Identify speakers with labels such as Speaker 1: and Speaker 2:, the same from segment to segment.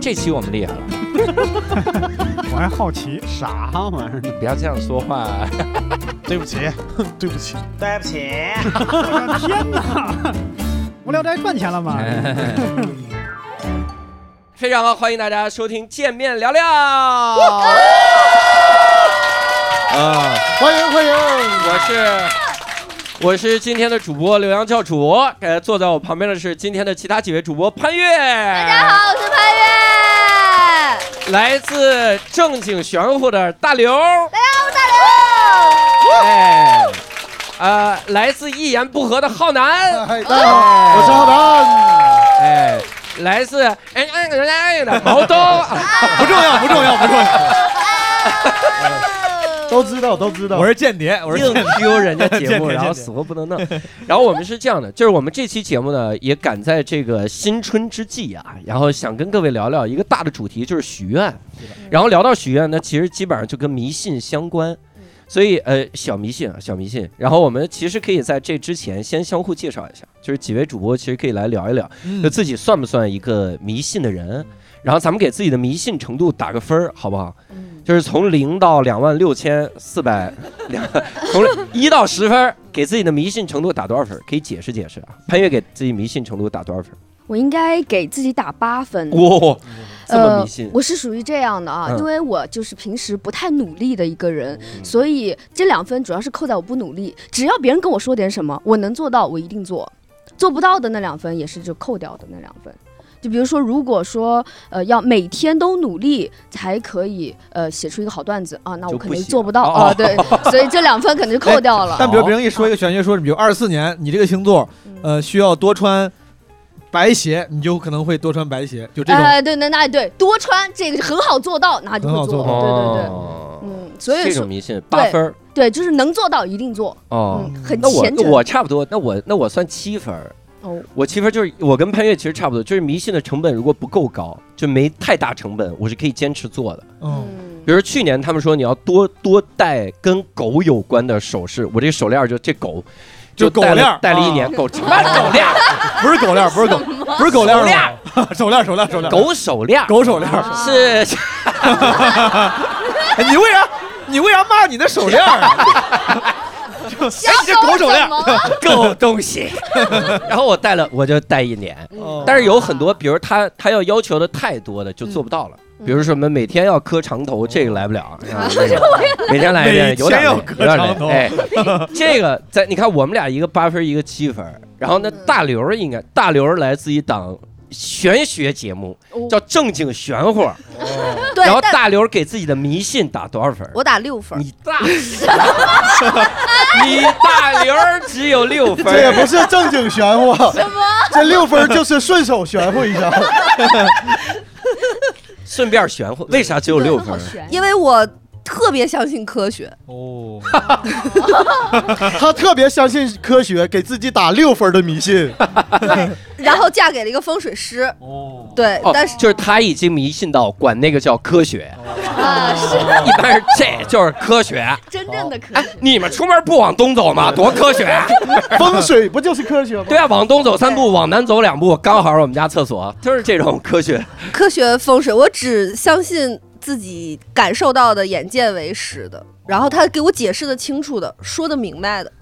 Speaker 1: 这期我们厉害了，
Speaker 2: 我还好奇，
Speaker 3: 啥玩意儿？
Speaker 1: 不要这样说 话。
Speaker 4: 对 不起，对不起，
Speaker 5: 对不起，
Speaker 2: 我的哎天哪！无聊斋赚钱了吗？
Speaker 6: 非常好，欢迎大家收听《见面聊 聊》。啊，
Speaker 4: 欢迎欢迎，
Speaker 6: 我是我是今天的主播刘洋教主，呃，坐在我旁边的是今天的其他几位主播潘越，大
Speaker 7: 大家，好，我是潘越。
Speaker 6: 来自正经玄乎的大刘，
Speaker 7: 大家好，我是大
Speaker 6: 哎，呃，来自一言不合的浩南，
Speaker 4: 嗨，大家好，我是浩南，
Speaker 6: 哎，来自哎哎哎哎的毛东，
Speaker 4: 不重要不重要不重要，
Speaker 7: 刘。
Speaker 4: 都知道都知道，
Speaker 8: 我是间谍，我是
Speaker 6: 硬
Speaker 8: 间谍。
Speaker 6: Q 人家节
Speaker 8: 间
Speaker 6: 目，
Speaker 8: 谍
Speaker 6: 然后
Speaker 8: 间谍
Speaker 6: 死活不能弄。 然后我们是这样的，就是我们这期节目呢，也赶在这个新春之际啊，然后想跟各位聊聊一个大的主题，就是许愿。然后聊到许愿呢，其实基本上就跟迷信相关。所以，呃，小迷信啊，小迷信。然后我们其实可以在这之前先相互介绍一下，就是几位主播其实可以来聊一聊，就自己算不算一个迷信的人，然后咱们给自己的迷信程度打个分儿，好不好？就是从零到两万六千四百两， 从一到十分儿，给自己的迷信程度打多少分儿？可以解释解释啊。潘越给自己迷信程度打多少分儿？
Speaker 7: 我应该给自己打八分。
Speaker 6: 哇、这么迷信
Speaker 7: 呃。我是属于这样的啊，
Speaker 6: 嗯
Speaker 7: 因为我就是平时不太努力的一个人，所以这两分主要是扣在我不努力。只要别人跟我说点什么，我能做到，我一定做；做不到的那两分也是就扣掉的那两分。就比如说，如果说呃要每天都努力才可以呃写出一个好段子啊，那我
Speaker 6: 就
Speaker 7: 肯
Speaker 6: 不
Speaker 7: 定
Speaker 6: 行
Speaker 7: 做不到
Speaker 6: 哦哎
Speaker 7: 啊、对，所以这两 分肯定 扣掉了。
Speaker 8: 哎但比如别人一说一个玄学，说你比如二十四年，你这个星座，
Speaker 7: 嗯
Speaker 8: 呃，需要多穿白鞋，你就可能会多穿白鞋，就这种。
Speaker 7: 哎，对，那那对多穿这个很好做到，那就
Speaker 8: 很
Speaker 7: 会
Speaker 8: 好
Speaker 7: 做，
Speaker 8: 做到
Speaker 7: 对对对，
Speaker 6: 哦
Speaker 7: 嗯，所以
Speaker 6: 这
Speaker 7: 说
Speaker 6: 种迷信八分儿
Speaker 7: 对，就是能做到一定做，
Speaker 6: 哦。
Speaker 7: 嗯，很
Speaker 6: 那我
Speaker 7: 虔诚。
Speaker 6: 我差不多，那我那我算七分儿。
Speaker 7: 哦，
Speaker 6: 我七分儿就是我跟潘越其实差不多，就是迷信的成本如果不够高，就没太大成本，我是可以坚持做的。
Speaker 8: 嗯，
Speaker 6: 比如去年他们说你要多多戴跟狗有关的首饰，我这个手链儿就这狗
Speaker 8: 就狗
Speaker 6: 戴
Speaker 8: 链
Speaker 6: 了
Speaker 8: 儿
Speaker 6: 戴了一
Speaker 8: 啊
Speaker 6: 年，狗什么狗链儿？
Speaker 7: 嗯
Speaker 8: 不是狗链，不是 狗，不是狗链儿吗，手链，手链，手链，
Speaker 6: 狗手链儿，
Speaker 8: 狗手链儿。
Speaker 7: 啊
Speaker 6: 是是
Speaker 8: 哎 你为啥？你为啥骂你的手链儿啊？ 谁这狗手链儿？
Speaker 6: 狗东西。 然后我戴了，我就戴一年。
Speaker 8: 哦
Speaker 6: 但是有很多，比如他他要要求的太多的，就做不到了。
Speaker 7: 嗯
Speaker 6: 比如什么每天要磕长头，这个来不了，然后那个每天来一
Speaker 8: 每
Speaker 6: 遍，
Speaker 8: 天
Speaker 6: 有点累
Speaker 8: 要磕
Speaker 6: 有点
Speaker 8: 长头
Speaker 6: 累。哎，这个在你看我们俩一个八分，一个七分，然后呢
Speaker 7: 嗯
Speaker 6: 大刘儿应该大刘儿来自一档玄学节目，
Speaker 7: 哦
Speaker 6: 叫正经玄乎，
Speaker 7: 对
Speaker 6: 然后，
Speaker 7: 但
Speaker 6: 大刘儿给自己的迷信打多少分？
Speaker 7: 我打六分儿，
Speaker 6: 你大，你大刘儿只有六分
Speaker 4: 这也
Speaker 6: 儿，
Speaker 4: 不是正经玄乎， 这六分就是顺手玄乎一下，
Speaker 6: 顺便玄乎，为啥只有六分儿？
Speaker 7: 因
Speaker 9: 因为我特别相信科学，
Speaker 8: 哦，
Speaker 4: 他特别相信科学，给自己打六分的迷信，
Speaker 9: 然后嫁给了一个风水师。
Speaker 8: 哦，
Speaker 9: 对，
Speaker 6: 哦
Speaker 9: 但，是哦
Speaker 6: 就是他已经迷信到管那个叫科学，
Speaker 7: 为啊是
Speaker 6: 哦 一般是这就是科学。
Speaker 7: 真正的科
Speaker 6: 哎，你们出门不往东走 吗？多科学！啊
Speaker 4: 风水不就是科学吗？
Speaker 6: 对啊，往东走三步，往南走两步，刚好是我们家厕所，就是这种科学。
Speaker 9: 科学风水，我只相信自己感受到的、眼见为实的。然后他给我解释的清楚的，说的明白的，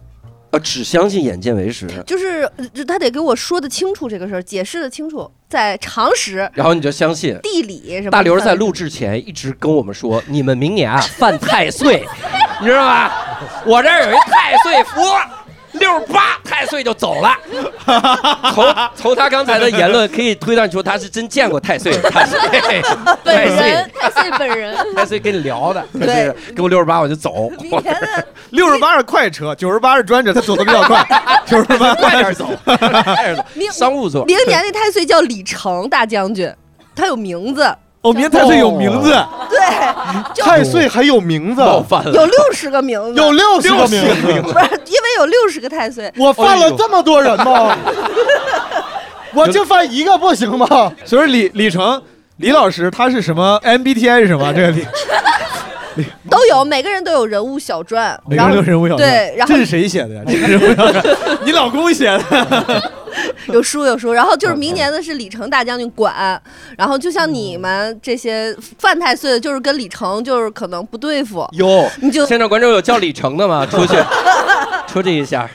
Speaker 6: 呃，只相信眼见为实，
Speaker 9: 就是呃就他得给我说的清楚这个事儿，解释的清楚，在常识、
Speaker 6: 然后你就相信。
Speaker 9: 地理什么。
Speaker 6: 大刘在 录制前一直跟我们说，你们明年啊犯太岁，你知道吧？我这儿有一哎太岁符，六十八太岁就走 了。从从他刚才的言论可以推断出，他是真见过太岁，太 岁，哎太
Speaker 7: 本
Speaker 6: 岁
Speaker 7: 人，太岁本人，
Speaker 6: 太岁跟你聊的，太
Speaker 9: 对
Speaker 6: 岁给我六十八我就走，
Speaker 9: 明年的
Speaker 8: 六十八是快车，九十八是专车，他走的比较 快，九十八
Speaker 6: 快 点走，快点走，
Speaker 9: 明
Speaker 6: 商务座。
Speaker 9: 明年那太岁叫李成大将军，他有名字，
Speaker 8: 哦，明太岁有名字，
Speaker 4: 哦太岁还有名字，
Speaker 6: 冒犯了，
Speaker 9: 有六十个名字，
Speaker 4: 有六十个名字，
Speaker 9: 不是因为有六十个太岁，
Speaker 4: 我犯了这么多人吗？我就犯一个不行 吗？
Speaker 8: 所以李李成李老师他是什么 MBTI 是什么？这个李
Speaker 9: 都有，每个人都有人物小传，
Speaker 8: 每个
Speaker 9: 然
Speaker 8: 人
Speaker 9: 后
Speaker 8: 都是人物小传
Speaker 9: 对然后
Speaker 8: 这是谁写的呀？这是人物小传，你老公写的。
Speaker 9: 有输有输。然后
Speaker 8: 嗯
Speaker 9: 就是明年的是李成大将军管，然后就像你们这些犯太岁的，就是跟李成就是可能不对付，
Speaker 6: 哟，
Speaker 9: 你就
Speaker 6: 现场观众有叫李成的吗？出去，出去一下。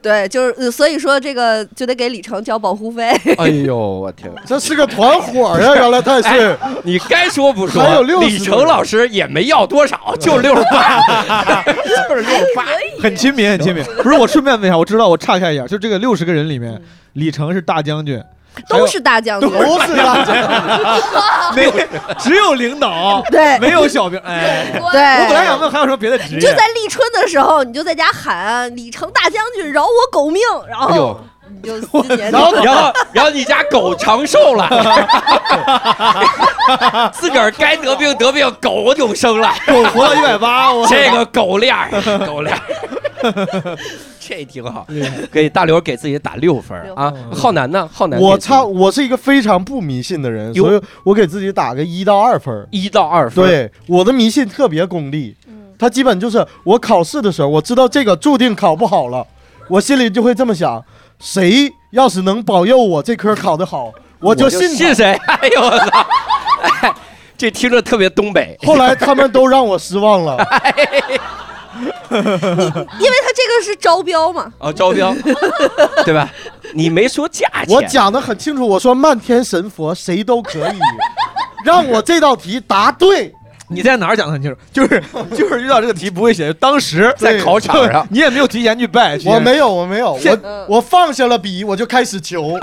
Speaker 9: 对，就是呃所以说这个就得给李成交保护费。
Speaker 6: 哎呦，我天！
Speaker 4: 这是个团伙哎呀、原来太
Speaker 6: 哎
Speaker 4: 岁，
Speaker 6: 你该说不说，
Speaker 4: 还有60
Speaker 6: 李成老师也没要多少，就六十八，就是六十八。
Speaker 8: 很亲民，很亲民。不是，我顺便问一下，我知道，我岔开一下，就这个六十个人里面，
Speaker 9: 嗯
Speaker 8: 李成是大将军，
Speaker 9: 啊
Speaker 8: 还有
Speaker 9: 都是大将军，
Speaker 4: 不是大姐。
Speaker 8: 没只有领导，
Speaker 9: 对
Speaker 8: 没有小兵。哎，
Speaker 9: 对。
Speaker 8: 我本来想问还有什么别的职
Speaker 9: 你就
Speaker 8: 业
Speaker 9: 在，立春的时候，你就在家喊“李成大将军饶我狗命”，然
Speaker 6: 哎
Speaker 9: 后
Speaker 6: 呦，
Speaker 9: 你就今年就
Speaker 6: 然后然后你家狗长寿了，自个儿该得病得病，狗永生了。
Speaker 8: 狗活到一百八，我
Speaker 6: 这个狗链儿，狗链儿， 这挺好。给大刘给自己打六分儿啊！浩南呢？浩南给自己，
Speaker 4: 我差，我是一个非常不迷信的人，
Speaker 6: 哟
Speaker 4: 所以我给自己打个一到二分儿。
Speaker 6: 一到二分。，
Speaker 4: 对，我的迷信特别功利，他基本就是我考试的时候，我知道这个注定考不好了，我心里就会这么想：谁要是能保佑我这科考得好，我就信他。
Speaker 6: 信谁？ 哎呦我操！哎这听着特别东北。哎
Speaker 4: 后来他们都让我失望 了，
Speaker 9: 因为他这个是招标 嘛，
Speaker 6: 哦，招标，对吧？你没说价钱，
Speaker 4: 我讲得很清楚，我说漫天神佛谁都可以，让我这道题答对。
Speaker 8: 你在哪儿讲的很清楚， 就是就是遇到这个题不会写，当时。
Speaker 6: 在考场上
Speaker 8: 你也没有提前去拜，
Speaker 4: 我没有，我没有，我
Speaker 9: 嗯
Speaker 4: 我放下了笔，我就开始求。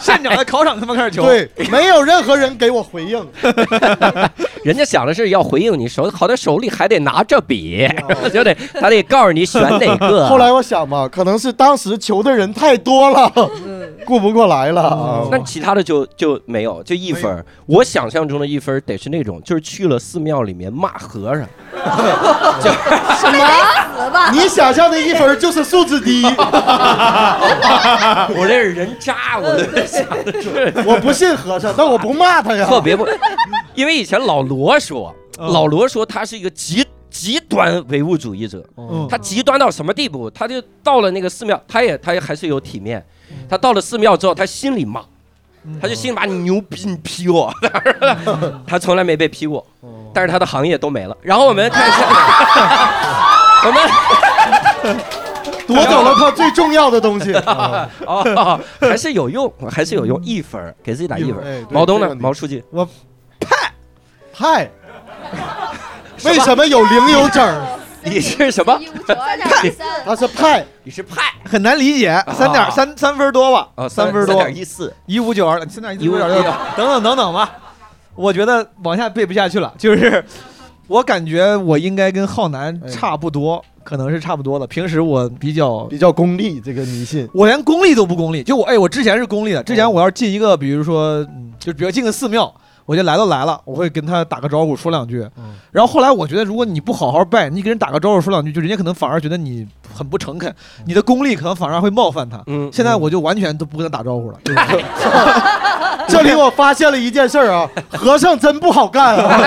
Speaker 8: 现场在考场他妈开始求，，
Speaker 4: 对，没有任何人给我回应。
Speaker 6: 人家想的是要回应你手，好在手里还得拿着笔，就得他得告诉你选哪个。
Speaker 4: 哦 后来我想嘛，可能是当时求的人太多了，
Speaker 6: 嗯
Speaker 4: 顾不过来了啊。
Speaker 6: 那其他的就就没有，就一分儿。我想象中的一分儿得是那种，就是去了寺庙里面骂和尚，
Speaker 9: 死吧！
Speaker 4: 你想象的一分就是素质低，
Speaker 6: 我这是人渣，我这想的是
Speaker 4: 我不信和尚，但我不 骂他呀。嗯
Speaker 6: 特别不，因为以前老罗说，老罗说他是一个极极端唯物主义者，
Speaker 8: 嗯
Speaker 6: 他极端到什么地步？他就到了那个寺庙，他也他也还是有体面，
Speaker 4: 嗯
Speaker 6: 他到了寺庙之后，他心里骂，他就心里骂你牛逼，你批我，
Speaker 4: 嗯
Speaker 6: 他从来没被批过，但是他的行业都没了。然后我们看一下，我们。
Speaker 4: 夺走了他最重要的东西。啊
Speaker 6: 哦，还是有用，还是有用，一分儿给自己打一分
Speaker 4: 哎
Speaker 6: 儿
Speaker 4: 对。
Speaker 6: 毛东
Speaker 4: 这
Speaker 6: 呢？
Speaker 4: 个你
Speaker 6: 毛书记，
Speaker 4: 嗨，为什么有零有整儿？
Speaker 6: 你是什么？
Speaker 7: 九二点三，
Speaker 4: 他是派，
Speaker 6: 你是派
Speaker 8: 很难理解，三点三三分多吧，
Speaker 6: 啊？
Speaker 8: 啊三分多
Speaker 6: 三，点一四，
Speaker 8: 一五九二，现在一五九
Speaker 6: 1592
Speaker 8: 二，等等等等吧，我觉得往下背不下去了，就是我感觉我应该跟浩南差不多，可能是差不多的。平时我比较，
Speaker 4: 比较功利，这个迷信。
Speaker 8: 我连功利都不功利，就我哎，我之前是功利的，之
Speaker 6: 嗯
Speaker 8: 前我要进一个，比如说，嗯就比如进个寺庙。我就来都来了，我会跟他打个招呼，说两句。
Speaker 6: 嗯
Speaker 8: 然后后来我觉得，如果你不好好拜，你给人打个招呼，说两句，就人家可能反而觉得你很不诚恳，你的功利可能反而会冒犯他。
Speaker 6: 嗯
Speaker 8: 现在我就完全都不跟他打招呼了。就是
Speaker 4: 这里我发现了一件事儿啊，和尚真不好干 啊。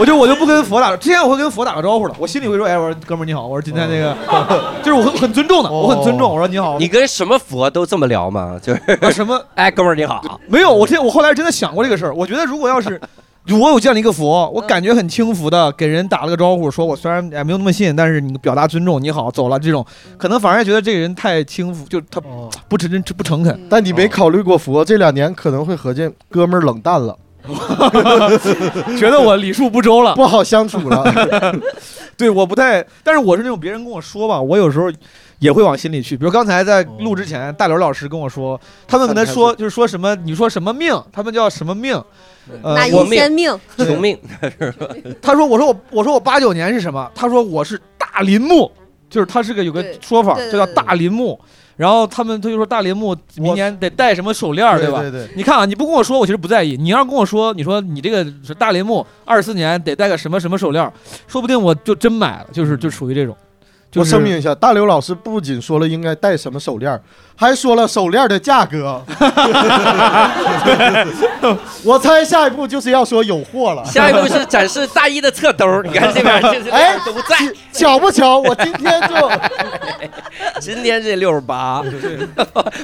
Speaker 8: 我就我就不跟佛打，之前我会跟佛打个招呼了，我心里会说，哎，我说哥们儿你好，我说今天那个，
Speaker 6: 嗯
Speaker 8: 就是我很很尊重的，我很尊重，我说你好，
Speaker 6: 你跟什么佛都这么聊吗？就是，
Speaker 8: 啊什么
Speaker 6: 哎，哥们儿你好，
Speaker 8: 没有？我这我后来真的想过这个事儿，我觉得如果要是 我有见了一个佛，我感觉很轻浮的给人打了个招呼，说我虽然哎没有那么信，但是你表达尊重，你好，走了这种，可能反而觉得这个人太轻浮，就他
Speaker 4: 哦
Speaker 8: 不真不诚恳，
Speaker 4: 但你没考虑过佛这两年可能会合计哥们儿冷淡了，
Speaker 8: 觉得我礼数不周了。
Speaker 4: 不好相处了。
Speaker 8: 对，我不太，但是我是那种别人跟我说吧，我有时候也会往心里去。比如刚才在录之前，大刘老师跟我说，他们跟他说就是说什么，你说什么命，他们叫什么命，呃
Speaker 9: 那，
Speaker 6: 我
Speaker 9: 一
Speaker 6: 命
Speaker 9: 先命，
Speaker 6: 穷命，
Speaker 8: 他说我说我我说我八九年是什么？他说我是大林木，就是他是个有个
Speaker 9: 对
Speaker 8: 说法
Speaker 9: 对对
Speaker 8: 就叫
Speaker 9: 对
Speaker 8: 大林木，然后他们他就说大林木明年得戴什么手链儿，吧？
Speaker 4: 对对，
Speaker 8: 你看啊，你不跟我说，我其实不在意。你要是跟我说，你说你这个是大林木二四年得戴个什么什么手链儿，说不定我就真买了，就是就属于这种。就
Speaker 4: 我
Speaker 8: 是
Speaker 4: 声明一下，大刘老师不仅说了应该戴什么手链儿，还说了手链儿的价 格。我猜下一步就是要说有货了。
Speaker 6: 下一步是展示大衣的侧兜儿，你看这边这是
Speaker 4: 哎
Speaker 6: 都在，
Speaker 4: 巧不巧，我今天就
Speaker 6: 今天这六十八，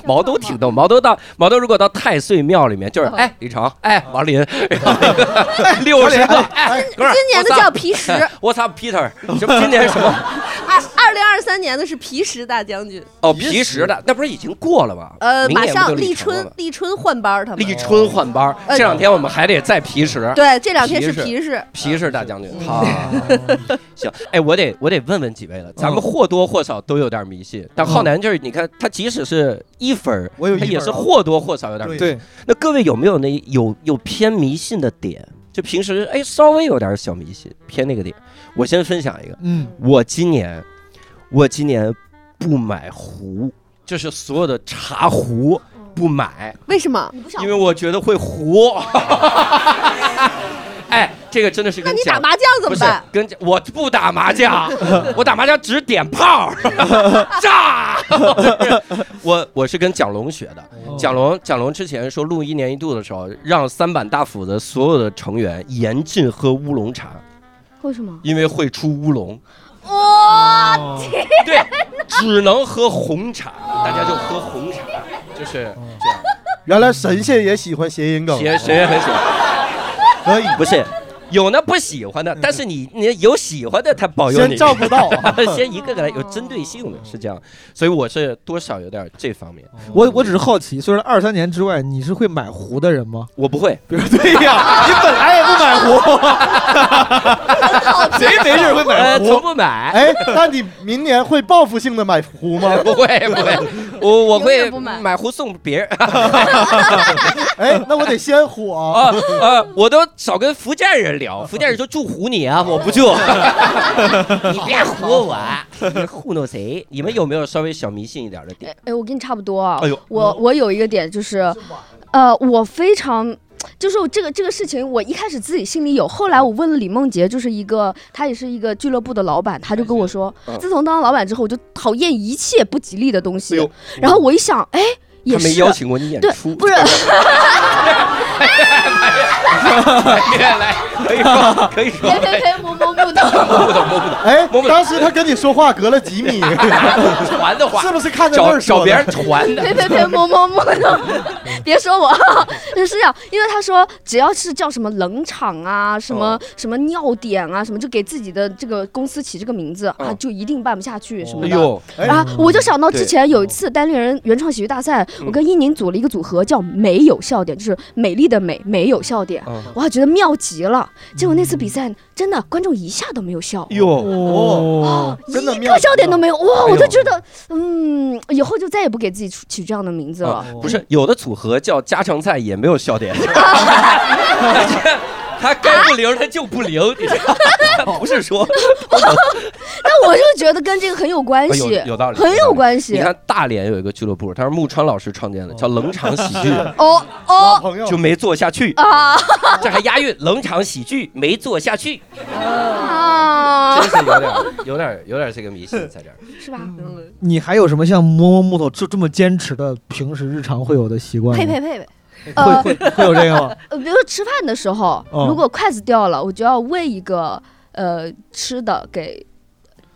Speaker 6: 毛都挺逗。毛都到毛都如果到太岁庙里面，就是
Speaker 7: 嗯
Speaker 6: 哎李成，哎 王林，六十
Speaker 4: 啊
Speaker 6: 个，哎哥们儿
Speaker 9: 今年的
Speaker 6: 我操
Speaker 9: 叫皮石，
Speaker 6: 我操 Peter，什么今年什 么
Speaker 9: 二二零二三年的是皮石大将军，
Speaker 6: 哦皮实的，那不是已经过了吗？
Speaker 9: 呃，
Speaker 6: 明
Speaker 9: 马
Speaker 6: 年不就
Speaker 9: 上
Speaker 6: 立
Speaker 9: 立
Speaker 6: 春了
Speaker 9: 春
Speaker 6: 吗，
Speaker 9: 立春换班儿他们
Speaker 6: 立。春换班儿，这
Speaker 9: 呃
Speaker 6: 两天我们还得再皮实。
Speaker 9: 对，这两天是
Speaker 6: 皮
Speaker 9: 皮嗯石，
Speaker 6: 皮实大将军， 好，行，哎，我得我得问问几位了，
Speaker 4: 嗯
Speaker 6: 咱们或多或少都有点迷信，但浩南就是你看他即使是一分儿，
Speaker 4: 我有一
Speaker 6: 他
Speaker 4: 分儿
Speaker 6: 也
Speaker 4: 啊
Speaker 6: 是或多或少有点迷信。
Speaker 8: 对，
Speaker 6: 那各位有没有那有有偏迷信的点？就平时哎稍微有点小迷信，偏那个点。我先分享一个，
Speaker 8: 嗯，
Speaker 6: 我今年我今年不买壶，就是所有的茶壶不买，
Speaker 9: 为什么？
Speaker 7: 你不想
Speaker 6: 因为我觉得会糊。 哎，这个真的是
Speaker 9: 那
Speaker 6: 跟
Speaker 9: 你
Speaker 6: 讲
Speaker 9: 打麻将怎
Speaker 6: 不
Speaker 9: 么
Speaker 6: 是
Speaker 9: 办？
Speaker 6: 跟讲我不打麻 将，我打麻将只点炮儿，炸。 我我是跟蒋龙学的，
Speaker 9: 哦
Speaker 6: 蒋龙蒋龙之前说录一年一度的时候，让三板大斧子所有的成员严禁喝乌龙茶，
Speaker 7: 为什么？
Speaker 6: 因为会出乌龙。
Speaker 9: 啊
Speaker 7: 哇，
Speaker 8: 哦
Speaker 6: 对，只能喝红茶，大家就喝红茶，就是
Speaker 9: 哦
Speaker 4: 原来神仙也喜欢谐音梗，
Speaker 6: 谁谁很喜欢，
Speaker 4: 可 以
Speaker 6: 不是。有那不喜欢的，但是你你有喜欢的，他保佑你
Speaker 4: 先，照顾到啊。
Speaker 6: 先一个个来，有针对性的，是这样。所以我是多少有点这方面，
Speaker 8: 我我只是好奇，虽然二三年之外，你是会买壶的人吗？
Speaker 6: 我不会，
Speaker 4: 对呀，你本来也不买壶， 谁没事会买
Speaker 6: 呃，从
Speaker 4: 壶？
Speaker 6: 不买，
Speaker 4: 哎，那你明年会报复性的买壶吗？
Speaker 6: 不会不会，我我
Speaker 7: 永
Speaker 6: 会
Speaker 7: 远不买
Speaker 6: 买壶送别人。
Speaker 4: 哎，那我得先火啊！
Speaker 6: 啊啊！我都少跟福建人 聊，福建人说祝唬你啊，我不祝。你别唬我，你糊弄谁？你们有没有稍微小迷信一点的点？
Speaker 7: 哎哎，我跟你差不多啊。
Speaker 6: 哎呦
Speaker 7: 我我有一个点就是，呃，我非常。就是我这个这个事情，我一开始自己心里有，后来我问了李梦洁，就是一个她也是一个俱乐部的老板，她就跟我说
Speaker 6: 嗯，
Speaker 7: 自从当了老板之后，我就讨厌一切不吉利的东西
Speaker 6: 哎呦。
Speaker 7: 然后我一想，哎，也
Speaker 6: 他没
Speaker 7: 是，
Speaker 6: 邀请过你演
Speaker 7: 对
Speaker 6: 出，，
Speaker 7: 不是，
Speaker 6: 来来，可以说可以说
Speaker 7: 呸，呸呸，摸摸不懂。
Speaker 6: 摸不懂摸不懂，
Speaker 4: 哎
Speaker 6: 摸不，懂
Speaker 4: 当时他跟你说话隔了几 米，
Speaker 6: 传的话
Speaker 4: 是不是看在那
Speaker 6: 找
Speaker 4: 儿说
Speaker 6: 找
Speaker 4: 的
Speaker 6: 别人传 的。
Speaker 7: 呸呸呸，摸摸摸的，别说我，是这样，因为他说只要是叫什么冷场啊，什
Speaker 6: 哦
Speaker 7: 么、什么尿点啊，什么就给自己的这个公司起这个名字、啊，
Speaker 6: 嗯
Speaker 7: 就一定办不下去什么
Speaker 6: 哎
Speaker 7: 的。
Speaker 6: 呦，
Speaker 4: 哎
Speaker 7: 啊！我就想到之
Speaker 6: 对
Speaker 7: 前
Speaker 8: 哦
Speaker 7: 有一次单立人原创喜剧大赛，
Speaker 8: 嗯
Speaker 7: 我跟伊宁组了一个组合叫“没有笑点”，就是美丽的美，没有笑点，
Speaker 6: 嗯
Speaker 7: 我还觉得妙极了。结果那次比赛真的观众一下都没有笑，
Speaker 6: 哟，
Speaker 4: 哦，
Speaker 7: 一
Speaker 4: 真的
Speaker 7: 个笑点都没有，哇！
Speaker 6: 哎呦
Speaker 7: 我就觉得，嗯，以后就再也不给自己取取这样的名字了。
Speaker 6: 哦不是有的组合叫家常菜也没有笑点，他该不灵他就不灵，你知道吗？不是说
Speaker 7: 但我就觉得跟这个很有关
Speaker 6: 哎有
Speaker 7: 系，
Speaker 6: 有道理，
Speaker 7: 很
Speaker 6: 道
Speaker 7: 有
Speaker 6: 理
Speaker 7: 关系
Speaker 6: 你。看大连有一个俱乐部，它是木川老师创建的，叫冷场喜剧，
Speaker 7: 哦
Speaker 4: 老
Speaker 7: 哦
Speaker 4: 朋友
Speaker 6: 就没做下去，
Speaker 7: 啊
Speaker 6: 这还押韵，冷场喜剧没做下去，
Speaker 7: 啊
Speaker 6: 真，是有点有点有点这个迷信在这儿。
Speaker 7: 是吧？
Speaker 8: 你还有什么像摸摸木头这这么坚持的平时日常会有的习惯吗？
Speaker 9: 呸呸呸呸！
Speaker 7: 呃，
Speaker 8: 会会有这个 吗？
Speaker 7: 比如吃饭的时候，
Speaker 8: 嗯
Speaker 7: 如果筷子掉了，我就要喂一个呃吃的给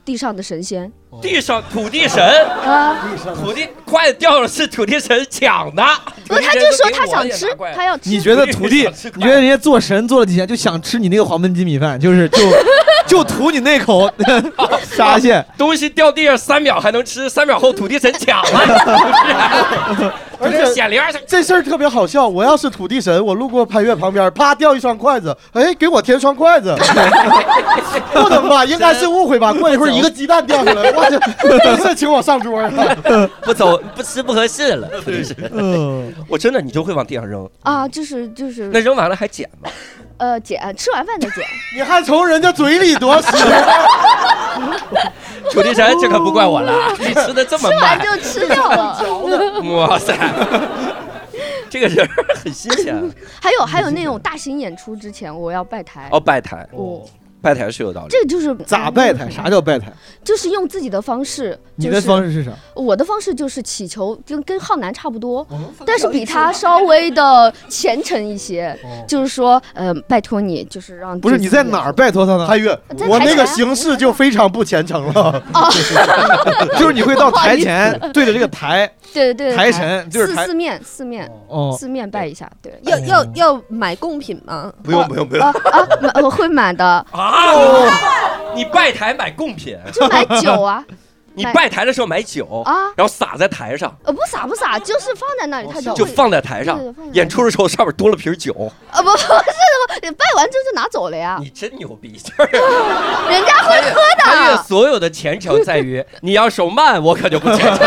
Speaker 7: 地上的神仙
Speaker 6: 地上土地神，
Speaker 7: 啊。
Speaker 6: 土地筷子掉了是土地神抢的，
Speaker 7: 不是，他就说他想吃，他要吃。
Speaker 8: 你觉得 徒弟，你觉得人家做神做了几天就想吃你那个黄焖鸡米饭，就是就就图你那口 沙 县，
Speaker 6: 东西掉地上三秒还能吃，三秒后土地神抢了，
Speaker 4: 而且
Speaker 6: 显灵儿是
Speaker 4: 这事儿特别好笑。我要是土地神，我路过潘越旁边，啪掉一双筷子，哎，给我添双筷 子，不能吧？应该是误会吧？过一会儿一个鸡蛋掉下来，我去， 真是请我上桌了。
Speaker 6: 不走不吃不合适了，土地神，
Speaker 8: 嗯，
Speaker 6: 我真的你就会往地上扔，
Speaker 7: 啊，就是就是
Speaker 6: 那，扔完了还捡吗？
Speaker 7: 呃，姐吃完饭再 捡。
Speaker 4: 你还从人家嘴里 夺食，
Speaker 6: 土地神，这可不怪我了，你吃的这么
Speaker 7: 吃完
Speaker 6: 慢，
Speaker 7: 就哦吃掉了。
Speaker 6: 哇塞，这个人儿很新鲜啊
Speaker 7: 还有还有那种大型演出之前，我要拜台嗯
Speaker 6: 哦，。拜台，
Speaker 7: 我
Speaker 6: 拜台是有道理。
Speaker 7: 这就是哎
Speaker 8: 咋拜台？啥叫拜台？
Speaker 7: 就是用自己的方式，
Speaker 8: 你的方式是啥？
Speaker 7: 我的方式就是祈求，跟跟浩南差不多，
Speaker 6: 哦
Speaker 7: 但是比他稍微的虔诚一些。
Speaker 6: 哦
Speaker 7: 就是说，呃，拜托你，就是让
Speaker 8: 不是你在哪儿拜托他呢？
Speaker 4: 太岳，
Speaker 7: 在
Speaker 4: 我
Speaker 7: 台
Speaker 4: 那
Speaker 7: 前
Speaker 4: 个
Speaker 7: 啊
Speaker 4: 形式就非常不虔诚了。
Speaker 8: 就是你会到
Speaker 7: 不好
Speaker 8: 台
Speaker 7: 意思
Speaker 8: 前对着这个台
Speaker 7: 对对对
Speaker 8: 台神，就是
Speaker 7: 四
Speaker 8: 台
Speaker 7: 四面四面
Speaker 8: 哦，
Speaker 7: 四面拜一下，对。
Speaker 6: 哎
Speaker 9: 要要要买贡品吗？哦
Speaker 4: 不用不用不用，
Speaker 7: 啊啊，买我会买的，
Speaker 6: 啊你拜台买贡品，
Speaker 7: 就买酒 啊
Speaker 6: 你拜台的时候买酒，
Speaker 7: 啊，
Speaker 6: 然后撒在台上，
Speaker 7: 呃不撒不撒，就是放在那里，它就
Speaker 6: 哦就
Speaker 7: 会
Speaker 6: 放在台上
Speaker 7: 对。放在
Speaker 6: 演出的时候上面多了瓶酒，
Speaker 7: 啊不不是我拜完之后就拿走了呀，
Speaker 6: 你真牛逼！就是
Speaker 7: 人家会喝
Speaker 6: 穿越
Speaker 7: 的，
Speaker 6: 所有的虔诚在 于，你要手慢，我可就不虔诚。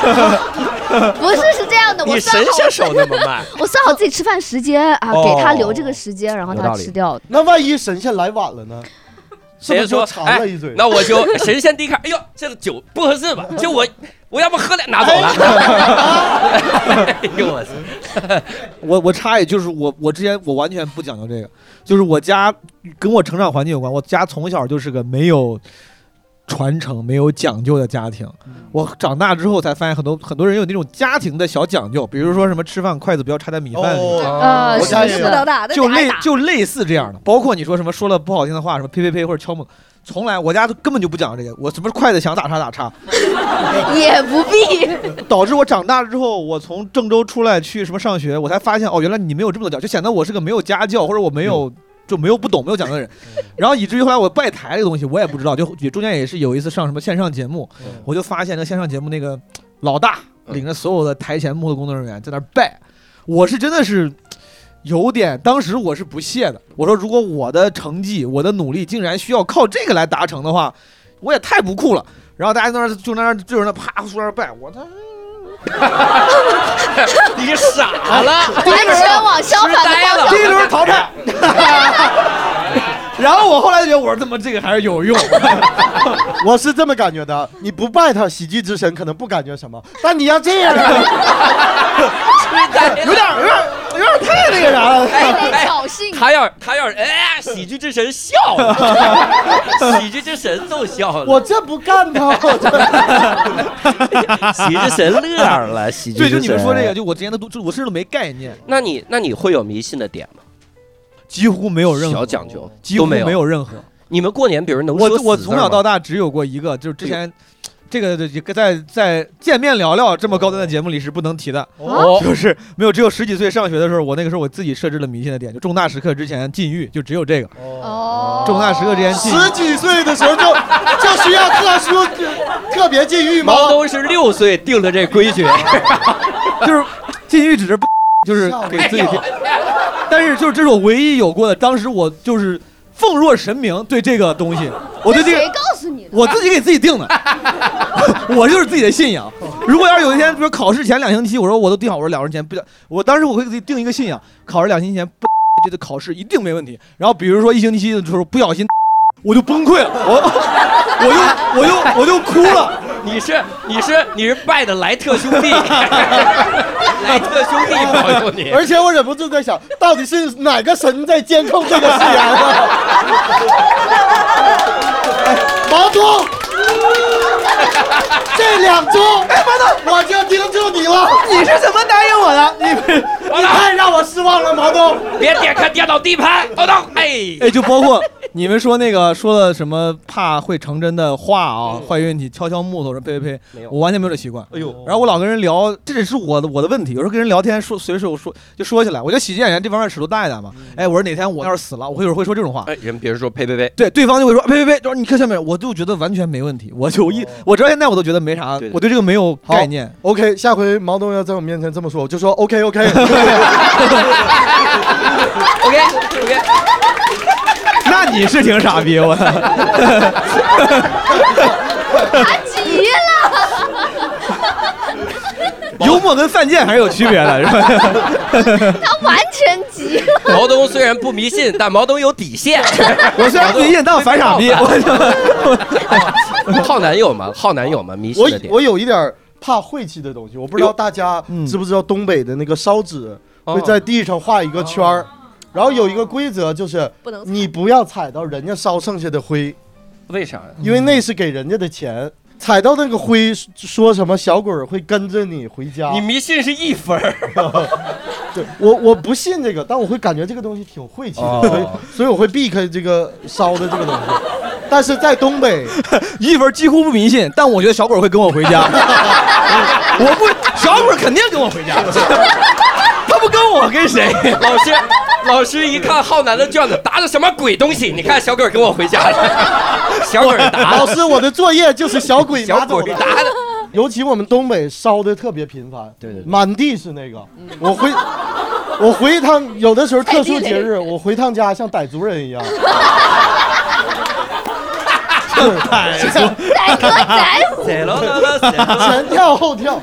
Speaker 7: 不是是这样的，我
Speaker 6: 你
Speaker 7: 算
Speaker 6: 神
Speaker 7: 好
Speaker 6: 仙手那么慢，
Speaker 7: 我算好自己吃饭时间啊，
Speaker 6: 哦
Speaker 7: 给他留这个时间，然后
Speaker 6: 有
Speaker 7: 他
Speaker 6: 道理
Speaker 7: 吃掉。
Speaker 4: 那万一神仙来晚了呢？是
Speaker 6: 谁
Speaker 4: 不是
Speaker 6: 说哎
Speaker 4: 就馋了一嘴？
Speaker 6: 那我就神仙低看，哎呦，这个酒不合适吧？就我，我要不喝两拿走了。 哎呦我操！
Speaker 8: 我我插一句，就是我我之前我完全不讲究这个，就是我家跟我成长环境有关，我家从小就是个没有传承、没有讲究的家庭。
Speaker 9: 嗯
Speaker 8: 我长大之后才发现，很多很多人有那种家庭的小讲究，比如说什么吃饭筷子不要插在米饭里。
Speaker 4: 哦，
Speaker 7: 呃，
Speaker 4: 我
Speaker 7: 是
Speaker 4: 家
Speaker 7: 的，
Speaker 4: 也
Speaker 7: 是
Speaker 9: 不
Speaker 7: 的
Speaker 9: 能，打，
Speaker 8: 就类
Speaker 9: 啊那得挨打
Speaker 8: 就类似这样的，包括你说什么说了不好听的话，什么呸呸呸或者敲门，从来我家都根本就不讲这个，我什么筷子想打叉打叉，
Speaker 7: 也不必。
Speaker 8: 导致我长大之后，我从郑州出来去什么上学，我才发现哦，原来你没有这么多讲，就显得我是个没有家教或者我没有、就没有不懂没有讲究的人，然后以至于后来我拜台这个东西我也不知道，就也中间也是有一次上什么线上节目，我就发现那个线上节目那个老大领着所有的台前幕后工作人员在那儿拜，我是真的是。有点，当时我是不屑的。我说，如果我的成绩、我的努力竟然需要靠这个来达成的话，我也太不酷了。然后大家在那儿就在那儿就是那儿啪说那儿拜，我他
Speaker 6: 你傻了，
Speaker 7: 完全往相反的方向。
Speaker 8: 第一轮淘汰。 然后我后来就觉得，我说他妈这个还是有用。
Speaker 4: 我是这么感觉的。你不拜他，喜剧之神可能不感觉什么，但你要这样 啊，
Speaker 8: 有点有点有点太哎那个啥了。
Speaker 7: 还得挑衅，
Speaker 6: 他要他要哎，喜剧之神笑了， 喜剧之神都笑了，
Speaker 4: 我这不干他，我这
Speaker 6: 喜剧之神乐 了，喜剧
Speaker 8: 对，
Speaker 6: 之神。
Speaker 8: 就你们说这个，，就我之前都都，我甚至都没概念，
Speaker 6: 那你那你会有迷信的点吗？
Speaker 8: 几乎没有任
Speaker 6: 小
Speaker 8: 何，
Speaker 6: 讲究
Speaker 8: 几乎
Speaker 6: 都没
Speaker 8: 没
Speaker 6: 有。
Speaker 8: 有任何。
Speaker 6: 你们过年比如能说
Speaker 8: 我我
Speaker 6: 死字
Speaker 8: 从小
Speaker 6: 吗
Speaker 8: 到大只有过一个，就是之前这个这个在在见面聊聊这么高端的节目里是不能提的，
Speaker 6: 哦，
Speaker 8: 就是没有。只有十几岁上学的时候，我那个时候我自己设置了迷信的点，就重大时刻之前禁欲，就只有这个。
Speaker 7: 哦，
Speaker 8: 重大时刻之前禁欲。
Speaker 4: 十几岁的时候就 就需要特 殊特别禁欲吗？
Speaker 6: 毛东是六岁定的这规矩，
Speaker 8: 就是禁欲只是不就是给自己听，但是就是这是我唯一有过的。当时我就是奉若神明对这个东西，我对这
Speaker 7: 谁
Speaker 8: 个
Speaker 7: 告诉你的？
Speaker 8: 我自己给自己定 的，我就是自己的信仰。如果要是有一天，比如考试前两星期，我说我都定好，我说两星期前不想，我当时我会给自己定一个信仰，考试两星期前不觉得考试一定没问题。然后比如说一星期的时候不小心， 我就崩溃了，我 我就我就我就哭了。
Speaker 6: 你是你是你是拜的莱特兄 弟，莱特兄弟保佑你。
Speaker 4: 而且我忍不住在想，到底是哪个神在监控这个夕 阳啊？毛东，这两周，哎，毛东，我就盯住你了。你是怎么答应我的？你
Speaker 6: 毛
Speaker 4: 你
Speaker 6: 东
Speaker 4: 太让我失望了，毛东。
Speaker 6: 别点开电脑底盘，我操！哎，
Speaker 8: 哎，就包括你们说那个说了什么怕会成真的话啊，坏运气，敲敲木头什么呸呸
Speaker 6: 嗯没
Speaker 8: 呸
Speaker 6: 有，
Speaker 8: 我完全没有这习惯。
Speaker 6: 哎呦
Speaker 8: 然后我老跟人聊，这也是我的我的问题。有时候跟人聊天说，随手说就说起来，我觉得喜剧演员这方面尺度大一点嘛。哎，我说哪天我要是死了，我会有时候会说这种话。
Speaker 6: 嗯哎， 人别说呸呸呸，
Speaker 8: 对，对方就会说呸呸呸，说你看下面，我就觉得完全没问题。我就一，我直到现在我都觉得没啥
Speaker 6: 哦对，的
Speaker 8: 我对这个没 有概念。
Speaker 4: OK，下回毛东要在我面前这么说，我就说 OK OK。
Speaker 6: OK OK，
Speaker 8: 那你是挺傻逼， 我操。
Speaker 7: 急了，
Speaker 8: 幽默跟犯贱还是有区别的，是吧？
Speaker 7: 他完全急 了。
Speaker 6: 毛东虽然不迷信，但毛东有底线。
Speaker 8: 我虽然迷信，但我反傻逼。我
Speaker 6: 浩南有吗？浩南有吗？迷信
Speaker 4: 我
Speaker 6: 的点
Speaker 4: 我有一点儿怕晦气的东西，我不知道大家
Speaker 8: 嗯
Speaker 4: 知不知道东北的那个烧纸
Speaker 6: 哦
Speaker 4: 会在地上画一个圈儿，然后有一个规则就是
Speaker 9: 不能
Speaker 4: 你不要踩到人家烧剩下的灰，
Speaker 6: 为啥呀？
Speaker 4: 因为那是给人家的钱。踩到那个灰，说什么小鬼儿会跟着你回家？
Speaker 6: 你迷信是一分儿，
Speaker 4: 对我我不信这个，但我会感觉这个东西挺晦气的，
Speaker 6: 哦
Speaker 4: 所以所以我会避开这个烧的这个东西。但是在东 北，
Speaker 8: 一分几乎不迷信，但我觉得小鬼会跟我回 家。我不，小鬼肯定跟我回 家，他不跟我跟谁？
Speaker 6: 老师。老师一看浩南的卷子，答的什么鬼东西？你看小鬼儿跟我回家 了， 小鬼儿答
Speaker 4: 老
Speaker 6: 的，
Speaker 4: 师我的作业就是小鬼拿
Speaker 6: 小
Speaker 4: 走
Speaker 6: 鬼
Speaker 4: 的
Speaker 6: 儿。答的，
Speaker 4: 尤其我们东北烧的特别频繁，
Speaker 6: 对对对
Speaker 4: 满地是那个。我回我回一趟，有的时候特殊节日，我回趟家像傣族人一 样。
Speaker 7: 宰哥宰 我，
Speaker 6: 谁喽谁喽谁喽
Speaker 4: 前跳后 跳，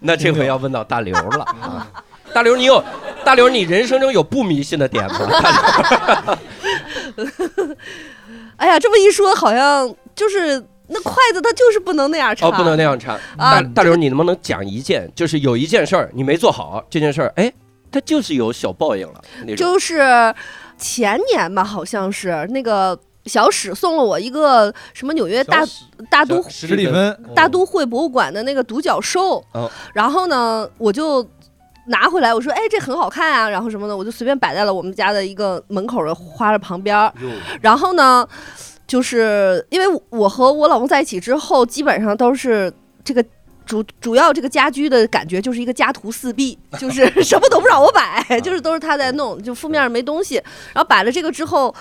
Speaker 6: 那这回要问到大刘了啊！大刘，你有大刘，你人生中有不迷信的点吗？
Speaker 9: 哎呀，这么一说，好像就是那筷子它就是不能那样插，
Speaker 6: 哦，不能那样唱。大
Speaker 9: 啊
Speaker 6: 大刘，你能不能讲一件，就是有一件事儿你没做好，这件事儿，哎，它就是有小报应了那种。
Speaker 9: 就是前年吧，好像是那个小史送了我一个什么纽约大大都
Speaker 6: 史
Speaker 8: 史蒂芬，
Speaker 9: 大都会博物馆的那个独角兽，
Speaker 6: 哦
Speaker 9: 然后呢，我就。拿回来，我说，哎，这很好看啊，然后什么的，我就随便摆在了我们家的一个门口的花的旁边儿。然后呢，就是因为我和我老公在一起之后，基本上都是这个主主要这个家居的感觉就是一个家徒四壁，就是 什么都不让我摆，就是都是他在弄，就负面没东西。然后摆了这个之后，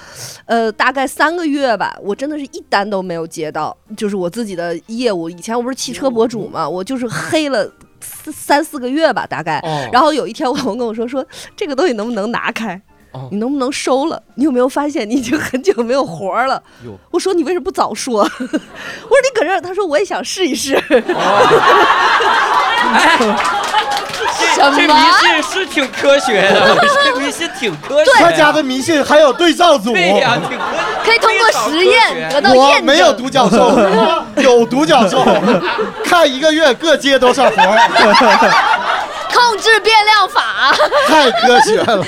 Speaker 9: 呃，大概三个月吧，我真的是一单都没有接到，就是我自己的业务。以前我不是汽车博主嘛，我就是黑了四三四个月吧，大概。
Speaker 4: 哦，
Speaker 9: 然后有一天，我老公跟我说：“说这个东西能不能拿开
Speaker 6: 哦？
Speaker 9: 你能不能收了？你有没有发现你已经很久没有活儿了
Speaker 6: 哟？”
Speaker 9: 我说：“你为什么不早说？” 我说：“你搁这儿。”他说：“我也想试一试。
Speaker 6: 这这迷信是挺科学 的，这迷信挺科学的。
Speaker 4: 他家的迷信还有对照组。
Speaker 6: 对呀，挺科学。
Speaker 7: 可以通过实验得到验
Speaker 4: 我
Speaker 7: 证。
Speaker 4: 没有独角兽，有独角兽，看一个月各接多少活儿，
Speaker 7: 控制变量法，
Speaker 4: 太科学了。”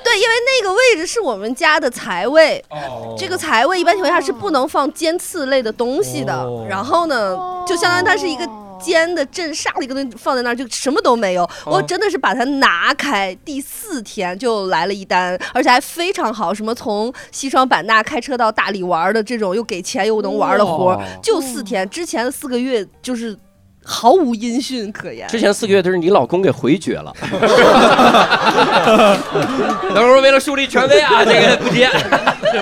Speaker 9: 对，因为那个位置是我们家的财位，
Speaker 4: 哦
Speaker 9: 这个财位一般情况下是不能放尖刺类的东西的。
Speaker 8: 哦
Speaker 9: 然后呢，就相当于它是一个尖的镇煞的一个东西放在那儿，就什么都没
Speaker 4: 哦
Speaker 9: 有。我真的是把它拿开，第四天就来了一单，而且还非常好，什么从西双版纳开车到大理玩儿的这种，又给钱又能玩儿的活儿，就四天。之前的四个月就是毫无音讯可言。
Speaker 6: 之前四个月都是你老公给回绝 了。等会儿为了树立权威 啊，这个不接。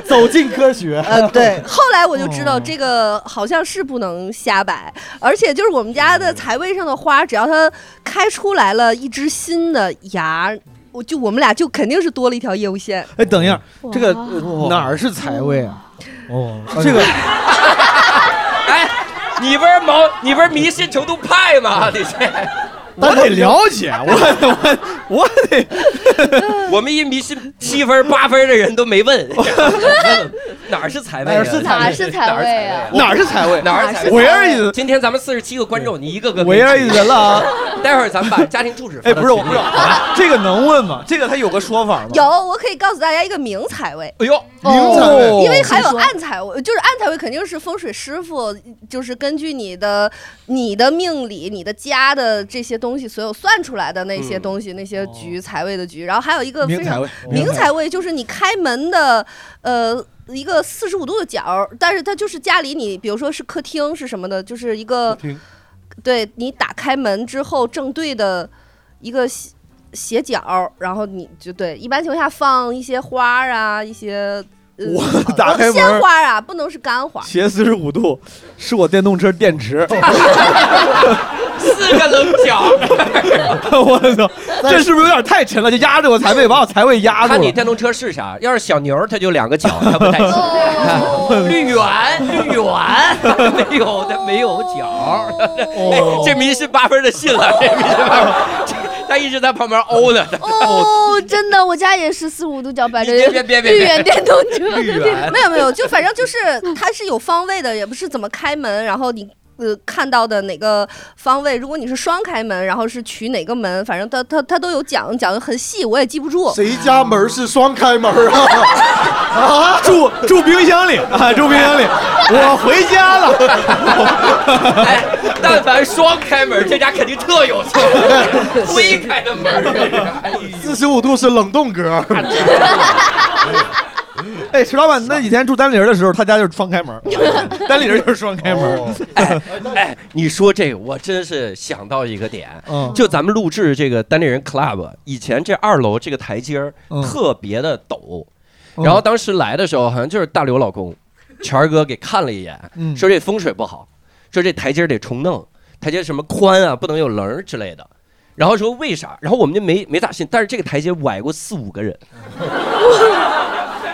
Speaker 4: 走进科学，
Speaker 9: 呃，对。后来我就知道这个好像是不能瞎摆，而且就是我们家的财位上的花，只要它开出来了一只新的芽，我就我们俩就肯定是多了一条业务线。
Speaker 8: 哎，等一下，这个
Speaker 7: 哇
Speaker 8: 呃哪儿是财位啊？哦，
Speaker 4: 这个
Speaker 6: 哎，你不是毛，你不是迷信程度派吗？ 你这，
Speaker 8: 我得了 解，我我我得
Speaker 6: 我们一迷信七分八分的人都没 问，哪儿是财位
Speaker 4: 哪
Speaker 6: 啊？
Speaker 4: 儿是财位
Speaker 7: 哪是财位啊？
Speaker 8: 哪儿是财位？
Speaker 6: 哪儿是财
Speaker 8: 我
Speaker 6: 位？
Speaker 8: 也是，
Speaker 6: 今天咱们四十七个观众，你一个个给
Speaker 8: 我也是人了啊！
Speaker 6: 待会儿咱们把家庭住址。
Speaker 8: 哎，不是，我不知道。，这个能问吗？这个它有个说法吗？
Speaker 9: 有，我可以告诉大家一个明财位。
Speaker 6: 哎呦，
Speaker 8: 哦
Speaker 4: 名财位，
Speaker 9: 哦因为还有暗财位，就是暗财位肯定是风水师傅，就是根据你的、你的命理、你的家的这些东西，所有算出来的那些
Speaker 6: 嗯
Speaker 9: 东西，那些局财位的局。然后还有一个非
Speaker 8: 明
Speaker 9: 常
Speaker 8: 财位，
Speaker 9: 明财位就是你开门的，呃，一个四十五度的角儿，但是它就是家里你，比如说是客厅是什么的，就是一个
Speaker 4: 厅，
Speaker 9: 对你打开门之后正对的一个斜斜角儿，然后你就对，一般情况下放一些花儿啊，一些呃
Speaker 8: 我
Speaker 9: 呃
Speaker 8: 打开门
Speaker 9: 鲜花儿啊，不能是干花儿。
Speaker 8: 斜四十五度是我电动车电池，
Speaker 6: 四个 棱角，
Speaker 8: 我操， 这是不是有点太沉了？就压着我财位，把我财位压
Speaker 6: 看
Speaker 8: 住
Speaker 6: 你
Speaker 8: 了。
Speaker 6: 电动车是啥？要是小牛儿，它就两 个角，它不带劲。
Speaker 7: 哦，
Speaker 6: 绿圆，绿圆，没有，它没有角。哎， 这迷信八分的信了，这迷信八分，这他一直在旁边欧呢。
Speaker 7: 哦，真的，我家也是四五度角摆着
Speaker 6: 你别别别别
Speaker 7: 绿源电动车，
Speaker 6: 绿源
Speaker 9: 没有没有，就反正就是它是有方位的，也不是怎么开门，然后你呃看到的哪个方位，如果你是双开门，然后是取哪个门，反正他他他都有讲，讲的很细，我也记不住。
Speaker 4: 谁家门是双开门啊？
Speaker 8: 啊，住住冰箱里啊，住冰箱里，我回家了。
Speaker 6: 哎，但凡双开门，这家肯定特 有钱。微开的门儿，哎
Speaker 4: 四十五度是冷冻 格，
Speaker 8: 哎，石老板，那以前住单立人的时候，他家就是双开 门，单立人就是双开门。
Speaker 6: 哎，你说这个，我真是想到一个点，
Speaker 8: 嗯
Speaker 6: 就咱们录制这个单立人 Club，以前这二楼这个台阶儿
Speaker 8: 嗯
Speaker 6: 特别的陡，
Speaker 4: 嗯
Speaker 6: 然后当时来的时候，好像就是大刘老公，全儿哥给看了一眼，
Speaker 8: 嗯
Speaker 6: 说这风水不好，说这台阶儿得重弄，台阶什么宽啊，不能有棱儿之类的。然后说为啥？然后我们就没没咋信，但是这个台阶崴过四五个人，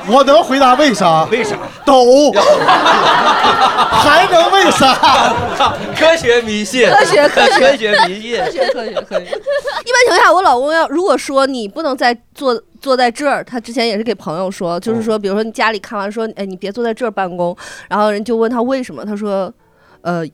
Speaker 4: 我能回答为啥？
Speaker 6: 为啥？
Speaker 4: 抖，还能为啥？
Speaker 6: 科学迷信，
Speaker 9: 科学科学
Speaker 6: 科学迷信。
Speaker 9: 学科学科学。 一般情况下，我老公要如果说你不能再坐坐在这儿，他之前也是给朋友说，就是说，比如说你家里看完说，哎，你别坐在这儿办公，然后人就问他为什么，他说，呃。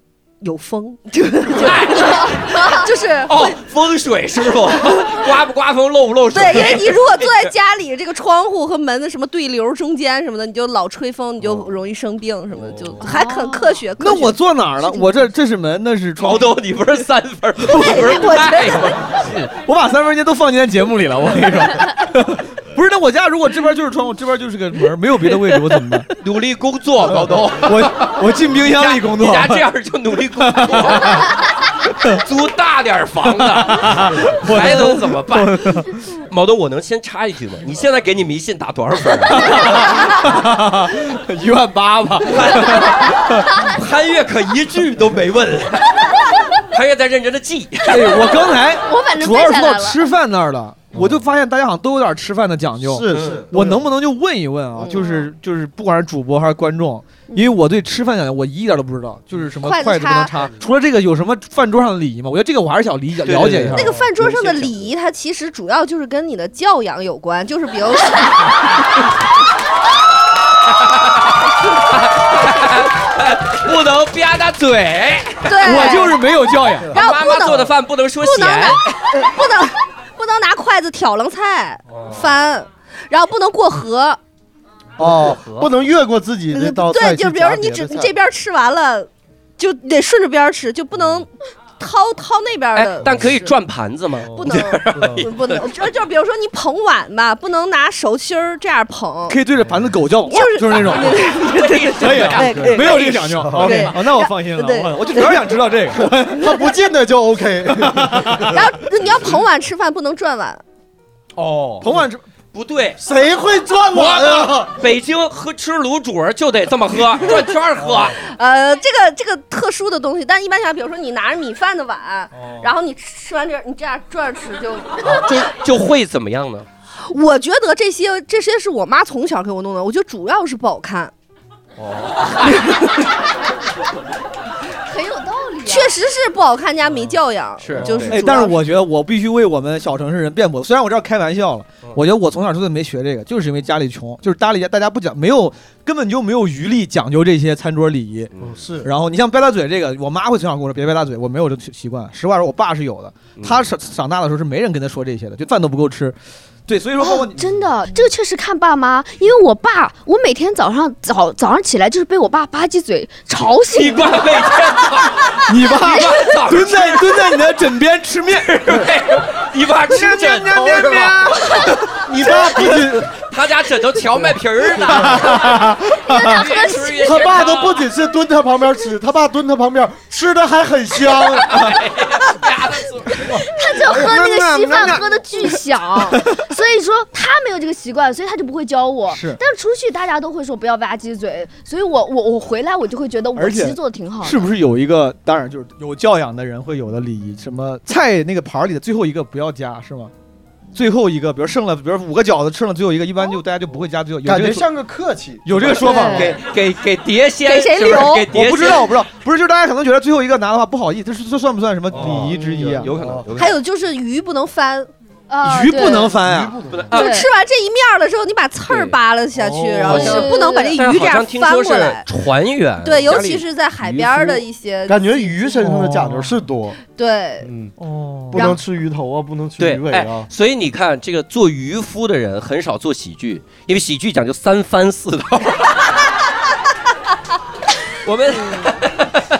Speaker 9: 有风， 就就就是
Speaker 6: 哦， 风水师傅， 刮不刮风，漏不漏水？
Speaker 9: 对，因为你如果坐 在家里，这个窗户和门的什么对流中间什么的，你就老吹风，你就容易生病什么的，就还很科学。科
Speaker 8: 那
Speaker 9: 学
Speaker 8: 我坐哪儿了？我这这是门，那是床，
Speaker 6: 毛豆，你不是三 分儿，不是
Speaker 9: 我觉得
Speaker 6: 太吗？
Speaker 8: 我把三分钱都放进节目里了。我跟你说， 不是，那我家如果这边就是窗户，这边就是个门，没有别的位置，我怎么办？
Speaker 6: 努力工作，毛豆。
Speaker 8: 我我进冰箱里工
Speaker 6: 你
Speaker 8: 作。
Speaker 6: 家这样就努力工 作，租大点儿房子，还能怎么办？毛豆，我能先插一句吗？你现在给你迷信打多少分儿？啊
Speaker 8: 一万八吧。
Speaker 6: 潘越可一句都没问，潘越在认真的记。
Speaker 8: 哎，我刚 才
Speaker 7: 我反正
Speaker 8: 主
Speaker 7: 背
Speaker 8: 要是
Speaker 7: 下
Speaker 8: 说
Speaker 7: 来
Speaker 8: 到
Speaker 7: 了。
Speaker 8: 吃饭那儿了，我就发现大家好像都有点吃饭的讲究。
Speaker 4: 是是，
Speaker 8: 我能不能就问一问啊？
Speaker 9: 嗯
Speaker 8: 就是就是，不管是主播还是观众，因为我对吃饭讲究，我一点都不知道，就是什么
Speaker 9: 嗯筷子
Speaker 8: 筷子不能插。除了这个，有什么饭桌上的礼仪吗？我觉得这个我还是想理解
Speaker 6: 对对
Speaker 8: 了解一下。
Speaker 9: 那个饭桌上的礼仪，它其实主要就是跟你的教养有关，就是比如说，
Speaker 6: 不能吧嗒嘴，
Speaker 9: 对，
Speaker 8: 我 就是没有教 养。
Speaker 9: 然后
Speaker 6: 妈
Speaker 9: 不
Speaker 6: 妈
Speaker 9: 能
Speaker 6: 做的饭不能说
Speaker 9: 不能
Speaker 6: 咸 哎
Speaker 9: 拿。不能不能拿筷子挑楞菜翻。然后不能过河，
Speaker 4: 哦，不能越过自己的刀
Speaker 9: 对，
Speaker 4: 菜
Speaker 9: 就
Speaker 4: 去
Speaker 9: 比如
Speaker 4: 夹别的菜。
Speaker 9: 你只这边吃完了，就得顺着边儿吃，就不能掏掏那边儿
Speaker 6: 哎
Speaker 9: 的，，
Speaker 6: 但可以，转盘子吗？
Speaker 9: 不能不不能，就就比如说你捧碗吧，不能拿手心儿这样 捧，
Speaker 8: 可以对着盘子狗叫吗？
Speaker 9: 就是
Speaker 8: 就是那种，
Speaker 6: 可
Speaker 8: 可以啊
Speaker 9: 对对，
Speaker 8: 没有这个讲究。OK，好，那我放心了。
Speaker 9: 对
Speaker 8: 我我就主要想知道这个。
Speaker 4: 他不进的就 OK。
Speaker 9: 然后你要捧碗吃饭，不能转碗，
Speaker 8: 哦，彭婉之
Speaker 6: 不对，
Speaker 4: 谁会转
Speaker 6: 我
Speaker 4: 碗啊？
Speaker 6: 北京喝吃卤煮儿就得这 么喝，转圈儿喝。
Speaker 4: 啊
Speaker 9: 呃，这个这个特殊的东西，但一般想，比如说你拿着米饭的碗，
Speaker 4: 哦
Speaker 9: 然后你吃完这，你这样转着吃就，
Speaker 6: 就就会怎么样呢？
Speaker 9: 我觉得这些这些是我妈从小给我弄的，我觉得主要是不好看，
Speaker 7: 很有道理、啊，
Speaker 9: 确实是不好看加没教养，
Speaker 6: 是
Speaker 9: 就是主要，
Speaker 8: 哎，但是我觉得我必须为我们小城市人辩驳。虽然我知道开玩笑了，
Speaker 6: 嗯
Speaker 8: 我觉得我从小到大没学这个，就是因为家里穷，就是家里大家不讲，没有根本就没有余力讲究这些餐桌礼仪。
Speaker 6: 嗯
Speaker 9: 哦
Speaker 4: 是，
Speaker 8: 然后你像掰大嘴这个，我妈会从小跟我说别掰大嘴，我没有这个习习惯。实话说，我爸是有的，
Speaker 6: 嗯
Speaker 8: 他长长大的时候是没人跟他说这些的，就饭都不够吃。对，所以说包括
Speaker 7: 哦
Speaker 8: 你，，
Speaker 7: 真的，这个确实看爸妈，因为我爸，我每天早上早早上起来就是被我爸吧唧嘴吵
Speaker 6: 你
Speaker 7: 醒的。
Speaker 6: 爸每天
Speaker 8: 你爸
Speaker 6: 你爸早
Speaker 8: 蹲在蹲在你的枕边吃面，
Speaker 6: 你爸吃枕头是 吧？
Speaker 4: 你爸不仅
Speaker 6: 他家枕头荞麦皮儿呢， 越吃越
Speaker 4: 他爸
Speaker 6: 健康
Speaker 4: 都不仅是蹲他旁边吃，他爸蹲他旁边吃的还很香。
Speaker 7: 他就喝那个稀饭喝的巨响，所以说他没有这个习惯，所以他就不会教我。
Speaker 8: 是
Speaker 7: 但是出去大家都会说不要吧唧嘴，所以我我我回来我就会觉得我
Speaker 8: 而
Speaker 7: 其
Speaker 8: 且
Speaker 7: 实做的挺好的。
Speaker 8: 是不是有一个？当然就是有教养的人会有的礼仪，什么菜那个盘儿里的最后一个不要加，是吗？最后一个，比如剩了，比如五个饺子剩了最后一个，一般就大家就不会加最后。有
Speaker 4: 感
Speaker 8: 这
Speaker 4: 觉
Speaker 8: 个说
Speaker 4: 像个客气。
Speaker 8: 有这个说法吗？
Speaker 6: 给给给碟仙
Speaker 9: 给谁
Speaker 6: 是不是
Speaker 9: 留
Speaker 6: 给碟仙
Speaker 8: 我不知道，我不知道，不是，就是大家可能觉得最后一个拿的话不好意思，这是这算不算什么礼仪之一啊？
Speaker 6: 有可能，有可能
Speaker 9: 还有就是鱼不能翻，
Speaker 7: 啊
Speaker 8: 鱼不能翻啊，
Speaker 4: 不能
Speaker 6: 啊
Speaker 9: 就吃完这一面儿了之后，你把刺儿扒拉下去，
Speaker 8: 对
Speaker 9: 然后就是不能把这
Speaker 6: 哦但是
Speaker 9: 鱼
Speaker 6: 好
Speaker 9: 这
Speaker 6: 像
Speaker 9: 样
Speaker 6: 听
Speaker 9: 翻
Speaker 6: 说
Speaker 9: 过
Speaker 6: 是
Speaker 9: 来。
Speaker 6: 船员，
Speaker 9: 对，尤其
Speaker 6: 家里
Speaker 9: 是在海边儿的一些，
Speaker 4: 感觉鱼身上的甲流是多，
Speaker 9: 对，
Speaker 4: 嗯，
Speaker 8: 哦
Speaker 4: 不能 吃鱼头啊，不能吃
Speaker 6: 对
Speaker 4: 鱼尾
Speaker 6: 哎
Speaker 4: 啊，，
Speaker 6: 所以你看，这个做渔夫的人很少做喜剧，因为喜剧讲究三翻四 倒。我们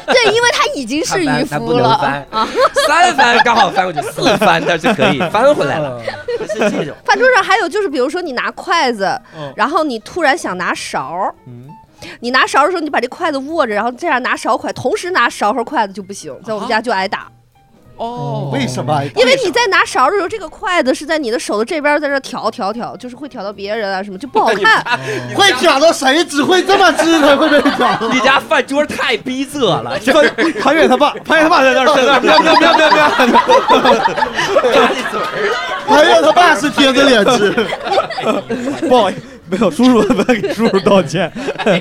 Speaker 7: 对，因为他已经是渔
Speaker 1: 他
Speaker 7: 夫
Speaker 1: 不能
Speaker 7: 了
Speaker 1: 翻，
Speaker 7: 啊，
Speaker 6: 三翻刚好翻过去，四翻那就可以翻回来
Speaker 8: 哦
Speaker 6: 了，是这种。
Speaker 9: 饭桌上还有就是，比如说你拿筷子，
Speaker 4: 嗯
Speaker 9: 然后你突然想拿勺儿，
Speaker 4: 嗯，
Speaker 9: 你拿勺儿的时候，你把这筷子握着，然后这样拿勺筷，同时拿勺和筷子就不行，在我们家就挨打，
Speaker 6: 哦
Speaker 4: 为什么挨打？
Speaker 9: 因为你在拿勺儿的时候，这个筷子是在你的手的这边儿在这儿挑挑挑，就是会挑到别人啊什么，就不好看。
Speaker 4: 会挑到谁？只会这么吃才会被挑到。
Speaker 6: 你家饭桌太逼仄 了，这
Speaker 8: 潘越他爸，潘越他爸在那 儿，在那儿，喵喵喵喵喵。
Speaker 4: 还有他爸是贴着脸吃，
Speaker 8: 不好意思，没有叔叔，不要给叔叔道 歉。
Speaker 6: 哎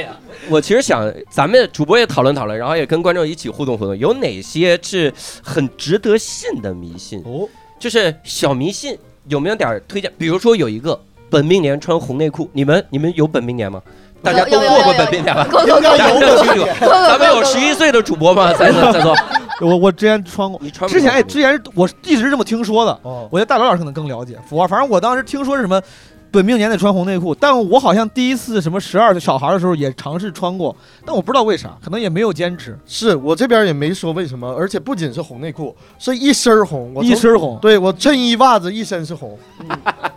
Speaker 6: 呀，我其实想，咱们主播也讨论讨论，然后也跟观众一起互动互动，有哪些是很值得信的迷信？
Speaker 8: 哦，
Speaker 6: 就是小迷信，有没有点儿推荐？比如说有一个本命年穿红内裤，你们你们有本命年吗？大家都
Speaker 7: 有有有
Speaker 6: 过过
Speaker 7: 有
Speaker 6: 本命年吧？
Speaker 7: 够够
Speaker 4: 应
Speaker 7: 够
Speaker 4: 该
Speaker 6: 大
Speaker 4: 有
Speaker 6: 家
Speaker 4: 我
Speaker 6: 都
Speaker 4: 去
Speaker 6: 去过。 咱们有十一岁的主播吗？在座在座，
Speaker 8: 我我之前穿过，
Speaker 6: 你穿不
Speaker 8: 之前哎，
Speaker 6: 穿
Speaker 8: 之前是我一直是这么听说的。
Speaker 4: 哦，
Speaker 8: 我觉得大刘老师可能更了解。我反正我当时听说是什么。本命年得穿红内裤，但我好像第一次什么十二岁小孩的时候也尝试穿过，但我不知道为啥，可能也没有坚持，
Speaker 4: 是我这边也没说为什么，而且不仅是红内裤，是一身儿红，我从
Speaker 8: 一。身红，
Speaker 4: 对我衬衣袜子一身是红，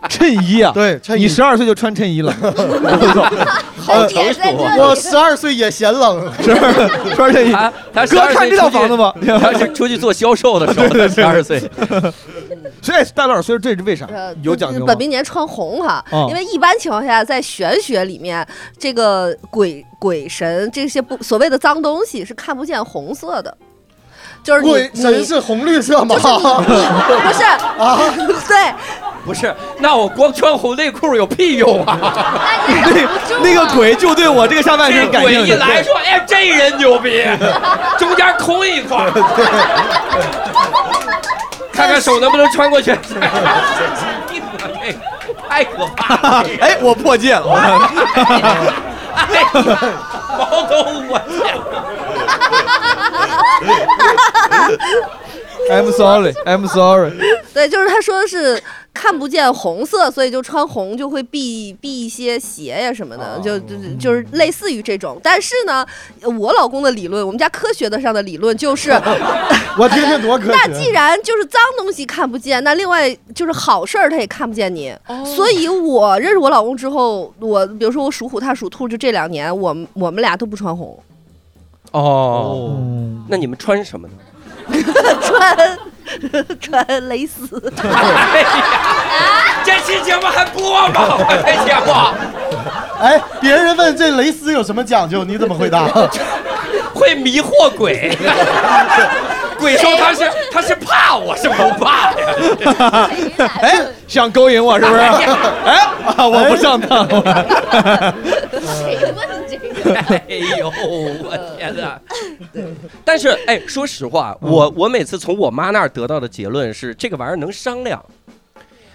Speaker 8: 衬衣啊，
Speaker 4: 对衬
Speaker 8: 你
Speaker 4: 衣。
Speaker 8: 十二岁就穿衬 衣了，
Speaker 7: 红姐
Speaker 9: 啊
Speaker 7: 在
Speaker 4: 呃我
Speaker 7: 这里，
Speaker 4: 十二岁也嫌冷，哎
Speaker 8: 穿衬衣。
Speaker 6: 他他
Speaker 8: 哥看这套房子
Speaker 6: 吗？
Speaker 8: 吗？
Speaker 6: 他是出去做销售的时候，十二岁。
Speaker 8: 所以哎大刘老师，这是为啥
Speaker 9: 呃？
Speaker 8: 有讲究吗
Speaker 9: 本？命年穿红哈，
Speaker 8: 哦
Speaker 9: 因为一般情况下，在玄学里面，这个鬼鬼神这些不所谓的脏东西是看不见红色的， 就是你
Speaker 4: 鬼
Speaker 9: 你
Speaker 4: 神是红绿色吗？
Speaker 9: 不是啊？对，
Speaker 6: 不是，那我光穿红内裤有屁用啊！
Speaker 8: 那个鬼就对我这个下半
Speaker 6: 这
Speaker 8: 身感兴
Speaker 6: 鬼一
Speaker 8: 趣。
Speaker 6: 来说，哎，这人牛 逼，中间空一块儿， 看看手能不能穿过去。哎太可怕了！
Speaker 8: 哎，我破戒了，我
Speaker 6: 哎呀，毛头我
Speaker 8: I'm sorry, I'm sorry。
Speaker 9: 对，就是他说是看不见红色，所以就穿红就会避避一些邪呀什么的，就就就是类似于这种。但是呢，我老公的理论，我们家科学的上的理论就是，
Speaker 4: 我听听多科
Speaker 9: 那既
Speaker 4: 学。
Speaker 9: 然就是脏东西看不见，那另外就是好事儿他也看不见你。所以我认识我老公之后，我比如说我属虎，他属兔，就这两年我们我们俩都不穿红，
Speaker 6: 哦，那你们穿什么呢？
Speaker 9: 穿 穿蕾丝。
Speaker 6: 哎呀，这期节目还播吗？ 我这节目
Speaker 4: 哎，别人问这蕾丝有什么讲究，你怎么回答？
Speaker 6: 会迷惑 鬼，鬼说他是他是怕我是不怕呀？
Speaker 8: 哎，想勾引我是不是？哎，啊我不上当。
Speaker 3: 哎
Speaker 7: 谁问这个？
Speaker 6: 哎呦，我天哪！ 但是哎，说实话，我
Speaker 8: 嗯
Speaker 6: 我每次从我妈那儿得到的结论是，这个玩意儿能商量。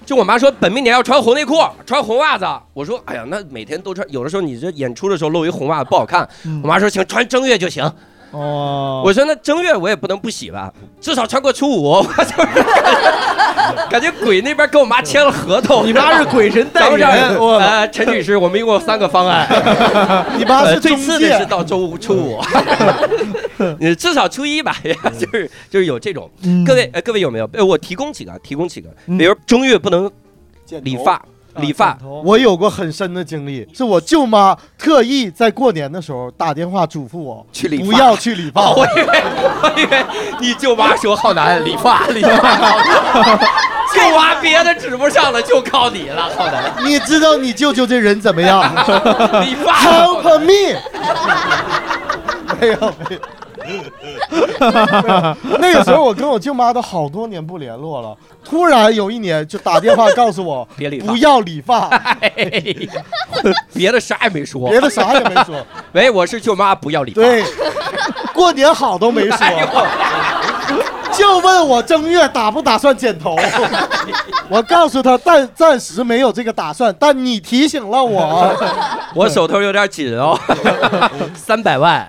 Speaker 6: 就我妈说，本命年要穿红内裤，穿红袜子。我说，哎呀，那每天都穿，有的时候你这演出的时候露一红袜子不好看。我妈说行，穿正月就行。
Speaker 8: 嗯哦，
Speaker 6: 我说那正月我也不能不洗吧，至少穿过初五。 我就是感 觉感觉鬼那边跟我妈签了合同。
Speaker 8: 你妈是鬼神代
Speaker 6: 咱们这
Speaker 8: 言，
Speaker 6: 儿，
Speaker 8: 我
Speaker 6: 呃，陈女士，我们一共有三个方 案。
Speaker 4: 你妈
Speaker 6: 呃
Speaker 4: 是
Speaker 6: 最
Speaker 4: 中
Speaker 6: 次的是
Speaker 4: 介，
Speaker 6: 到周五、初五，你至少初一吧， 就是就是有这种。各位呃，各位有没有？呃，我提供几个，提供几个，比如正月不能理
Speaker 4: 啊
Speaker 6: 发，理发
Speaker 4: 我有过很深的经历，是我舅妈特意在过年的时候打电话嘱咐我，
Speaker 6: 去理发
Speaker 4: 不要去理发
Speaker 6: 哦，。我以为我以为你舅妈说 浩南理发理发，舅妈别的指不上了，就靠你了，浩南
Speaker 4: 你知道你舅舅这人怎么样
Speaker 6: 理发。浩
Speaker 4: ？Help
Speaker 6: 南
Speaker 4: me！没有没有。 那个时候我跟我舅妈都好多年不联络了，突然有一年就打电话告诉我
Speaker 6: 别理发
Speaker 4: 不要理发，
Speaker 6: 哎呀别的啥也没说，
Speaker 4: 别的啥也没说。
Speaker 6: 喂，我是舅妈，不要理发。哎
Speaker 4: 对，过年好都没说，
Speaker 6: 哎呦
Speaker 4: 就就问我正月打不打算剪头，
Speaker 6: 哎
Speaker 4: 我告诉他暂暂时没有这个打算，但你提醒了 我。
Speaker 6: 哦我手头有点紧 哦，三百万。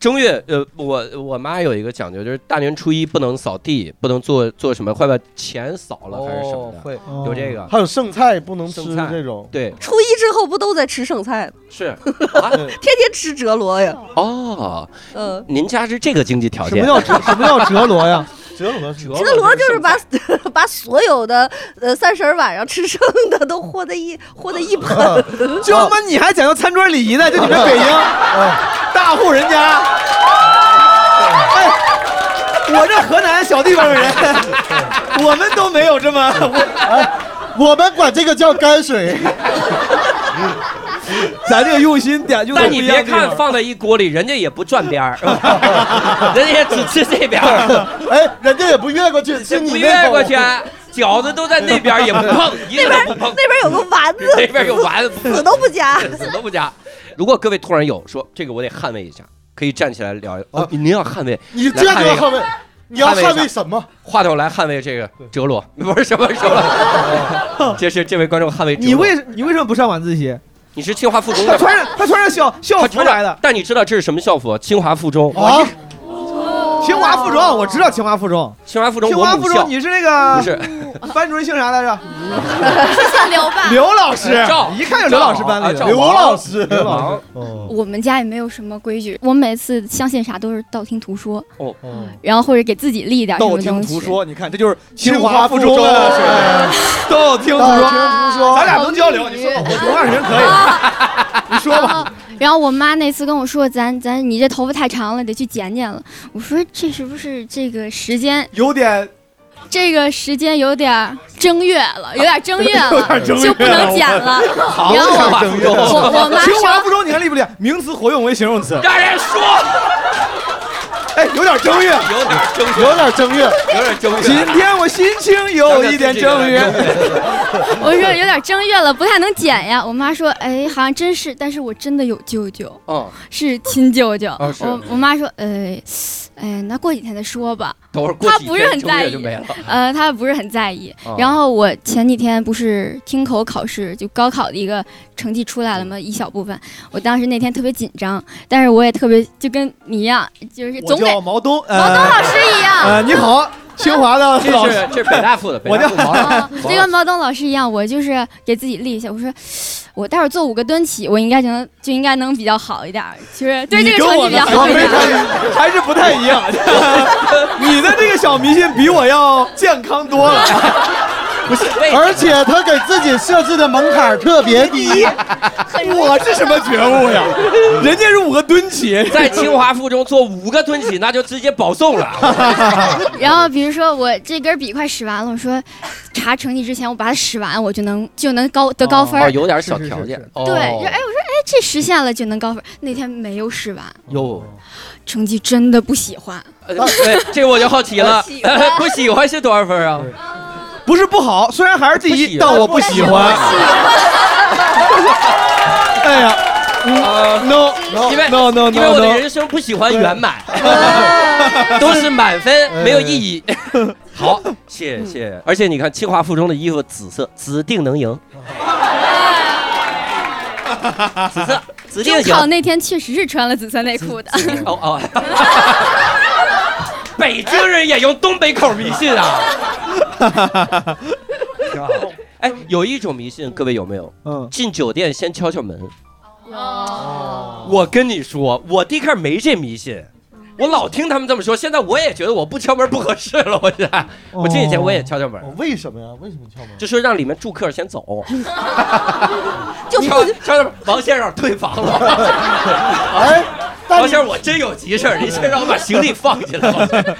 Speaker 6: 正月，呃，我我妈有一个讲究，就是大年初一不能扫地，不能做做什么，会把钱扫了还是什
Speaker 8: 哦
Speaker 6: 么的，
Speaker 1: 会
Speaker 6: 有这个。
Speaker 4: 哦还有剩菜不能吃
Speaker 6: 剩菜
Speaker 4: 这种，
Speaker 6: 对，
Speaker 9: 初一之后不都在吃剩菜，
Speaker 6: 是啊，
Speaker 9: 天天吃折罗呀？
Speaker 6: 哦，
Speaker 9: 嗯，
Speaker 6: 您家是这个经济条
Speaker 8: 什么
Speaker 6: 件？
Speaker 8: 叫折什么叫折罗呀？
Speaker 4: 折了折
Speaker 9: 折罗就是把 把所有的呃三十儿晚上吃剩的都和在一和在一盆。
Speaker 8: 就他妈你还讲究餐桌礼仪呢？就你们北京
Speaker 3: 哎
Speaker 8: 大户人家，哎，我这河南小地方的人，我们都没有这么。
Speaker 4: 哎我们管这个叫泔水，
Speaker 8: 咱这个用心点用在
Speaker 6: 但
Speaker 8: 不
Speaker 6: 你
Speaker 8: 一样
Speaker 6: 别
Speaker 8: 的地
Speaker 6: 看
Speaker 8: 方。
Speaker 6: 放在一锅里，人家也不转 边儿，人家也只吃这边儿，
Speaker 4: 哎，人家也不越过去，是
Speaker 6: 不
Speaker 4: 你那
Speaker 6: 越
Speaker 4: 口
Speaker 6: 过去，饺子都在那边儿也不碰，一个都不碰。
Speaker 9: 那边有个丸子，
Speaker 6: 那边有丸子，
Speaker 9: 死都不加。
Speaker 6: 死都不加。如果各位突然有说这个我得捍卫一下，可以站起来
Speaker 8: 啊
Speaker 6: 聊一。哦，您要捍卫，
Speaker 4: 你这就
Speaker 6: 来
Speaker 4: 要
Speaker 6: 捍
Speaker 4: 捍
Speaker 6: 卫
Speaker 4: 卫，你要
Speaker 6: 捍
Speaker 4: 捍
Speaker 6: 卫
Speaker 4: 卫
Speaker 6: 一
Speaker 4: 什么？
Speaker 6: 话筒来捍卫这个 哲罗，不是什么什么，这是这位观众捍卫哲罗。
Speaker 8: 你为你为什么不上晚自习？
Speaker 6: 你是清华附中
Speaker 8: 他
Speaker 6: 的，
Speaker 8: 穿上他穿上校校
Speaker 6: 他
Speaker 8: 服
Speaker 6: 穿
Speaker 8: 来的，，
Speaker 6: 但你知道这是什么校服？清华附中，
Speaker 4: 啊，
Speaker 8: 清华附中，我知道清华附中，
Speaker 6: 清华附中
Speaker 8: 清
Speaker 6: 我
Speaker 8: 华
Speaker 6: 母
Speaker 8: 附
Speaker 6: 校
Speaker 8: 中，你是那
Speaker 6: 不
Speaker 8: 个
Speaker 6: 是
Speaker 8: 班主任姓啥来 着？
Speaker 3: 算刘吧。
Speaker 8: 刘老师
Speaker 6: 赵，
Speaker 8: 一看就刘老师班里的
Speaker 6: 赵啊
Speaker 4: 刘
Speaker 6: 王
Speaker 4: 老师，
Speaker 8: 刘老 师。
Speaker 3: 我们家也没有什么规矩，我每次相信啥都是道听途说，
Speaker 6: 哦，
Speaker 3: 然后或者给自己立一点什
Speaker 8: 道
Speaker 3: 么
Speaker 8: 听
Speaker 3: 东西
Speaker 8: 途。说，你看这就是
Speaker 4: 清
Speaker 8: 华
Speaker 4: 华
Speaker 8: 附
Speaker 4: 附
Speaker 8: 中
Speaker 4: 中
Speaker 8: 的
Speaker 4: 的
Speaker 8: 水平，道听途
Speaker 4: 道
Speaker 8: 说，
Speaker 4: 听途说，
Speaker 8: 咱俩能交流。你说我多大人可以？你 说
Speaker 3: 然
Speaker 8: 吧，
Speaker 3: 后，啊然后我妈那次跟我说，咱咱你这头发太长了，得去剪剪了。我说这是不是这个时间，
Speaker 8: 有点
Speaker 3: 这个时间有点儿正月了，有点儿正月 了，就不能
Speaker 8: 啊
Speaker 3: 剪了。
Speaker 6: 好
Speaker 3: 然后
Speaker 6: 清华附中，
Speaker 3: 我我妈
Speaker 8: 清华
Speaker 3: 说，
Speaker 8: 附中，你看厉不厉害？名词活用为形容词，
Speaker 6: 让人说
Speaker 8: 哎，有点正月。
Speaker 6: 有点正确，
Speaker 4: 有点正月，
Speaker 6: 有点啊正
Speaker 8: 今
Speaker 6: 确。
Speaker 8: 天我心情有一点正月，
Speaker 3: 我说有点儿正月了，不太能剪呀。我妈说，哎，好像真是，但是我真的有舅舅，
Speaker 6: 嗯，
Speaker 3: 是亲舅舅。
Speaker 6: 哦是
Speaker 3: 我我妈说，呃，哎，那过几天再说吧。
Speaker 8: 哦
Speaker 6: 等会儿过
Speaker 3: 他
Speaker 6: 几
Speaker 3: 不
Speaker 6: 天
Speaker 3: 是很
Speaker 6: 正月
Speaker 3: 在
Speaker 6: 就
Speaker 3: 意
Speaker 6: 没了。
Speaker 3: 呃，她不是很在意。
Speaker 6: 哦
Speaker 3: 然后我前几天不是听口考试，就高考的一个成绩出来了吗？
Speaker 8: 嗯
Speaker 3: 一小部分。我当时那天特别紧张，但是我也特别就跟你一样，就是
Speaker 8: 我
Speaker 3: 总给
Speaker 8: 叫毛东，
Speaker 3: 毛东
Speaker 8: 呃
Speaker 3: 老师一样。
Speaker 8: 呃，你好，清华的
Speaker 6: 这
Speaker 8: 老师，
Speaker 6: 是这是北大附的，北
Speaker 8: 我
Speaker 6: 大
Speaker 8: 就
Speaker 6: 附王老 师
Speaker 3: 啊，就跟毛东老师一样，我就是给自己立一下，我说我待会儿做五个蹲起，我应该就能就应该能比较好一点儿，就是对这
Speaker 8: 你
Speaker 3: 个
Speaker 8: 跟
Speaker 3: 成
Speaker 8: 我
Speaker 3: 绩比
Speaker 8: 的
Speaker 3: 较好一点 儿。
Speaker 8: 还是不太一样， 你的这个小迷信比我要健康多了。
Speaker 6: 不是为
Speaker 4: 而且他给自己设置的门槛特别低，
Speaker 8: 我是 什么觉悟呀？人家是五个蹲起，
Speaker 6: 在清华附中做五个蹲起，那就直接保 送了。
Speaker 3: 然后比如说我这根笔快使完了，我说查成绩之前我把它使完，我就能就能高得高分儿。
Speaker 6: 哦，有点小条件。哦
Speaker 3: 对，就哎，我说哎，这实现了就能高分儿。那天没有使完，
Speaker 6: 哟，
Speaker 3: 成绩真的不喜欢。
Speaker 6: 呃对，这我就好奇了
Speaker 9: 不喜 欢，
Speaker 6: 不喜欢是多少分啊？
Speaker 8: 不是不好，虽然还是第
Speaker 6: 不喜
Speaker 8: 一，
Speaker 6: 欢
Speaker 8: 但我不喜欢。哎呀
Speaker 6: 啊，
Speaker 8: ，no
Speaker 6: 因为
Speaker 8: no no
Speaker 6: 因为
Speaker 8: no
Speaker 6: 我的
Speaker 8: no，
Speaker 6: 人生不喜欢圆满，都是满分，没有意义。好，哎 嗯谢谢。而且你看，清华附中的衣服紫色，指定能赢。 紫色，指定
Speaker 3: 中
Speaker 6: 行
Speaker 3: 考。那天确实是穿了紫色内裤的，
Speaker 6: 哦哦， 北京人也用东北口迷信 啊。挺好哎，有一种迷信，各位有没有？
Speaker 8: 嗯，
Speaker 6: 进酒店先敲敲门。我跟你说，我第一开始没这迷信，我老听他们这么说，现在我也觉得我不敲门不合适了。我现在，我进去前我也敲敲门，
Speaker 4: 哦为什么呀？为什么敲门？
Speaker 6: 就说让里面住客先走，
Speaker 9: 就不
Speaker 6: 敲敲敲门，王先生退房 了。
Speaker 4: 哎，但
Speaker 6: 王先生，我真有急事儿，您先让我把行李放进来。 王先生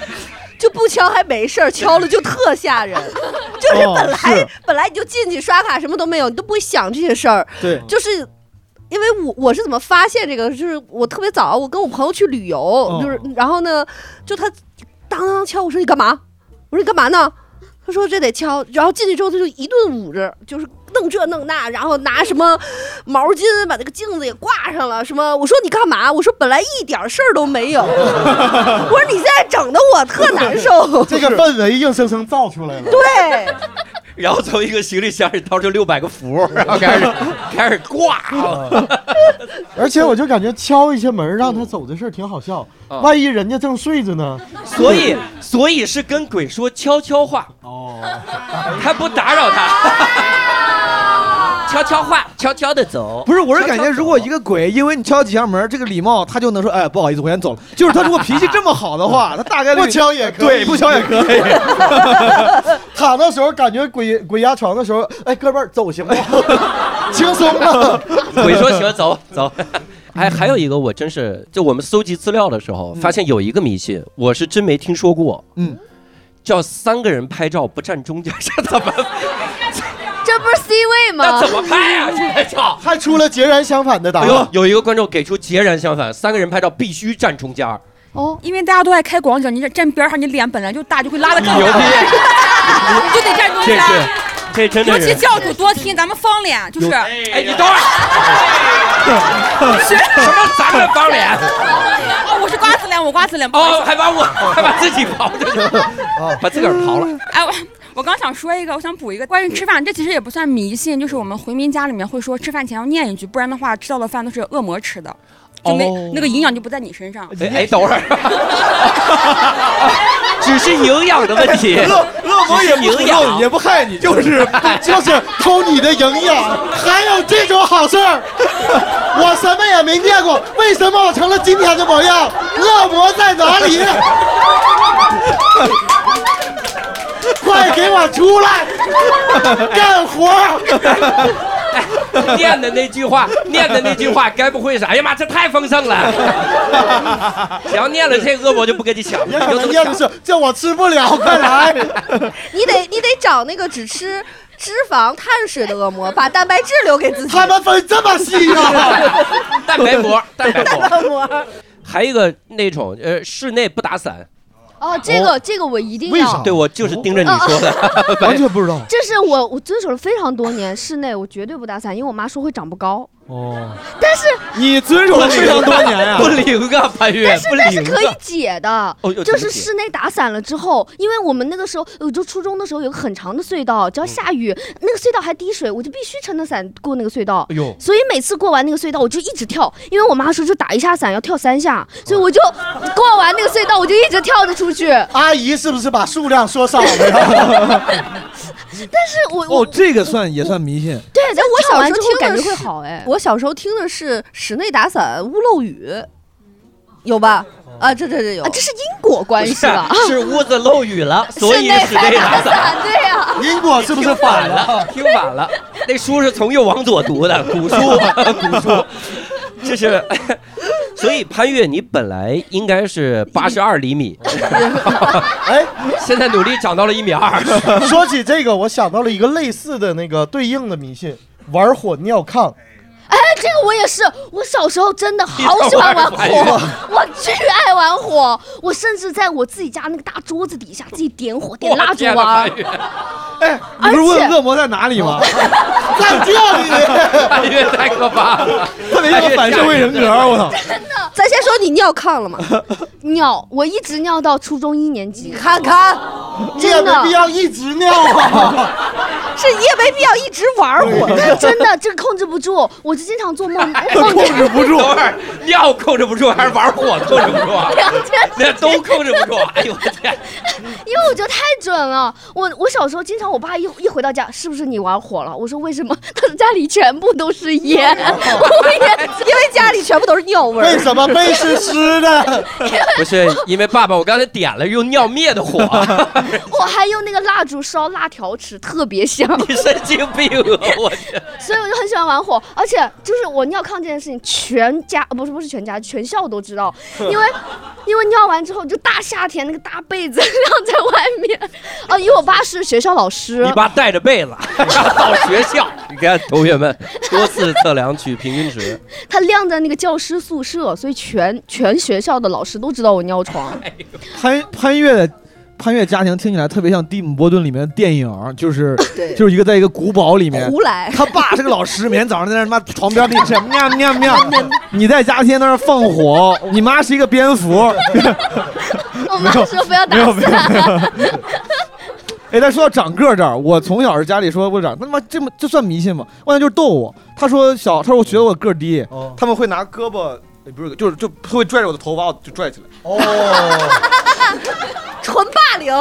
Speaker 9: 就不敲还没事儿，敲了就特吓人。就是本来、本来你就进去刷卡什么都没有，你都不会想这些事儿。
Speaker 8: 对
Speaker 9: 就是。因为我我是怎么发现这个？就是我特别早，我跟我朋友去旅游，就是然后呢，就他当当敲我说你干嘛？我说你干嘛呢？他说这得敲，然后进去之后他就一顿捂着，就是弄这弄那，然后拿什么毛巾把那个镜子也挂上了，什么我说你干嘛？我说本来一点事儿都没有，我说你现在整的我特难受。
Speaker 4: 这个氛围硬生生造出 来了。
Speaker 9: 对，
Speaker 6: 然后从一个行李箱里掏出六百个符，然 后开始开始挂。啊
Speaker 4: 而且我就感觉敲一下门让他走这事儿挺好笑，
Speaker 6: 嗯
Speaker 4: 万一人家正睡着呢？
Speaker 6: 所以所以是跟鬼说悄悄话，
Speaker 4: 哦，
Speaker 6: 他不打 扰他，悄悄话，悄悄的走。
Speaker 8: 不是，我是感觉
Speaker 6: 悄悄地
Speaker 8: 如果一个鬼因为你敲几下门，这个礼貌他就能说，哎，不好意思，我先走了。就是他如果脾气这么好的话，他大概 率
Speaker 4: 不敲也可
Speaker 8: 对
Speaker 4: 以，
Speaker 8: 不敲也可以。
Speaker 4: 躺的时候感觉鬼鬼压床的时候，哎，哥们儿走行吗？ 轻松啊了。
Speaker 6: 鬼说行，走走。还还有一个，我真是就我们搜集资料的时候，发现有一个迷信，我是真没听说过。
Speaker 8: 嗯，
Speaker 6: 叫三个人拍照不站中间，这怎么
Speaker 7: 这不是 C 位
Speaker 6: 那
Speaker 7: 吗？
Speaker 6: 怎么拍呀、这操！
Speaker 4: 还出了截然相反的答
Speaker 6: 哎
Speaker 4: 案
Speaker 6: 呦，。有一个观众给出截然相反，三个人拍照必须站中间，
Speaker 7: 哦，
Speaker 5: 因为大家都爱开广角，你这站边上，你脸本来就大，就会拉的更
Speaker 6: 牛
Speaker 5: 大，
Speaker 6: 逼！
Speaker 5: 你就得站中
Speaker 6: 这
Speaker 5: 间。
Speaker 6: 是这真
Speaker 5: 尤
Speaker 6: 的
Speaker 5: 其
Speaker 6: 是。
Speaker 5: 教主多听，咱们方脸就是
Speaker 6: 哎，你等会儿，
Speaker 5: 学
Speaker 6: 什么咱们方脸？
Speaker 5: 哦，我是瓜子脸，我瓜子脸。不好意思
Speaker 6: 哦，还把我 还把自己刨了，把自个儿刨了。
Speaker 5: 哎，我我刚想说一个，我想补一个关于吃饭，这其实也不算迷信，就是我们回民家里面会说吃饭前要念一句，不然的话吃到的饭都是恶魔吃的，就没、
Speaker 6: 哦
Speaker 5: 那个营养就不在你身上。
Speaker 6: 哎哎，等会儿，只是营养的问题。
Speaker 8: 恶恶魔 也不诅
Speaker 6: 营
Speaker 8: 咒
Speaker 6: 养
Speaker 8: 你，也不害你，就是
Speaker 4: 就是偷你的营养，还有这种好事儿， 我什么也没念过，为什么我成了今天的模样？恶魔在哪里？ 快给我出来， 干活儿！
Speaker 6: 念的那句话，念的那句话，该不会是哎呀妈，这太丰 盛了！只要念了这恶魔就不跟你抢了，
Speaker 4: 也
Speaker 6: 你
Speaker 4: 可
Speaker 6: 就
Speaker 4: 能
Speaker 6: 这么
Speaker 4: 念的
Speaker 6: 想。
Speaker 4: 是这我吃不了，快来！
Speaker 9: 你得你得找那个只吃脂肪碳水的恶魔，把蛋白质留给自己。
Speaker 4: 他们分这么细呀、
Speaker 6: 蛋 白膜，蛋白膜，
Speaker 9: 恶魔，
Speaker 6: 还有一个那种呃，室内不打伞，
Speaker 7: 哦，这个这个我一定
Speaker 4: 为
Speaker 7: 要
Speaker 4: 啥。哦
Speaker 6: 对我就是盯着你说的，
Speaker 4: 完全不知道。
Speaker 7: 这是我我遵守了非常多年，室内我绝对不打伞，因为我妈说会长不高。
Speaker 8: 哦，
Speaker 7: 但是
Speaker 8: 你遵守了非常多年呀
Speaker 6: 不。灵啊，潘越
Speaker 7: 但是
Speaker 6: 不
Speaker 7: 但是
Speaker 6: 灵
Speaker 7: 可以
Speaker 6: 啊。
Speaker 7: 解的，
Speaker 6: 哦哟
Speaker 7: 就
Speaker 6: 怎
Speaker 7: 是
Speaker 6: 么解
Speaker 7: 室内打伞了之后，因为我们那个时候，我就初中的时候有个很长的隧道，
Speaker 6: 嗯
Speaker 7: 只要下雨，那个隧道还滴水，我就必须撑着伞过那个隧道。
Speaker 8: 哎呦，
Speaker 7: 所以每次过完那个隧道，我就一直跳，因为我妈说就打一下伞要跳三下，所以我就过完那个隧道，我就一直跳着出去。
Speaker 4: 阿姨是不是把数量说少了呀？
Speaker 7: 是我我、
Speaker 8: 哦，这个算也算迷信。
Speaker 7: 对，但我
Speaker 9: 小
Speaker 7: 跳完
Speaker 9: 时
Speaker 7: 之
Speaker 9: 候
Speaker 7: 后
Speaker 9: 听的
Speaker 7: 感觉
Speaker 9: 是
Speaker 7: 会好哎。
Speaker 9: 我小时候听的是室内打伞屋漏雨，有吧？啊，这这这有
Speaker 7: 啊，。这是因果关系吧？
Speaker 6: 是是屋子漏雨 了，所以室内打伞。
Speaker 7: 啊，对呀、
Speaker 4: 因果是不是反了？
Speaker 6: 了，听反了。那书是从右往左读的，古 书，古书。这是， 所以潘越，你本来应该是八十二厘米，
Speaker 4: 哎，
Speaker 6: 现在努力长到了一米二。
Speaker 4: 说起这个，我想到了一个类似的那个对应的迷信，玩火尿炕。
Speaker 7: 哎，这个我也是，我小时候真的好喜欢玩火
Speaker 6: 你玩火，
Speaker 7: 我巨爱玩火，我甚至在我自己家那个大桌子底下自己点火点蜡烛
Speaker 6: 天哪
Speaker 7: 玩
Speaker 6: 潘。越，
Speaker 8: 哎，你不是问恶魔在哪里吗？
Speaker 4: 在这里，
Speaker 6: 潘越太可怕了，
Speaker 8: 特别像反社会人格，我操！
Speaker 9: 咱先说你尿炕了吗？
Speaker 7: 尿，我一直尿到初中一年级
Speaker 9: 你。看看，
Speaker 4: 你也
Speaker 7: 真
Speaker 4: 没
Speaker 7: 的
Speaker 4: 必要一直尿啊。
Speaker 9: 这你也没必要一直玩我。
Speaker 7: 但真的，这个控制不住，我就经常做梦，梦
Speaker 8: 控制
Speaker 7: 见
Speaker 8: 不住
Speaker 6: 等，会儿尿控制不住，还是玩火控制不住啊？
Speaker 7: 两天
Speaker 6: 那都控制不住。哎呦我天！
Speaker 7: 因为我觉得太准了。我我小时候经常，我爸一一回到家，是不是你玩火了？我说为什么？他的家里全部都是烟，我也
Speaker 9: 因为家里全部都是尿味
Speaker 4: 为
Speaker 9: 儿。
Speaker 4: 什么背是湿的？
Speaker 6: 不是因为爸爸，我刚才点了用尿灭的火，
Speaker 7: 我还用那个蜡烛烧辣条吃，特 别香。
Speaker 6: 你神经病啊！我天，
Speaker 7: 所以我就很喜欢玩火，而且就是我尿炕这件事情，全家呃不是不是全家，全校都 知道，因为因为尿完之后就大夏天那个大被子 晾在外面，哦，因为我爸是学校老师
Speaker 6: 你，爸带着被子 到学校，你看同学们多次测量取平均值，
Speaker 7: 他晾在那个教师宿
Speaker 6: 哎
Speaker 7: 舍，所以全全学校的老师都知道我尿床，
Speaker 8: 潘潘越的潘越家庭听起来特别像蒂姆·波顿里面的电影儿，就是
Speaker 9: 对，
Speaker 8: 就是一个在一个古堡里 面，
Speaker 9: 胡来，
Speaker 8: 他爸是个老师，每天早上在那儿他妈床边儿给你吃，喵喵 喵。
Speaker 7: 嗯
Speaker 8: 你在家天天在那儿放火，你妈是一个蝙蝠。
Speaker 7: 我妈说不要打伞，
Speaker 8: 哎，但说到长个儿这儿，我从小是家里说我长，他妈这么这算迷信吗？我想就是逗我。他说小，他说我觉得我个儿低，
Speaker 4: 哦
Speaker 8: 他们会拿胳膊，哎不是，就是就会拽着我的头把我就拽起来。
Speaker 4: 哦，
Speaker 9: 纯霸凌，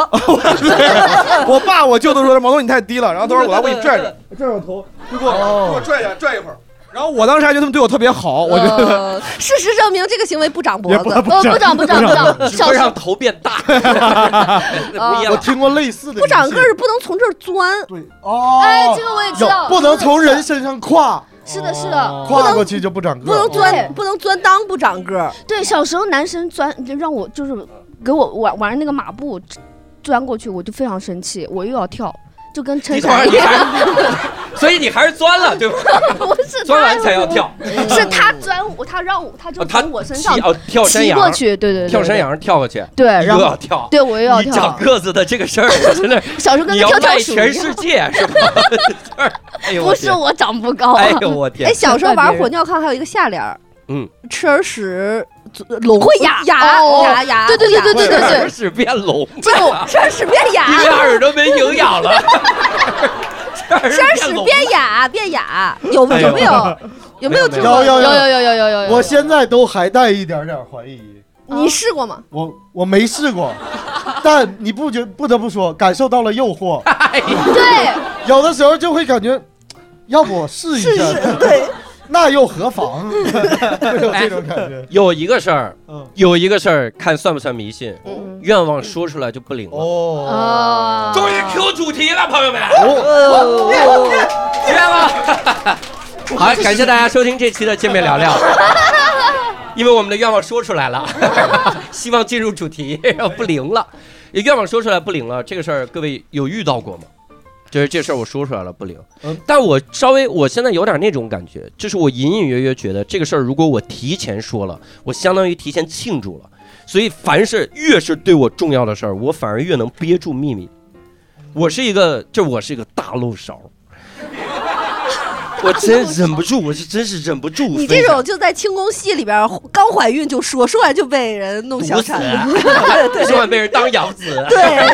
Speaker 8: 我爸我舅都说毛东你太低了，然后他说我来我给你拽拽，拽我头，就给我
Speaker 4: 哦
Speaker 8: 给我拽一下，拽一会儿。然后我当时还觉得他们对我特别好，我觉得
Speaker 9: 呃， 事实证明这个行为不长脖
Speaker 4: 也
Speaker 9: 子，
Speaker 4: 不
Speaker 9: 呃
Speaker 4: 不
Speaker 9: 不长不长不长，
Speaker 6: 只会
Speaker 9: 少
Speaker 6: 让
Speaker 9: 数
Speaker 6: 头变 大，
Speaker 9: 啊
Speaker 6: 不一
Speaker 4: 我
Speaker 6: 样。
Speaker 4: 听过类似的。
Speaker 9: 不长个儿不能从这儿钻。
Speaker 4: 对哦，
Speaker 7: 哎，这个我也知道，
Speaker 4: 有不能从人身上跨，
Speaker 7: 是的，是
Speaker 6: 哦
Speaker 7: 的，不
Speaker 4: 跨
Speaker 7: 能
Speaker 4: 过去就不长个
Speaker 9: 不
Speaker 4: 儿
Speaker 9: 能。
Speaker 7: 对
Speaker 9: 钻，不能钻裆不长个儿，
Speaker 7: 对。小时候男生钻就让我就是给我玩玩那个马步钻过去，我就非常生气，我又要跳，就跟 撑
Speaker 6: 你等会儿
Speaker 7: 伞一
Speaker 6: 你
Speaker 7: 样。
Speaker 6: 还， 所以你还是钻了，对吧？
Speaker 7: 不是
Speaker 6: 钻
Speaker 7: 他
Speaker 6: 完才要跳，
Speaker 7: 是他钻我，他让我，他就
Speaker 6: 哦他
Speaker 7: 从我身
Speaker 6: 骑
Speaker 7: 上
Speaker 6: 哦跳山
Speaker 7: 骑
Speaker 6: 羊
Speaker 7: 过，去，对对对，
Speaker 6: 跳山
Speaker 7: 对，
Speaker 6: 羊跳过去，
Speaker 7: 对，
Speaker 6: 你
Speaker 7: 然
Speaker 6: 又
Speaker 7: 后
Speaker 6: 要跳。
Speaker 7: 对我又要
Speaker 6: 你长
Speaker 7: 跳，
Speaker 6: 个子的这个事儿， 我真的是
Speaker 7: 小时候跟
Speaker 6: 你要
Speaker 7: 个跳跳
Speaker 6: 卖
Speaker 7: 鼠
Speaker 6: 全
Speaker 7: 一样
Speaker 6: 世，界是吧？ 哎呦，
Speaker 7: 不是我长不高啊
Speaker 6: 哎，呦我天
Speaker 9: 哎，，小时候
Speaker 7: 怪
Speaker 9: 玩
Speaker 7: 别人
Speaker 9: 火尿炕还有一个下联儿，
Speaker 6: 嗯，
Speaker 9: 吃耳屎聋
Speaker 7: 会哑
Speaker 9: 哑
Speaker 7: 哦
Speaker 9: 哑哑，
Speaker 7: 对对对对对
Speaker 9: 哑
Speaker 7: 对对
Speaker 6: 耳屎变聋，
Speaker 9: 这个我吃耳 屎变
Speaker 6: 因
Speaker 9: 哑
Speaker 6: 为，耳朵没营养了，
Speaker 9: 吃
Speaker 6: 耳
Speaker 9: 耳
Speaker 6: 变
Speaker 9: 屎
Speaker 6: 聋。
Speaker 9: 变哑变哑，有
Speaker 6: 哎呦
Speaker 9: 有没有？有没有这
Speaker 6: 没
Speaker 4: 有
Speaker 9: 种？
Speaker 4: 有
Speaker 7: 有有有有有
Speaker 9: 哎
Speaker 7: 有，有
Speaker 4: 我现在都还带一点点怀疑，
Speaker 9: 你试过吗？
Speaker 4: 我我没试过，但你不觉不得不说，感受到了诱惑，
Speaker 6: 哎
Speaker 7: 对，
Speaker 4: 有的时候就会感觉，要不我试一
Speaker 9: 试
Speaker 4: 下，
Speaker 9: 试，对，
Speaker 4: 那又何妨？
Speaker 7: 嗯
Speaker 4: 会有 这种感觉。
Speaker 6: 哎有一个事儿
Speaker 4: 嗯，
Speaker 6: 有一个事儿，看算不算迷信？
Speaker 7: 嗯
Speaker 6: 愿望说出来就不灵了。
Speaker 4: 哦，
Speaker 7: 啊，
Speaker 6: 终于 Q 主题了，朋友们，
Speaker 9: 呃，
Speaker 6: 绝了！好，感谢大家收听这期的见面聊聊，因为我们的愿望说出来了， 希望进入主题， 不灵了。愿望说出来不灵了，这个事儿各位有遇到过吗？就是这事儿我说出来了不灵，
Speaker 4: 嗯
Speaker 6: 但我稍微我现在有点那种感觉，就是我隐隐约约觉得这个事儿如果我提前说了，我相当于提前庆祝了。所以凡是越是对我重要的事儿，我反而越能憋住秘密。我是一个，这我是一个大漏勺，我真忍不住，我是真是忍不住。
Speaker 9: 你这种就在清宫戏里边儿刚怀孕就说，说完就被人弄小
Speaker 6: 毒死
Speaker 9: 产，，
Speaker 6: 今晚被人当养子。
Speaker 9: 对，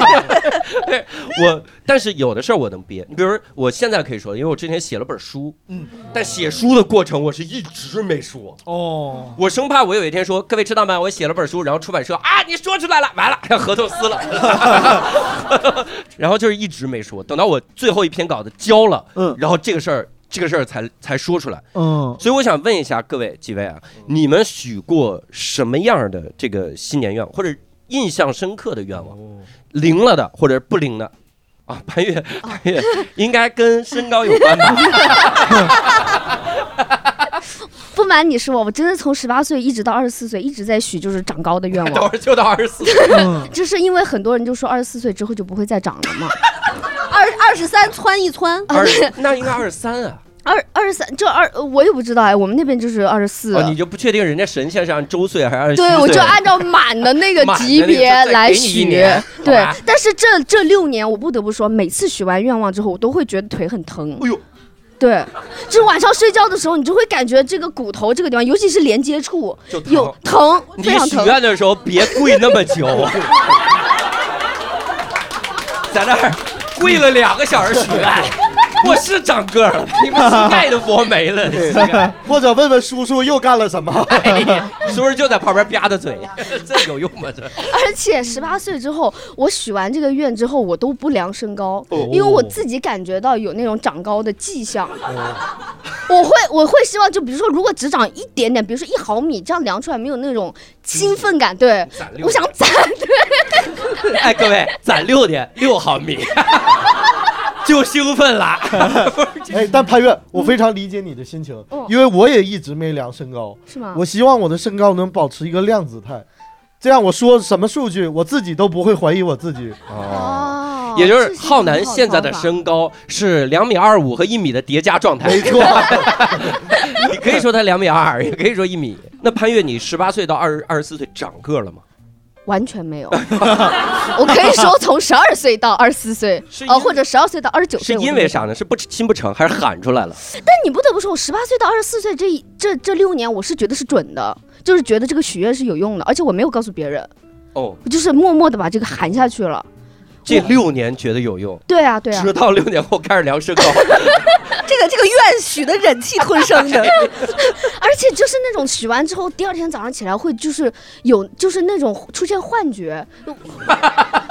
Speaker 6: 我，但是有的事儿我能憋，你比如说我现在可以说，因为我之前写了本书，
Speaker 8: 嗯，
Speaker 6: 但写书的过程我是一直没说，
Speaker 8: 哦，
Speaker 6: 我生怕我有一天说，各位知道吗？我写了本书，然后出版社啊，你说出来了，完了，合同撕了， 然后就是一直没说，等到我最后一篇稿子交了，
Speaker 8: 嗯
Speaker 6: 然后这个事儿，这个事儿才才说出来。
Speaker 8: 嗯，
Speaker 6: 所以我想问一下各位几位啊，你们许过什么样的这个新年愿望，或者印象深刻的愿望？灵了的，或者不灵的？啊，潘越，
Speaker 7: 哦
Speaker 6: 潘越应该跟身高有关吧？
Speaker 7: 不瞒你说，我真的从十八岁一直到二十四岁一直在许就是长高的愿
Speaker 6: 等
Speaker 7: 望，
Speaker 6: 会儿就到二十四，
Speaker 7: 嗯
Speaker 6: 嗯
Speaker 7: 就是因为很多人就说二十四岁之后就不会再长了嘛， 啊
Speaker 9: 二二十三窜一窜，
Speaker 6: 二十那应该二十三啊！
Speaker 7: 二二十三就二呃我也不知道哎，我们那边就是二十四
Speaker 6: 哦，，你就不确定人家神仙是按周岁还是按虚岁？
Speaker 7: 对，我就按照满的那个
Speaker 6: 满的那
Speaker 7: 级
Speaker 6: 个
Speaker 7: 别
Speaker 6: 再给
Speaker 7: 来
Speaker 6: 你一
Speaker 7: 许
Speaker 6: 年。
Speaker 7: 对
Speaker 6: 好吧，
Speaker 7: 但是这这六年，我不得不说，每次许完愿望之后，我都会觉得腿很疼。
Speaker 6: 哎呦，
Speaker 7: 对，就是晚上睡觉的时候，你就会感觉这个骨头这个地方，尤其是连接处
Speaker 6: 就疼
Speaker 7: 有疼，
Speaker 6: 你
Speaker 7: 非常
Speaker 6: 许
Speaker 7: 疼。
Speaker 6: 愿的时候别跪那么 久，在那儿跪了两个小时许愿， 我是长个儿了， 你们膝盖都磨没了，膝盖
Speaker 4: 或者问问叔叔又干了什么？
Speaker 6: 是不是就在旁边吧嗒嘴？ 这有用吗？这
Speaker 7: 而且十八岁之后，我许完这个愿之后，我都不量身高，
Speaker 6: 哦
Speaker 7: 因为我自己感觉到有那种长高的迹象。
Speaker 6: 哦
Speaker 7: 我会我会希望，就比如说，如果只长一点点，比如说一毫米，这样量出来没有那种兴奋感。对，
Speaker 6: 攒六
Speaker 7: 我想攒，
Speaker 6: 哎，各位攒六点六毫米。 就兴奋了，不是这
Speaker 4: 哎，但潘越，我非常理解你的心情
Speaker 7: 嗯，
Speaker 4: 因为我也一直没量身高，
Speaker 7: 是吗？
Speaker 4: 我希望我的身高能保持一个量姿态，这样我说什么数据，我自己都不会怀疑我自己。
Speaker 7: 哦
Speaker 6: 也就是浩南现在的，身高是两米二五和一米的叠加状态，
Speaker 4: 没错，
Speaker 6: 你可以说他两米二，也可以说一米。那潘越，你十八岁到二十二十四岁长个了吗？
Speaker 7: 完全没 有。 我可以说从十二岁到二十四 岁，呃，或者十二岁到二十九
Speaker 6: 是
Speaker 7: 岁，
Speaker 6: 因
Speaker 7: 我都没
Speaker 6: 为啥呢？是不亲不成，还是喊出来了？
Speaker 7: 但你不得不说，我十八岁到二十四岁这一这这六年，我是觉得是准的，就是觉得这个许愿是有用的，而且我没有告诉别人，
Speaker 6: 哦，
Speaker 7: 我就是默默的把这个含下去了。
Speaker 6: 这六年觉得有用，
Speaker 7: 对啊，对啊
Speaker 6: 直，到六年后开始量身高。
Speaker 9: 这个这个愿许的忍气吞声的，
Speaker 7: 而且就是那种许完之后，第二天早上起来会就是有就是那种出现幻 觉。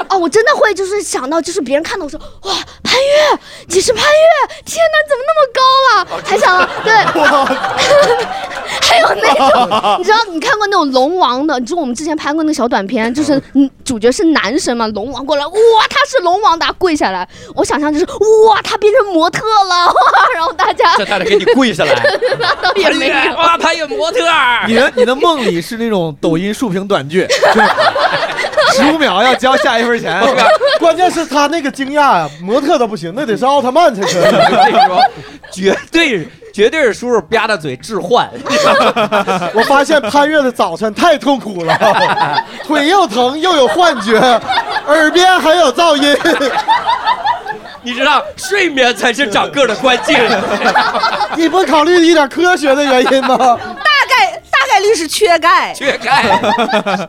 Speaker 7: 哦，我真的会就是想到，就是别人看到我说哇，潘越，你是潘越，天哪，你怎么那么
Speaker 9: 哦
Speaker 7: 高了？还想到对， 还有那种，你知道你看过那种龙王的？你知道我们之前拍过那个小短 片，就是嗯，主角是男神嘛，龙王过来，哇，他是龙王，大家跪下来。我想象就是哇，他变成模特了，哇， 然后大家
Speaker 6: 这大家给你跪下来， 哎
Speaker 7: 那倒也没有。
Speaker 6: 哇，他有模 特儿，
Speaker 8: 你的你的梦里是那种抖音竖屏短剧，十五秒要交下一份钱，
Speaker 4: 关键是他那个惊讶呀，模特都不行，那得是奥特曼才可以。
Speaker 6: 我跟你 说，绝对绝对是叔叔吧嗒嘴置换，
Speaker 4: 我发现潘越的早晨太痛苦了， 腿又疼又有幻觉，耳边还有噪 音。
Speaker 6: 你知道睡眠才是长个儿的关键。
Speaker 4: 你不考虑一点科学的原因 吗？
Speaker 9: 大概大概率是缺钙。
Speaker 6: 缺钙，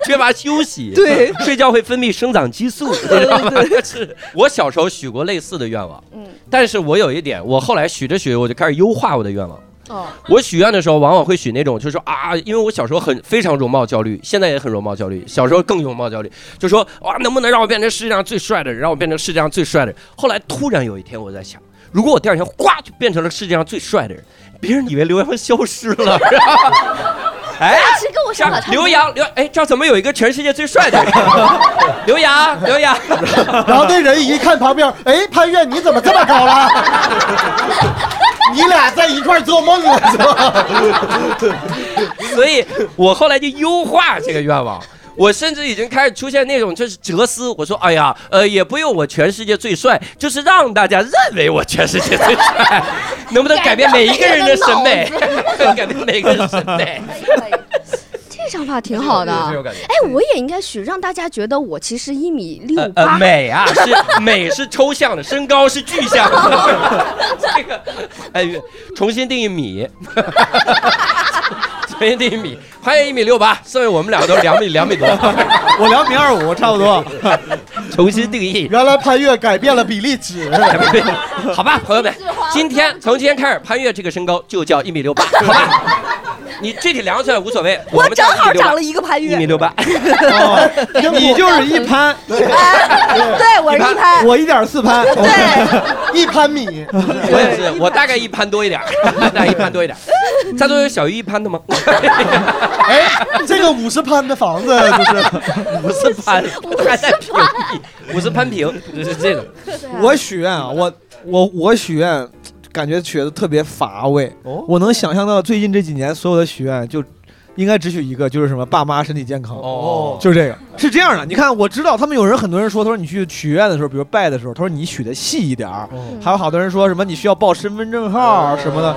Speaker 6: 缺乏休息，
Speaker 9: 对，
Speaker 6: 睡觉会分泌生长激素。是 我小时候许过类似的愿望，嗯，但是我有一点，我后来许着许着，我就开始优化我的愿望。
Speaker 7: 哦
Speaker 6: 我许愿的时候，往往会许那种，就是说啊，因为我小时候很非常容貌焦虑，现在也很容貌焦虑，小时候更容貌焦虑，就说哇，能不能让我变成世界上最帅的人，让我变成世界上最帅的人。后来突然有一天，我在想，如果我第二天哗就变成了世界上最帅的人，别人以为刘洋消失 了。哎，
Speaker 7: 其实跟我想法差不多。
Speaker 6: 刘洋，刘哎，这儿怎么有一个全世界最帅的人？ 刘洋，刘洋，
Speaker 4: 然后那人一看旁边，哎，潘越你怎么这么高了？ 你俩在一块儿做梦了是吧？
Speaker 6: 所以我后来就优化这个愿望。我甚至已经开始出现那种就是哲思，我说哎呀，呃，也不用我全世界最帅，就是让大家认为我全世界最帅，能不能改变每一个人的审美？ 改变每一个人的审 美，
Speaker 7: 这个想法挺好的。
Speaker 6: 这种感觉。
Speaker 7: 哎，我也应该许让大家觉得我其实一米六
Speaker 6: 呃
Speaker 7: 八、
Speaker 6: 呃，美啊，是 美是抽象的，身高是具象的。 这个，哎，重新定义米， 重新定义米。潘越一米六八，剩下我们俩都两米两米多。
Speaker 8: 我两米二五差不多。
Speaker 6: 重新定义，
Speaker 4: 原来潘越改变了比例 尺，
Speaker 6: 好吧，朋友们，今 天从今天开始，潘越这个身高就叫一米六八，好吧？你具体量出来无所谓，
Speaker 9: 我
Speaker 6: 们
Speaker 9: 正好长了
Speaker 6: 一
Speaker 9: 一个潘
Speaker 6: 一
Speaker 9: 越，
Speaker 6: 米六八，
Speaker 4: 听
Speaker 8: 哦你就是一潘，
Speaker 9: 对，我是一潘，
Speaker 8: 我一点四潘，
Speaker 9: 对，
Speaker 4: 一潘米，
Speaker 6: 我也是，我大概一潘多一点儿， 大概一潘多一点 儿。在座有小于一潘的吗？
Speaker 4: 哎，这个五十潘的房子就是
Speaker 6: 五十潘，还在平地，五十潘平，就是这种。
Speaker 8: 我许愿啊，我我我许愿，感觉许的特别乏味。
Speaker 4: 哦
Speaker 8: 我能想象到最近这几年所有的许愿，就应该只许一个，就是什么爸妈身体健康。
Speaker 6: 哦，
Speaker 8: 就是这个，是这样的。你看，我知道他们有人，很多人说，他说你去许愿的时候，比如拜的时候，他说你许的细一点
Speaker 4: 哦
Speaker 8: 儿。还有好多人说什么你需要报身份证号什么的。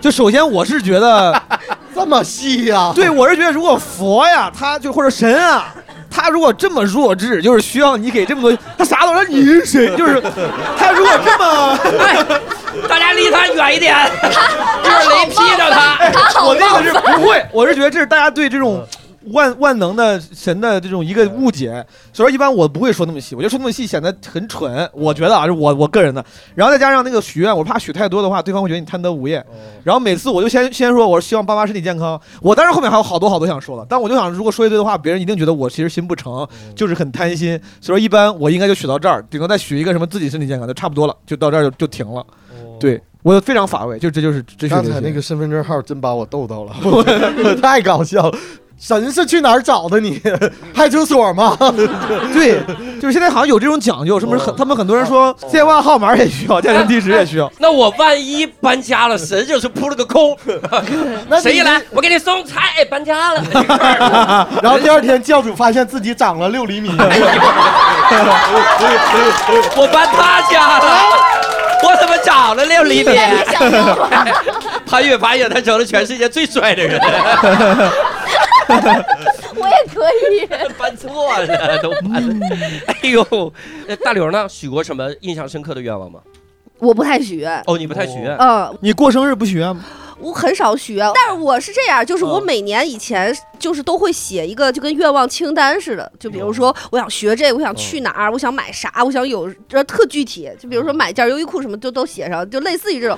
Speaker 8: 就首先我是觉得，
Speaker 4: 这么细呀、
Speaker 8: 对我是觉得，如果佛呀，他就或者神啊，他如果这么弱智，就是需要你给这么多，他啥都说你是谁，就是他如果这么。
Speaker 6: 哎，大家离他远一 点，一会儿雷劈着他。
Speaker 8: 我那个是不会，我是觉得这是大家对
Speaker 4: 嗯
Speaker 8: 这种万万能的神的这种一个误解。所以说一般我不会说那么细，我觉得说那么细显得很蠢。我觉得啊，是我我个人的。然后再加上那个许愿，我怕许太多的话，对方会觉得你贪得无厌。
Speaker 4: 哦
Speaker 8: 然后每次我就先先说，我希望爸妈身体健康。我当然后面还有好多好多想说的，但我就想，如果说一堆的话，别人一定觉得我其实心不诚，
Speaker 4: 嗯
Speaker 8: 就是很贪心。所以说一般我应该就许到这儿，顶多再许一个什么自己身体健康就差不多了，就到这儿就就停了。对我非常乏味，就这就是这就是
Speaker 4: 刚
Speaker 8: 这
Speaker 4: 才
Speaker 8: 些
Speaker 4: 那个身份证号真把我逗到了， 我太搞笑了。神是去哪儿找的你？ 派出所吗？
Speaker 8: 对， 就是现在好像有这种讲究，是不是
Speaker 6: 哦
Speaker 8: 很？他们很多人说电话号码也需要，家庭地址也 需要。
Speaker 6: 那我万一搬家了，神就是扑了个 空。
Speaker 4: 那你
Speaker 6: 谁一来，我给你送菜，哎搬家 了。 一会儿
Speaker 4: 然后第二天教主发现自己长了六 厘米，
Speaker 6: 我搬他家了。我怎么长了六厘米？潘越发现他成了全世界最帅的人。
Speaker 7: 我也可以。
Speaker 6: 搬错了都搬了。哎呦，呃大刘呢？许过什么印象深刻的愿望吗？
Speaker 9: 我不太许愿，
Speaker 6: 哦，你不太许愿。
Speaker 9: 嗯，
Speaker 8: 你过生日不许啊愿吗？
Speaker 9: 我很少许愿，但是我是这样，就是我
Speaker 6: 嗯
Speaker 9: 每年以前就是都会写一个就跟愿望清单似的，就比如说我想学这个，我想去哪
Speaker 8: 嗯
Speaker 9: 儿，我想买啥，我想有这特具体，就比如说买件优衣库什么就都写上，就类似于这种，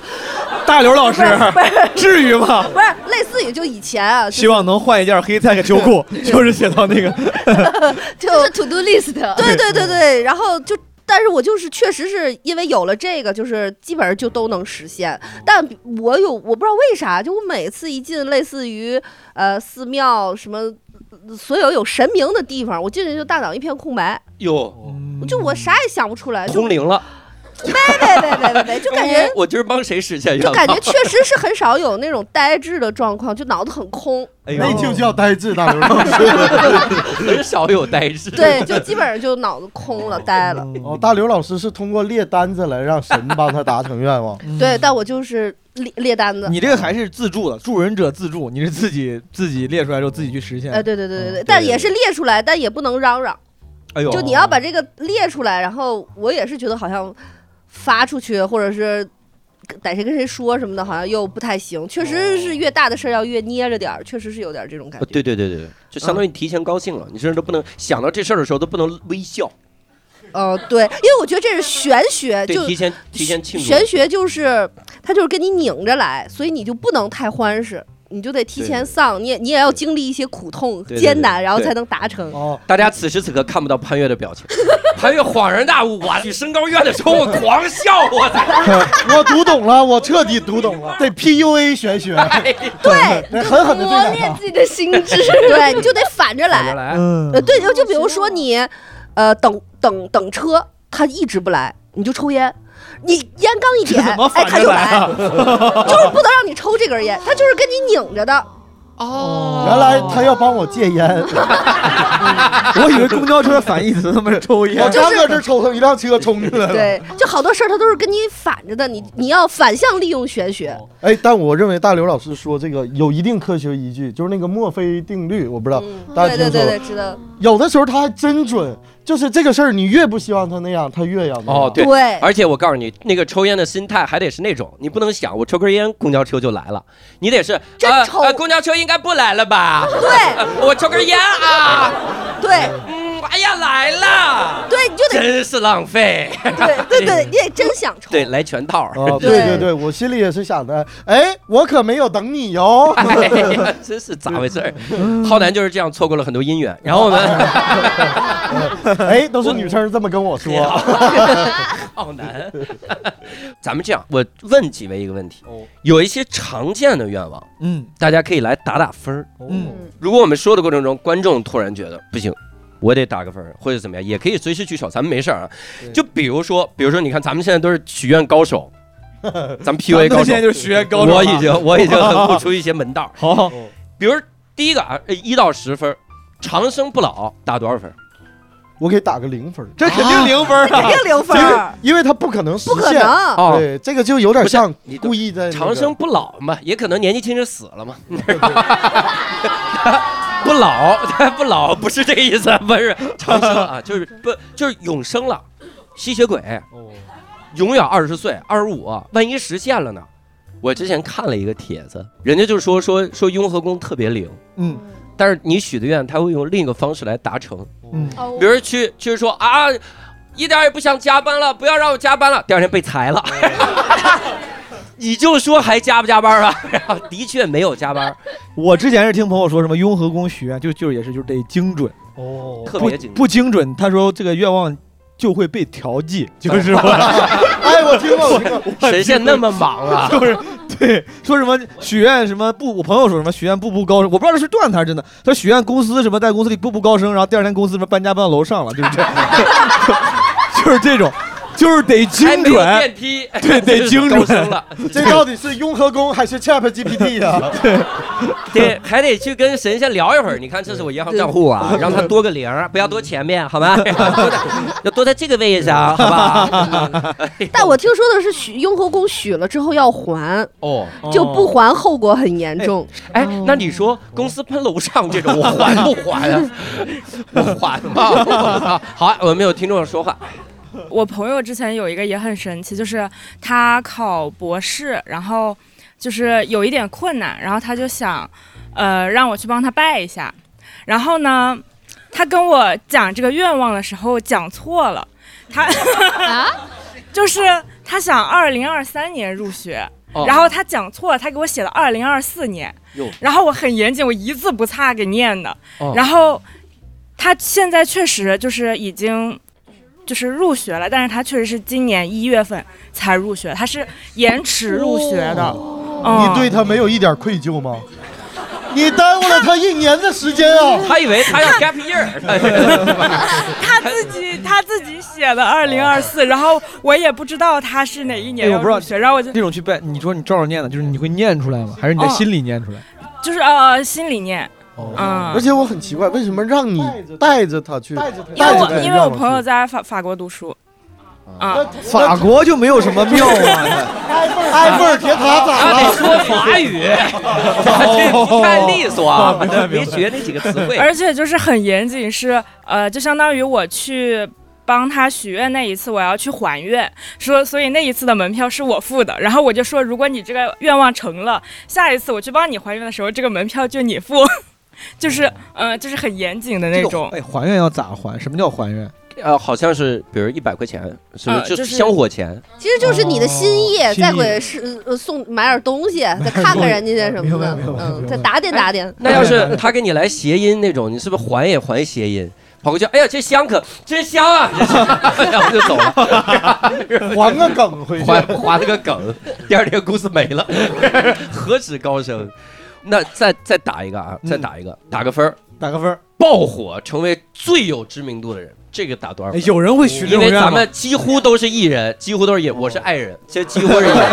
Speaker 8: 大刘老
Speaker 9: 不
Speaker 8: 师
Speaker 9: 是，不是
Speaker 8: 至于吗？
Speaker 9: 不是类似于就以前啊，就
Speaker 8: 希望能换一件黑 tech 秋 裤，就是写到那个
Speaker 9: 就
Speaker 7: 这是 to do list，
Speaker 9: 对对对对，然后就。但是我就是确实是因为有了这个，就是基本上就都能实现。但我有我不知道为啥，就我每次一进类似于呃寺庙什么，呃所有有神明的地方，我进去就大脑一片空白，
Speaker 6: 哟，
Speaker 9: 就我啥也想不出来，就
Speaker 6: 通灵了，
Speaker 9: 没没没没没，就感觉
Speaker 6: 我今儿帮谁实现愿
Speaker 9: 就
Speaker 6: 望？
Speaker 9: 感觉确实是很少有那种呆滞的状况，就脑子很空，
Speaker 6: 哎呦
Speaker 4: 那就叫呆滞，大刘老师。
Speaker 6: 很少有呆滞。
Speaker 9: 对，就基本上就脑子空了，呆了。
Speaker 4: 哦，大刘老师是通过列单子来让神帮他达成愿望。
Speaker 9: 对，但我就是列列单子。
Speaker 8: 你这个还是自助的，助人者自助，你是自己自己列出来之后自己去实现。
Speaker 9: 哎，对对对对
Speaker 6: 嗯
Speaker 9: 对，但也是列出来，但也不能嚷嚷。
Speaker 8: 哎呦，
Speaker 9: 就你要把这个列出来，然后我也是觉得好像发出去，或者是逮谁跟谁说什么的，好像又不太行。确实
Speaker 6: 哦
Speaker 9: 是越大的事儿要越捏着点儿，确实是有点儿这种感
Speaker 6: 呃
Speaker 9: 觉。
Speaker 6: 对对对对对，就相当于你提前高兴了，你甚至都不能想到这事儿的时候都不能微笑，
Speaker 9: 呃，对，因为我觉得这是玄学，
Speaker 6: 对，
Speaker 9: 就
Speaker 6: 提前提前庆祝。
Speaker 9: 玄学就是它就是跟你拧着来，所以你就不能太欢实。你就得提前丧，你也你也要经历一些苦痛、
Speaker 6: 对对
Speaker 9: 艰
Speaker 6: 对
Speaker 9: 难，然后
Speaker 6: 对
Speaker 9: 才能达成。
Speaker 4: 哦，
Speaker 6: 大家此时此刻看不到潘越的表情，潘越恍然大悟，我去身高院的时候我狂笑，我操！
Speaker 4: 我读懂了，我彻底读懂了，得 PUA 玄学，
Speaker 8: 哎
Speaker 9: 对，
Speaker 4: 得狠狠的
Speaker 7: 磨
Speaker 4: 对
Speaker 7: 练
Speaker 4: 待
Speaker 7: 自己的心 智。
Speaker 9: 对，你就得反着来
Speaker 6: 原。来
Speaker 8: 嗯
Speaker 9: 呃，对，就就比如说你，呃，等等等车，他一直不来，你就抽烟，你烟刚一 点，
Speaker 8: 怎么
Speaker 9: 哎，
Speaker 8: 反
Speaker 9: 他
Speaker 8: 着
Speaker 9: 就
Speaker 8: 来
Speaker 9: 来，
Speaker 8: 啊？
Speaker 9: 就是不能让你抽这根烟，他就是跟你拧着的。
Speaker 6: 哦
Speaker 4: 他。原来他要帮我戒烟，
Speaker 8: 我以为公交车反义词他妈是抽
Speaker 4: 我
Speaker 8: 烟。
Speaker 4: 刚搁这抽上一辆车冲进来了。
Speaker 9: 哦对，就好多事儿他都是跟你反着的，你你要反向利用玄学。
Speaker 4: 哎，但我认为大刘老师说这个有一定科学依据，就是那个墨菲定律，我不知道
Speaker 9: 嗯，
Speaker 4: 大家
Speaker 9: 对
Speaker 4: 听
Speaker 9: 对
Speaker 4: 说
Speaker 9: 对
Speaker 4: 过。
Speaker 9: 对，知 道。
Speaker 4: 有的时候他还真准，就是这个事儿，你越不希望他那样，他越要那样
Speaker 6: 哦，对，
Speaker 9: 对，
Speaker 6: 而且我告诉你，那个抽烟的心态还得是那种，你不能想我抽根烟，公交车就来了，你得是
Speaker 9: 真
Speaker 6: 呃
Speaker 9: 抽
Speaker 6: 呃公交车应该不来了吧？
Speaker 9: 对
Speaker 6: 呃我抽根烟啊，
Speaker 9: 对
Speaker 6: 嗯，哎呀来了，
Speaker 9: 对，你就得
Speaker 6: 真是浪 费。
Speaker 9: 对对对，你得真想抽。
Speaker 6: 对，来全套。
Speaker 4: 啊，对
Speaker 9: 对
Speaker 4: 对对，我心里也是想的，哎，我可没有等你 哟。
Speaker 6: 哎呀，真是咋回事儿？浩南就是这样错过了很多姻缘。然后我们
Speaker 4: 哎，都是女生这么跟 我说。
Speaker 6: 浩南，咱们这样，我问几位一个问题，有一些常见的愿望，
Speaker 8: 哦嗯
Speaker 6: 大家可以来打打分儿。
Speaker 8: 嗯，
Speaker 6: 如果我们说的过程中，观众突然觉得不行，我得打个分儿或者怎么样，也可以随时举手，咱们没事儿啊。 就比如说，比如说，你看咱们现在都是许愿高手，咱们 PUA
Speaker 8: 嗯
Speaker 6: 高
Speaker 8: 咱们
Speaker 6: 手
Speaker 8: 现在，就是许愿高手啊哦了。
Speaker 6: 我 已经我已经很悟出一些门道儿。
Speaker 8: 好，
Speaker 6: 比如第一个啊，呃一到十分儿，长生不老打多少分儿？
Speaker 4: 我给打个零分儿，
Speaker 8: 这肯定零分
Speaker 9: 肯
Speaker 8: 啊！
Speaker 9: 定零分
Speaker 4: 因
Speaker 9: 儿
Speaker 4: 为，因为他不可能实
Speaker 9: 不可
Speaker 4: 现。
Speaker 9: 能。
Speaker 6: 哦
Speaker 4: 对，这个就有点像
Speaker 6: 不是你
Speaker 4: 故意在那个
Speaker 6: 长生不老嘛，也可能年纪轻就死了嘛， 你知道吗不老，不老不是这个意思，不是长生啊，就是不就是永生了，吸血鬼，永远二十岁，二十五，万一实现了呢？我之前看了一个帖子，人家就说说说雍和宫特别灵，
Speaker 8: 嗯
Speaker 6: 但是你许的愿，他会用另一个方式来达成，
Speaker 8: 嗯，
Speaker 6: 比如去去说啊，一点儿也不想加班了，不要让我加班了，第二天被裁了。
Speaker 4: 哎
Speaker 6: 你就说还加不加班啊？然后的确没有加班，
Speaker 8: 我之前是听朋友说什么雍和宫许愿，就就是也是就是得精准，
Speaker 4: 哦，
Speaker 6: 特
Speaker 8: 不
Speaker 6: 别紧张。
Speaker 8: 不精准，他说这个愿望就会被调剂，
Speaker 6: 嗯
Speaker 8: 就是 我，
Speaker 4: 哎，我听过，我听过，
Speaker 6: 神仙那么忙啊
Speaker 8: 就是对，说什么许愿什么步，我朋友说什么许愿步步高升，我不知道这是段子还是真的。他说许愿公司什么在 公司里步步高升，然后第二天公司什么搬家搬到楼上了，就是这，就是这种。
Speaker 10: 就是得
Speaker 6: 还
Speaker 10: 精
Speaker 6: 哎没有
Speaker 10: 准，
Speaker 6: 电梯，
Speaker 10: 对 得精准
Speaker 6: 高升了，
Speaker 4: 这到底是雍和宫还是啊 Chat GPT 呀、
Speaker 6: 得还得去跟神仙聊一会儿。你看，这是我银行账户啊，让他多个零儿，不要多前面，好吧？多在要多在这个位置啊，好吧？
Speaker 9: 但我听说的是许雍和宫许了之后要还，
Speaker 6: 哦，
Speaker 9: 就不还后果很严重。
Speaker 6: 哎，那你说公司喷楼上这种，我还不还啊？我还吧。好，啊我们有听众说话，
Speaker 11: 我朋友之前有一个也很神奇，就是他考博士，然后就是有一点困难，然后他就想，呃，让我去帮他拜一下。然后呢，他跟我讲这个愿望的时候讲错了，他就是他想二零二三年入学
Speaker 6: 哦。
Speaker 11: 然后他讲错了，他给我写了二零二四年，
Speaker 6: 哟，
Speaker 11: 然后我很严谨，我一字不差给念的。
Speaker 6: 哦
Speaker 11: 然后他现在确实就是已经就是入学了，但是他确实是今年一月份才入学，他是延迟入学的。
Speaker 4: 哦
Speaker 6: 哦
Speaker 11: 嗯
Speaker 4: 你对他没有一点愧疚吗？你耽误了他一年的时间啊！
Speaker 6: 他以为他 要 gap year，
Speaker 11: 他自己他自己写的二零二四，然后我也不知道他是哪一年
Speaker 8: 哎我
Speaker 11: 要
Speaker 8: 不知道
Speaker 11: 入学，然后我就
Speaker 8: 这种去拜，你说你照着念的，就是你会念出来吗？还是你在
Speaker 11: 哦
Speaker 8: 心里念出来？
Speaker 11: 就是呃心里念，嗯，
Speaker 4: 哦而且我很奇怪，为什么让你带着他去？带着
Speaker 11: 因为
Speaker 4: 他
Speaker 11: 我
Speaker 4: 去
Speaker 11: 因为我朋友在法法国读书，啊，
Speaker 8: 法国就没有什么庙啊，
Speaker 4: 埃菲尔铁塔咋
Speaker 6: 他得
Speaker 4: 了？
Speaker 6: 说法语， 这
Speaker 11: 哦
Speaker 6: 不太利索啊，没学那几个词汇。
Speaker 11: 而且就是很严谨，是呃，就相当于我去帮他许愿那一次，我要去还愿，说所以那一次的门票是我付的，然后我就说，如果你这个愿望成了，下一次我去帮你还愿的时候，这个门票就你付， 就是呃，就是很严谨的那
Speaker 8: 这
Speaker 11: 种。
Speaker 8: 哎，还愿要咋还？什么叫还愿？
Speaker 6: 呃，好像是比如一百块钱，是不
Speaker 11: 啊
Speaker 6: 是就
Speaker 11: 就是是
Speaker 6: 香火钱？
Speaker 9: 其实就是你的心意
Speaker 8: 哦，
Speaker 9: 再
Speaker 8: 心意
Speaker 9: 给是呃送买点东西，再看看人家些什么的，嗯，再打点打点。 嗯
Speaker 6: 那要是他给你来谐音那种，你是不是还也还谐音？跑过去，哎呀，这香可真香啊！ 然后就 走了，
Speaker 4: 还个梗回去。
Speaker 6: 还还了个梗，第二天公司没了， 何止高升？那再再打一个啊，再打一个，打个分儿，
Speaker 8: 嗯打个分儿。
Speaker 6: 爆火成为最有知名度的人，这个打多少
Speaker 8: 哎
Speaker 6: 分？
Speaker 8: 有人会许这
Speaker 6: 因
Speaker 8: 种
Speaker 6: 为
Speaker 8: 愿
Speaker 6: 咱
Speaker 8: 吗？
Speaker 6: 们几乎都是艺人，几乎都是
Speaker 8: 哦
Speaker 6: 艺，我是爱人，这几乎是艺 人。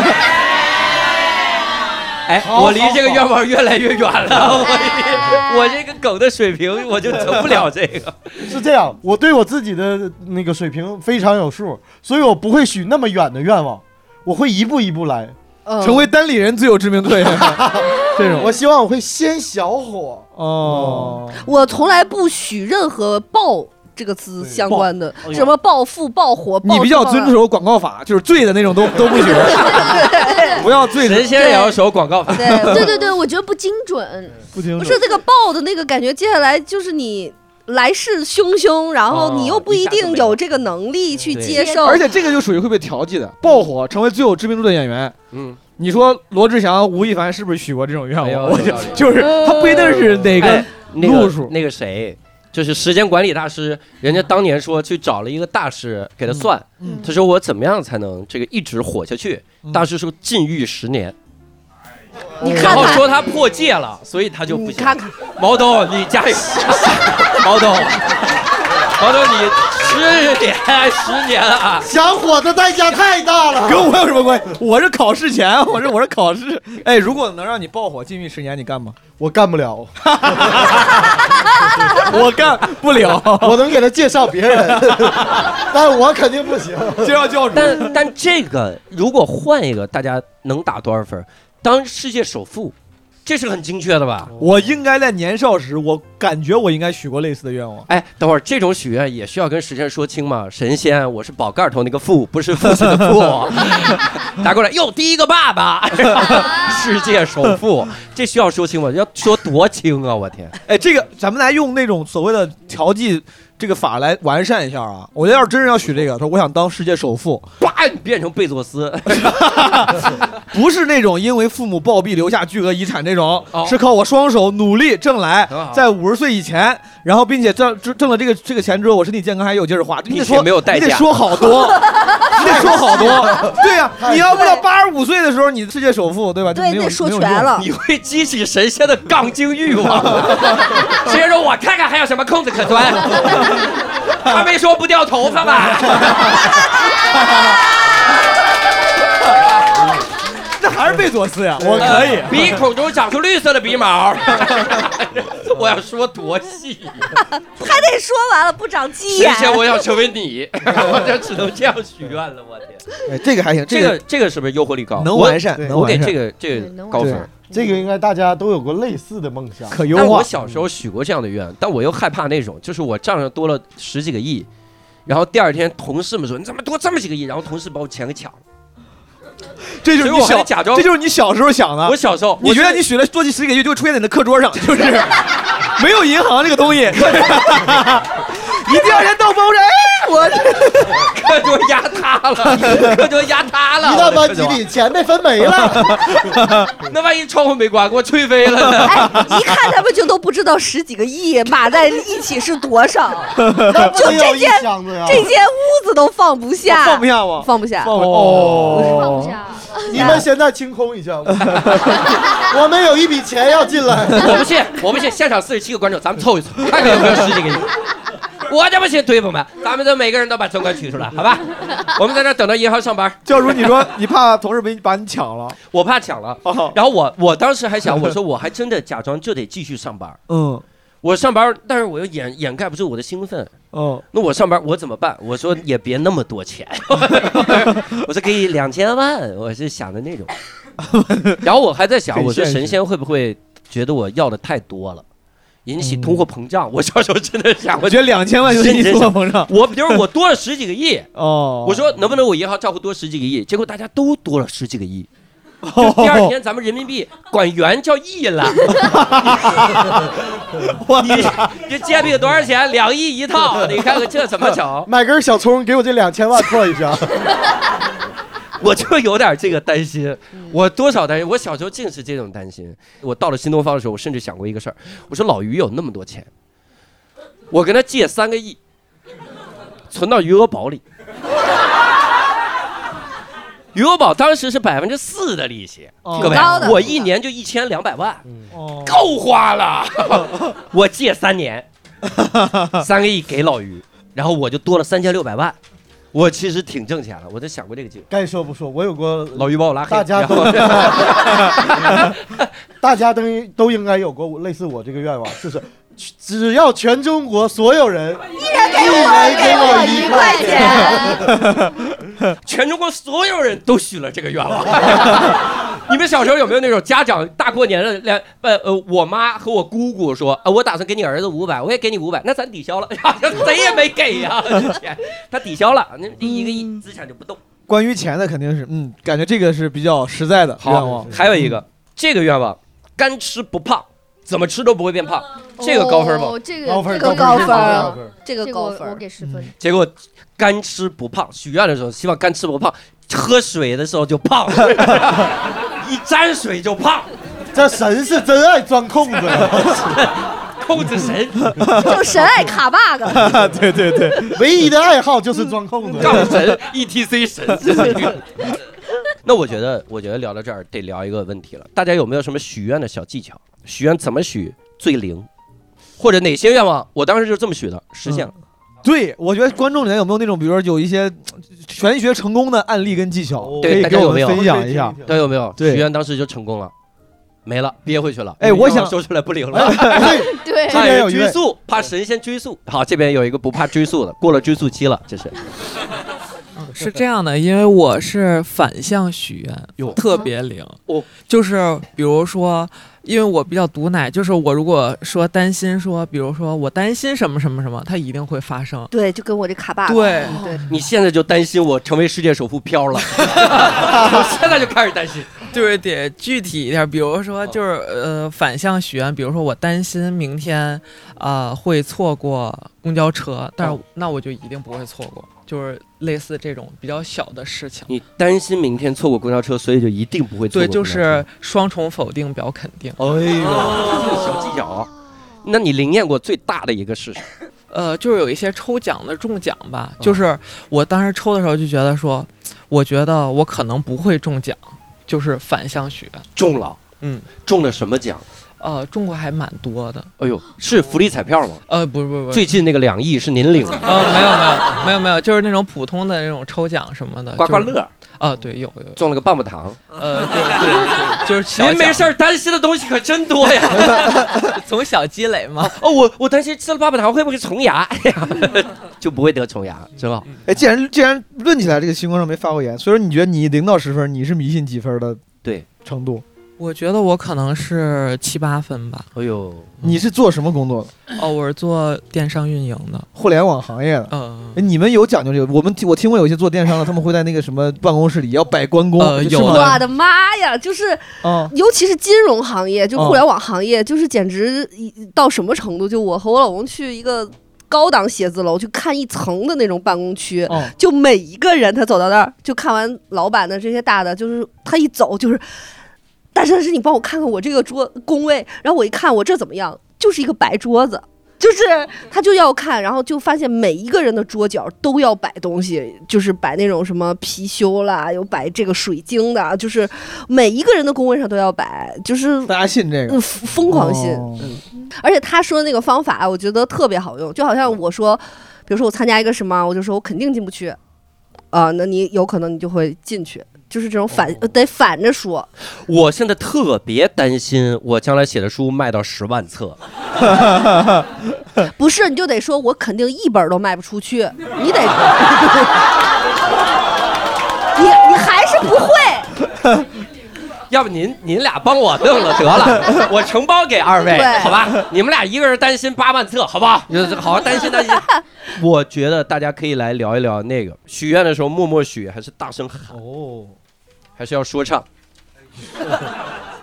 Speaker 6: 哎，
Speaker 8: 好
Speaker 6: 我离这个愿望越来越远了， 我我这个梗的水平我就整不了这个。
Speaker 4: 是这样，我对我自己的那个水平非常有数，所以我不会许那么远的愿望，我会一步一步来。
Speaker 9: 嗯
Speaker 8: 成为单立人最有知名度的人， 这种
Speaker 4: 我希望我会先小火，
Speaker 8: 哦，
Speaker 9: 我从来不许任何暴这个词相关的，什么暴富、暴火。
Speaker 8: 你比较
Speaker 9: 暴
Speaker 8: 遵守广告法，就是醉的那种都都不许， 不要醉的
Speaker 6: 神仙也要守广告法，
Speaker 9: 哎对对对对，我觉得不精准，
Speaker 8: 不听
Speaker 9: 不是这个暴的那个感觉，接下来就是你。来势汹汹，然后你又不一定有这个能力去接受，
Speaker 8: 而且这个就属于会被调剂的，爆火成为最有知名度的演员。
Speaker 6: 嗯，
Speaker 8: 你说罗志祥、吴亦凡是不是许过这种愿
Speaker 6: 哎呦
Speaker 8: 望？我就
Speaker 6: 有道理
Speaker 8: 就是
Speaker 9: 嗯
Speaker 8: 他不一定是哪个
Speaker 6: 哎那个
Speaker 8: 路数
Speaker 6: 那个谁，就是时间管理大师，人家当年说去找了一个大师给他算，
Speaker 8: 嗯
Speaker 6: 他说我怎么样才能这个一直火下去？
Speaker 8: 嗯
Speaker 6: 大师说禁欲十年，
Speaker 9: 你
Speaker 6: 然
Speaker 9: 看
Speaker 6: 后
Speaker 9: 看，
Speaker 6: 说他破戒了，所以他就不
Speaker 9: 你
Speaker 6: 行。
Speaker 9: 看看，
Speaker 6: 嗯毛东，你加油！毛东，毛东，你十年十年 啊！
Speaker 4: 小火的代价太大了。
Speaker 8: 跟我有什么关系？我是考试前，我是我是考试。哎，如果能让你爆火禁欲十年，你干吗？
Speaker 4: 我干不了，
Speaker 8: 我干 不了，
Speaker 4: 我能给他介绍别人， 但我肯定不行。
Speaker 8: 就要教主。
Speaker 6: 但但这个如果换一个，大家能打多少分？当世界首富，这是很精确的吧？
Speaker 8: 我应该在年少时，我感觉我应该许过类似的愿望。
Speaker 6: 哎，等会儿这种许愿也需要跟神仙说清吗？神仙，我是宝盖头那个富，不是父亲的富。打过来，哟，第一个爸爸，世界首富，这需要说清吗？要说 多清啊！我天，
Speaker 8: 哎，这个咱们来用那种所谓的调剂这个法来完善一下啊！我要是真是要许这个，说我想当世界首富，
Speaker 6: 叭，你变成贝佐斯，
Speaker 8: 不是那种因为父母暴毙留下巨额遗产这种，
Speaker 6: 哦
Speaker 8: 是靠我双手努力挣来
Speaker 6: 很好，
Speaker 8: 在五十岁以前，然后并且挣挣挣了这个这个钱之后，我身体健康还有劲儿花。你得
Speaker 6: 并且
Speaker 8: 说
Speaker 6: 没有代价
Speaker 8: 你得说好 多，你得说好多。对呀、你要不到八十五岁的时候，你世界首富，对吧？就
Speaker 9: 对，
Speaker 8: 没有
Speaker 9: 那说全。
Speaker 8: 没有用
Speaker 9: 了，
Speaker 6: 你会激起神仙的杠精欲 望。神仙说：“我看看还有什 么空子可钻。”他没说不掉头发吧？
Speaker 8: 左思呀，
Speaker 6: 我
Speaker 8: 我可以。
Speaker 6: 呃鼻孔中长出绿色的鼻 毛。我要说多细，
Speaker 9: 还得说完了，不长鸡
Speaker 6: 之
Speaker 9: 眼。
Speaker 6: 前我想成为你， 我就只能这样许愿了。我天，
Speaker 8: 哎，这个还行，
Speaker 6: 这
Speaker 8: 个
Speaker 6: 个这个是不是诱惑力高？
Speaker 8: 能
Speaker 6: 我
Speaker 8: 完善
Speaker 6: 对
Speaker 8: 能
Speaker 6: 我给
Speaker 8: 完善
Speaker 6: 这个这个高分。
Speaker 4: 这个应该大家都有过类似的梦想，
Speaker 8: 可
Speaker 6: 但我小时候许过这样的愿，但我又害怕那种，就是我账上多了十几个亿，然后第二天同事们说你怎么多这么几个亿，然后同事把我钱给抢了。
Speaker 8: 这就是
Speaker 6: 所以
Speaker 8: 你
Speaker 6: 我还
Speaker 8: 小，
Speaker 6: 得假装
Speaker 8: 这就是你小时候想的。
Speaker 6: 我小时候
Speaker 8: 你
Speaker 6: 我
Speaker 8: 觉得
Speaker 6: 是
Speaker 8: 你许了多几十个亿就会出现在你的课桌上，就是没有银行这个东西。 你第二天到办公室，哎，我
Speaker 6: 课桌压塌了，课桌压塌了，
Speaker 4: 一到班级里钱被分没了，
Speaker 6: 那万一窗户没关，给我吹飞了呢？
Speaker 9: 哎一看他们就都不知道十几个亿码在一起是多少，
Speaker 4: 那不
Speaker 9: 就
Speaker 4: 能有
Speaker 9: 这
Speaker 4: 一
Speaker 9: 件
Speaker 4: 箱子呀。
Speaker 9: 这间屋子都放不下，
Speaker 8: 放不下吗？
Speaker 9: 放不下。
Speaker 8: 放
Speaker 3: 放不
Speaker 8: 哦，
Speaker 3: 下。
Speaker 4: 你们现在清空一下， 我们有一笔
Speaker 8: 哎
Speaker 4: 钱要进来。
Speaker 6: 我不信，我不信，现场四十七个观众，咱们凑一凑，看看有没有十几个亿。我就不信，队友们，咱们这每个人都把存款取出来，好吧？我们在这儿等着银行上班，
Speaker 8: 教主，你说 你怕同事没把你抢了？
Speaker 6: 我怕抢了。
Speaker 8: 哦，
Speaker 6: 然后我我当时还想，我说我还真的假装就得继续上班。
Speaker 8: 嗯
Speaker 6: 我上班，但是我又掩掩盖不住我的兴奋。
Speaker 4: 哦
Speaker 8: 嗯，
Speaker 6: 那我上班我怎么办？我说也别那么多钱， 我说给你两千万，我是想的那种。然后我还在想，
Speaker 8: 很
Speaker 6: 我说
Speaker 8: 现实
Speaker 6: 神仙会不会觉得我要的太多了，引起通货膨胀？我小时候真的想
Speaker 8: 嗯
Speaker 6: 过
Speaker 8: 我觉得两千万就是你
Speaker 6: 真
Speaker 8: 通
Speaker 6: 是
Speaker 8: 货膨胀。
Speaker 6: 我比如我多了十几个亿，
Speaker 8: 哦，
Speaker 6: 我说能不能我银行账户多十几个亿？结果大家都多了十几个亿。就第二天咱们人民币管元叫亿了，你你煎饼多少钱？两亿一套，你看看这怎么整？
Speaker 4: 买根小葱，给我这两千万破一下。
Speaker 6: 我就有点这个担心，我多少担心。我小时候尽是这种担心。我到了新东方的时候，我甚至想过一个事儿，我说老于有那么多钱，我跟他借三个亿，存到余额宝里。余额宝当时是百分之四的利息，
Speaker 8: 哦
Speaker 6: 各位
Speaker 9: 挺高，的
Speaker 6: 我一年就一千两百万，
Speaker 8: 哦
Speaker 6: 够花了。
Speaker 9: 哦
Speaker 6: 我借三年，三个亿给老于，然后我就多了三千六百万。我其实挺挣钱了，我都想过这个计划。
Speaker 4: 该说不说，我有 过，
Speaker 6: 老于把我拉黑，
Speaker 4: 大家都
Speaker 6: 然后
Speaker 4: 大家都都应该有过类似我这个愿望，就是只要全中国所有人一人给我一块钱，
Speaker 9: 钱，
Speaker 6: 全中国所有人都许了这个愿望。 你们小时候有没有那种家长大过年的连呃呃，我妈和我姑姑说啊、我打算给你儿子五百，我也给你五百，那咱抵消了， 谁也没给呀、之前他抵消了，那第一个亿
Speaker 4: 嗯
Speaker 6: 资产就不动。
Speaker 8: 关于钱的肯定是，嗯，感觉这个是比较实在的愿望。嗯
Speaker 6: 还有一个这个愿望，干吃不胖，怎么吃都不会变胖，这个高分吗？
Speaker 3: 哦？这个
Speaker 4: 高分
Speaker 3: 这个
Speaker 9: 高
Speaker 7: 啊
Speaker 9: 分
Speaker 3: 高
Speaker 4: 高
Speaker 3: 分
Speaker 4: 分。
Speaker 9: 这
Speaker 3: 这
Speaker 9: 个
Speaker 3: 个
Speaker 9: 高
Speaker 3: 我
Speaker 9: 分
Speaker 3: 我
Speaker 9: 儿。
Speaker 3: 给十分。
Speaker 6: 结果干吃不胖，许愿的时候希望干吃不胖，喝水的时候 就胖了，一沾水就胖，
Speaker 4: 这神是真爱钻空子 呀，
Speaker 6: 扣子神。
Speaker 9: 就神爱卡 bug，
Speaker 8: 对对对，嗯
Speaker 4: 唯一的爱好就是钻空子。
Speaker 6: 杠神 ETC 神之类的。那我觉得，我觉得聊到这儿得聊一个问题了，大家有没有什么许愿的小技巧？许愿怎么许最灵？或者哪些愿望，我当时就这么许的，实现了。
Speaker 8: 对，我觉得观众里面有没有那种，比如说有一些玄学成功的案例跟技巧，
Speaker 4: 哦
Speaker 8: 可
Speaker 6: 对
Speaker 8: 以
Speaker 6: 大
Speaker 8: 给
Speaker 6: 家
Speaker 8: 我
Speaker 6: 有没
Speaker 8: 们
Speaker 6: 有
Speaker 8: 分享一下？
Speaker 6: 大家有没有？
Speaker 8: 对
Speaker 6: 许愿当时就成功了，没了，憋回去了。
Speaker 8: 哎
Speaker 6: 因为
Speaker 8: 我
Speaker 6: 愿望
Speaker 8: 想
Speaker 6: 说出来不 灵了。
Speaker 4: 对，
Speaker 3: 对
Speaker 4: 这边有一
Speaker 6: 追
Speaker 4: 位
Speaker 6: 溯，怕神仙追溯。好，这边有一个不怕追溯的，过了追溯期了，这是。
Speaker 10: 是这样的，因为我是反向许愿，特别灵。
Speaker 6: 哦
Speaker 10: 就是比如说，因为我比较毒奶，就是我如果说担心说，比如说我担心什么什么什么，它一定会发生。
Speaker 9: 对，就跟我这卡 bug。
Speaker 10: 对，
Speaker 9: 对，
Speaker 6: 你现在就担心我成为世界首富飘了， 我现在就开始担心。哦
Speaker 10: 就是得具体一点，比如说就是呃反向许愿，比如说我担心明天啊、呃会错过公交车，但
Speaker 6: 哦
Speaker 10: 是那我就一定不会错过，就是类似这种比较小的事情。
Speaker 6: 你担心明天错过公交车，所以就一定不会错过
Speaker 10: 对，
Speaker 6: 公交
Speaker 10: 就
Speaker 6: 车。
Speaker 10: 是双重否定表肯定。
Speaker 6: 哎呦，这是小技巧。啊那你灵验过最大的一个是什么？嗯
Speaker 10: 呃，就是有一些抽奖的中奖吧，就是我当时抽的时候就觉得说，我觉得我可能不会中奖，就是反向许愿。
Speaker 6: 中了，
Speaker 10: 嗯，
Speaker 6: 中了什么奖？
Speaker 10: 呃，中过还蛮多的。
Speaker 6: 哎呦，是福利彩票吗？
Speaker 10: 呃，不是不是不是，
Speaker 6: 最近那个两 亿是您领的，
Speaker 10: 呃，没有没有没有没有，就是那种普通的那种抽奖什么的，
Speaker 6: 刮刮
Speaker 10: 就是
Speaker 6: 乐。
Speaker 10: 啊、啊，对，有有
Speaker 6: 种了个棒棒糖。
Speaker 10: 呃，对对对，就是小
Speaker 6: 您没事儿担心的东西可真多呀，
Speaker 10: 从小积累嘛。
Speaker 6: 哦，我我担心吃了棒棒糖会不会虫牙，哎呀， 就不会得虫牙，真好。
Speaker 8: 哎，既然既然论起来这个星光上没发过言，所以说你觉得你零到十分，你是迷信几分的？
Speaker 6: 对，
Speaker 8: 程度，
Speaker 10: 我觉得我可能是七八分吧。嗯
Speaker 6: 哎呦，
Speaker 8: 你是做什么工作的？
Speaker 10: 哦，我是做电商运营的。
Speaker 8: 互联网行业的。哎
Speaker 10: 嗯，
Speaker 8: 你们有讲究这个？我们听我听过有些做电商的，他们会在那个什么办公室里要摆关公，
Speaker 10: 呃
Speaker 8: 是
Speaker 10: 有嗯
Speaker 8: 吗
Speaker 9: 我的妈呀，就是
Speaker 8: 啊，
Speaker 9: 尤其是金融行业，就
Speaker 8: 哦
Speaker 9: 互联网行业，就是简直一到什么程度？就我和我老公去一个。高档写字楼去看一层的那种办公区，
Speaker 10: 嗯
Speaker 8: 哦
Speaker 9: 就每一个人他走到那儿，就看完老板的这些大的，就是他一走就是，大山师，你帮我看看我这个桌工位，然后我一看我这怎么样，就是一个白桌子，就是他就要看，然后就发现每一个人的桌角都要摆东西，就是摆那种什么貔貅啦，有摆这个水晶的，啊就是每一个人的工位上都要摆，就是
Speaker 8: 大家信这个
Speaker 9: 嗯，疯疯狂信。
Speaker 8: 哦
Speaker 9: 嗯，而且他说的那个方法，啊我觉得特别好用，就好像我说，比如说我参加一个什么，我就说我肯定进不去，啊、那你有可能你就会进去，就是这种反、得反着说，
Speaker 6: 我现在特别担心我将来写的书卖到十万册，
Speaker 9: 不是你就得说我肯定一本儿都卖不出去，你得，你你还是不会。
Speaker 6: 要不您您俩帮我弄了得了，我承包给二位
Speaker 9: 对，
Speaker 6: 好吧？你们俩一个人担心八万册，好不 好？就是好好担心担心。我觉得大家可以来聊一聊那个许愿的时候默默许，还是大声喊，
Speaker 8: 哦，
Speaker 6: 还是要说唱？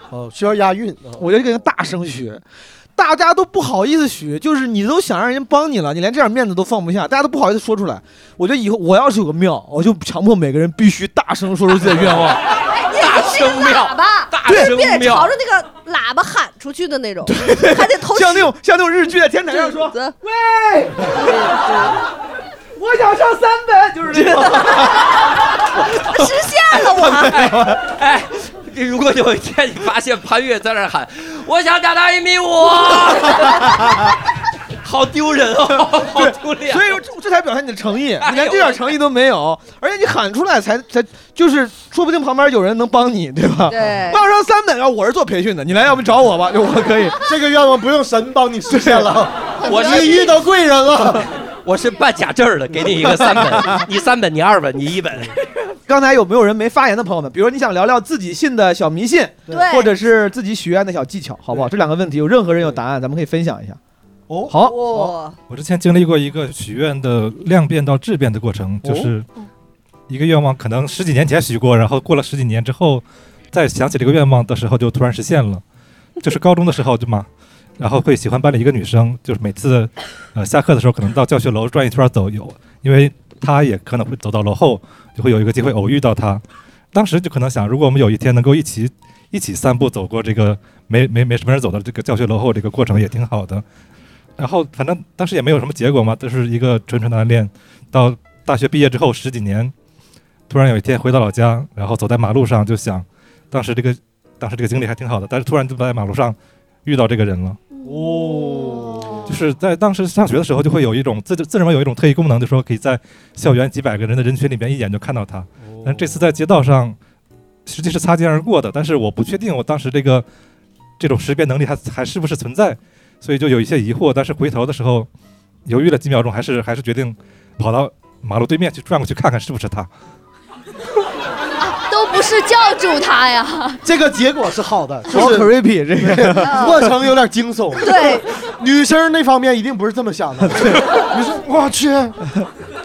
Speaker 8: 哦，
Speaker 4: 需要押韵。
Speaker 8: 我就跟大声许，大家都不好意思许，就是你都想让人帮你了，你连这点面子都放不下，大家都不好意思说出来。我觉得以后我要是有个庙，我就强迫每个人必须大声说出自己的愿 望。
Speaker 9: 大
Speaker 6: 声
Speaker 9: 喇叭，
Speaker 6: 大
Speaker 9: 对，
Speaker 8: 声
Speaker 9: 必得
Speaker 8: 庙
Speaker 9: 朝着那个喇叭喊出去的那种，还得偷
Speaker 8: 像那种像那种日剧在天台上说，喂，我想上三本， 就是这种。
Speaker 9: 实现了我。
Speaker 6: 哎，如果有一天你发现潘越在那儿喊“我想长到一米五”， 好丢人哦，好丢脸。
Speaker 8: 所以说这这才表现你的诚意，
Speaker 6: 哎呦
Speaker 8: 你连这点诚意都没有，而且你喊出来才才就是，说不定旁边有人能帮你，对吧？
Speaker 9: 对
Speaker 8: 我要上三本啊，我是做培训的，你来，要不找我吧，就我可以。
Speaker 4: 这个愿望不用神帮你实现了，
Speaker 6: 我
Speaker 4: 你
Speaker 6: 是
Speaker 4: 遇到贵人 了。
Speaker 6: 我是办假证儿的，给你一个三 本，你三本，你二本，你一本。
Speaker 8: 刚才有没有人没发言的朋友们？比如说你想聊聊自己信的小迷信，
Speaker 9: 对对
Speaker 8: 或者是自己许愿的小技巧，好不好？这两个问题有任何人有答案，咱们可以分享一下。
Speaker 4: 哦，
Speaker 8: 好，
Speaker 9: 哇，
Speaker 12: 我之前经历过一个许愿的量变到质变的过程，就是一个愿望可能十几年前许过，然后过了十几年之后，再想起这个愿望的时候就突然实现了，就是高中的时候对吗？然后会喜欢班里一个女生，就是每次呃下课的时候可能到教学楼转一圈走有，因为她也可能会走到楼后，就会有一个机会偶遇到她。当时就可能想，如果我们有一天能够一起 一起散步走过这个没没没什么人走的这个教学楼后这个过程也挺好的。然后反正当时也没有什么结果嘛，就是一个纯纯的暗恋。到大学毕业之后十几年，突然有一天回到老家，然后走在马路上就想，当时这个当时这个经历还挺好的，但是突然就在马路上遇到这个人了。
Speaker 4: 哦，
Speaker 12: 就是在当时上学的时候，就会有一种自自认为有一种特异功能，就说可以在校园几百个人的人群里面一眼就看到他。但这次在街道上，实际是擦肩而过的，但是我不确定我当时这个这种识别能力还还是不是存在，所以就有一些疑惑。但是回头的时候，犹豫了几秒钟，还是还是决定跑到马路对面去转过去看看是不是他。
Speaker 7: 都不是叫住他呀。
Speaker 4: 这个结果是好的，就
Speaker 8: 好
Speaker 4: 是
Speaker 8: creepy 这个。
Speaker 4: 过程有点惊悚。
Speaker 9: 对，
Speaker 4: 女生那方面一定不是这么想的。你说我去，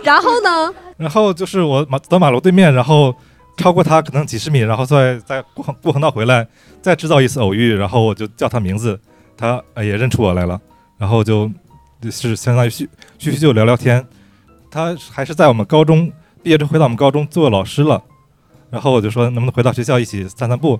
Speaker 9: 然后呢？
Speaker 12: 然后就是我马走到马路对面，然后超过他可能几十米，然后再再过横过横道回来，再制造一次偶遇，然后我就叫他名字，他呃也认出我来了，然后就就是相当于叙叙叙旧聊聊天。他还是在我们高中毕业之后回到我们高中做老师了，然后我就说能不能回到学校一起散散步，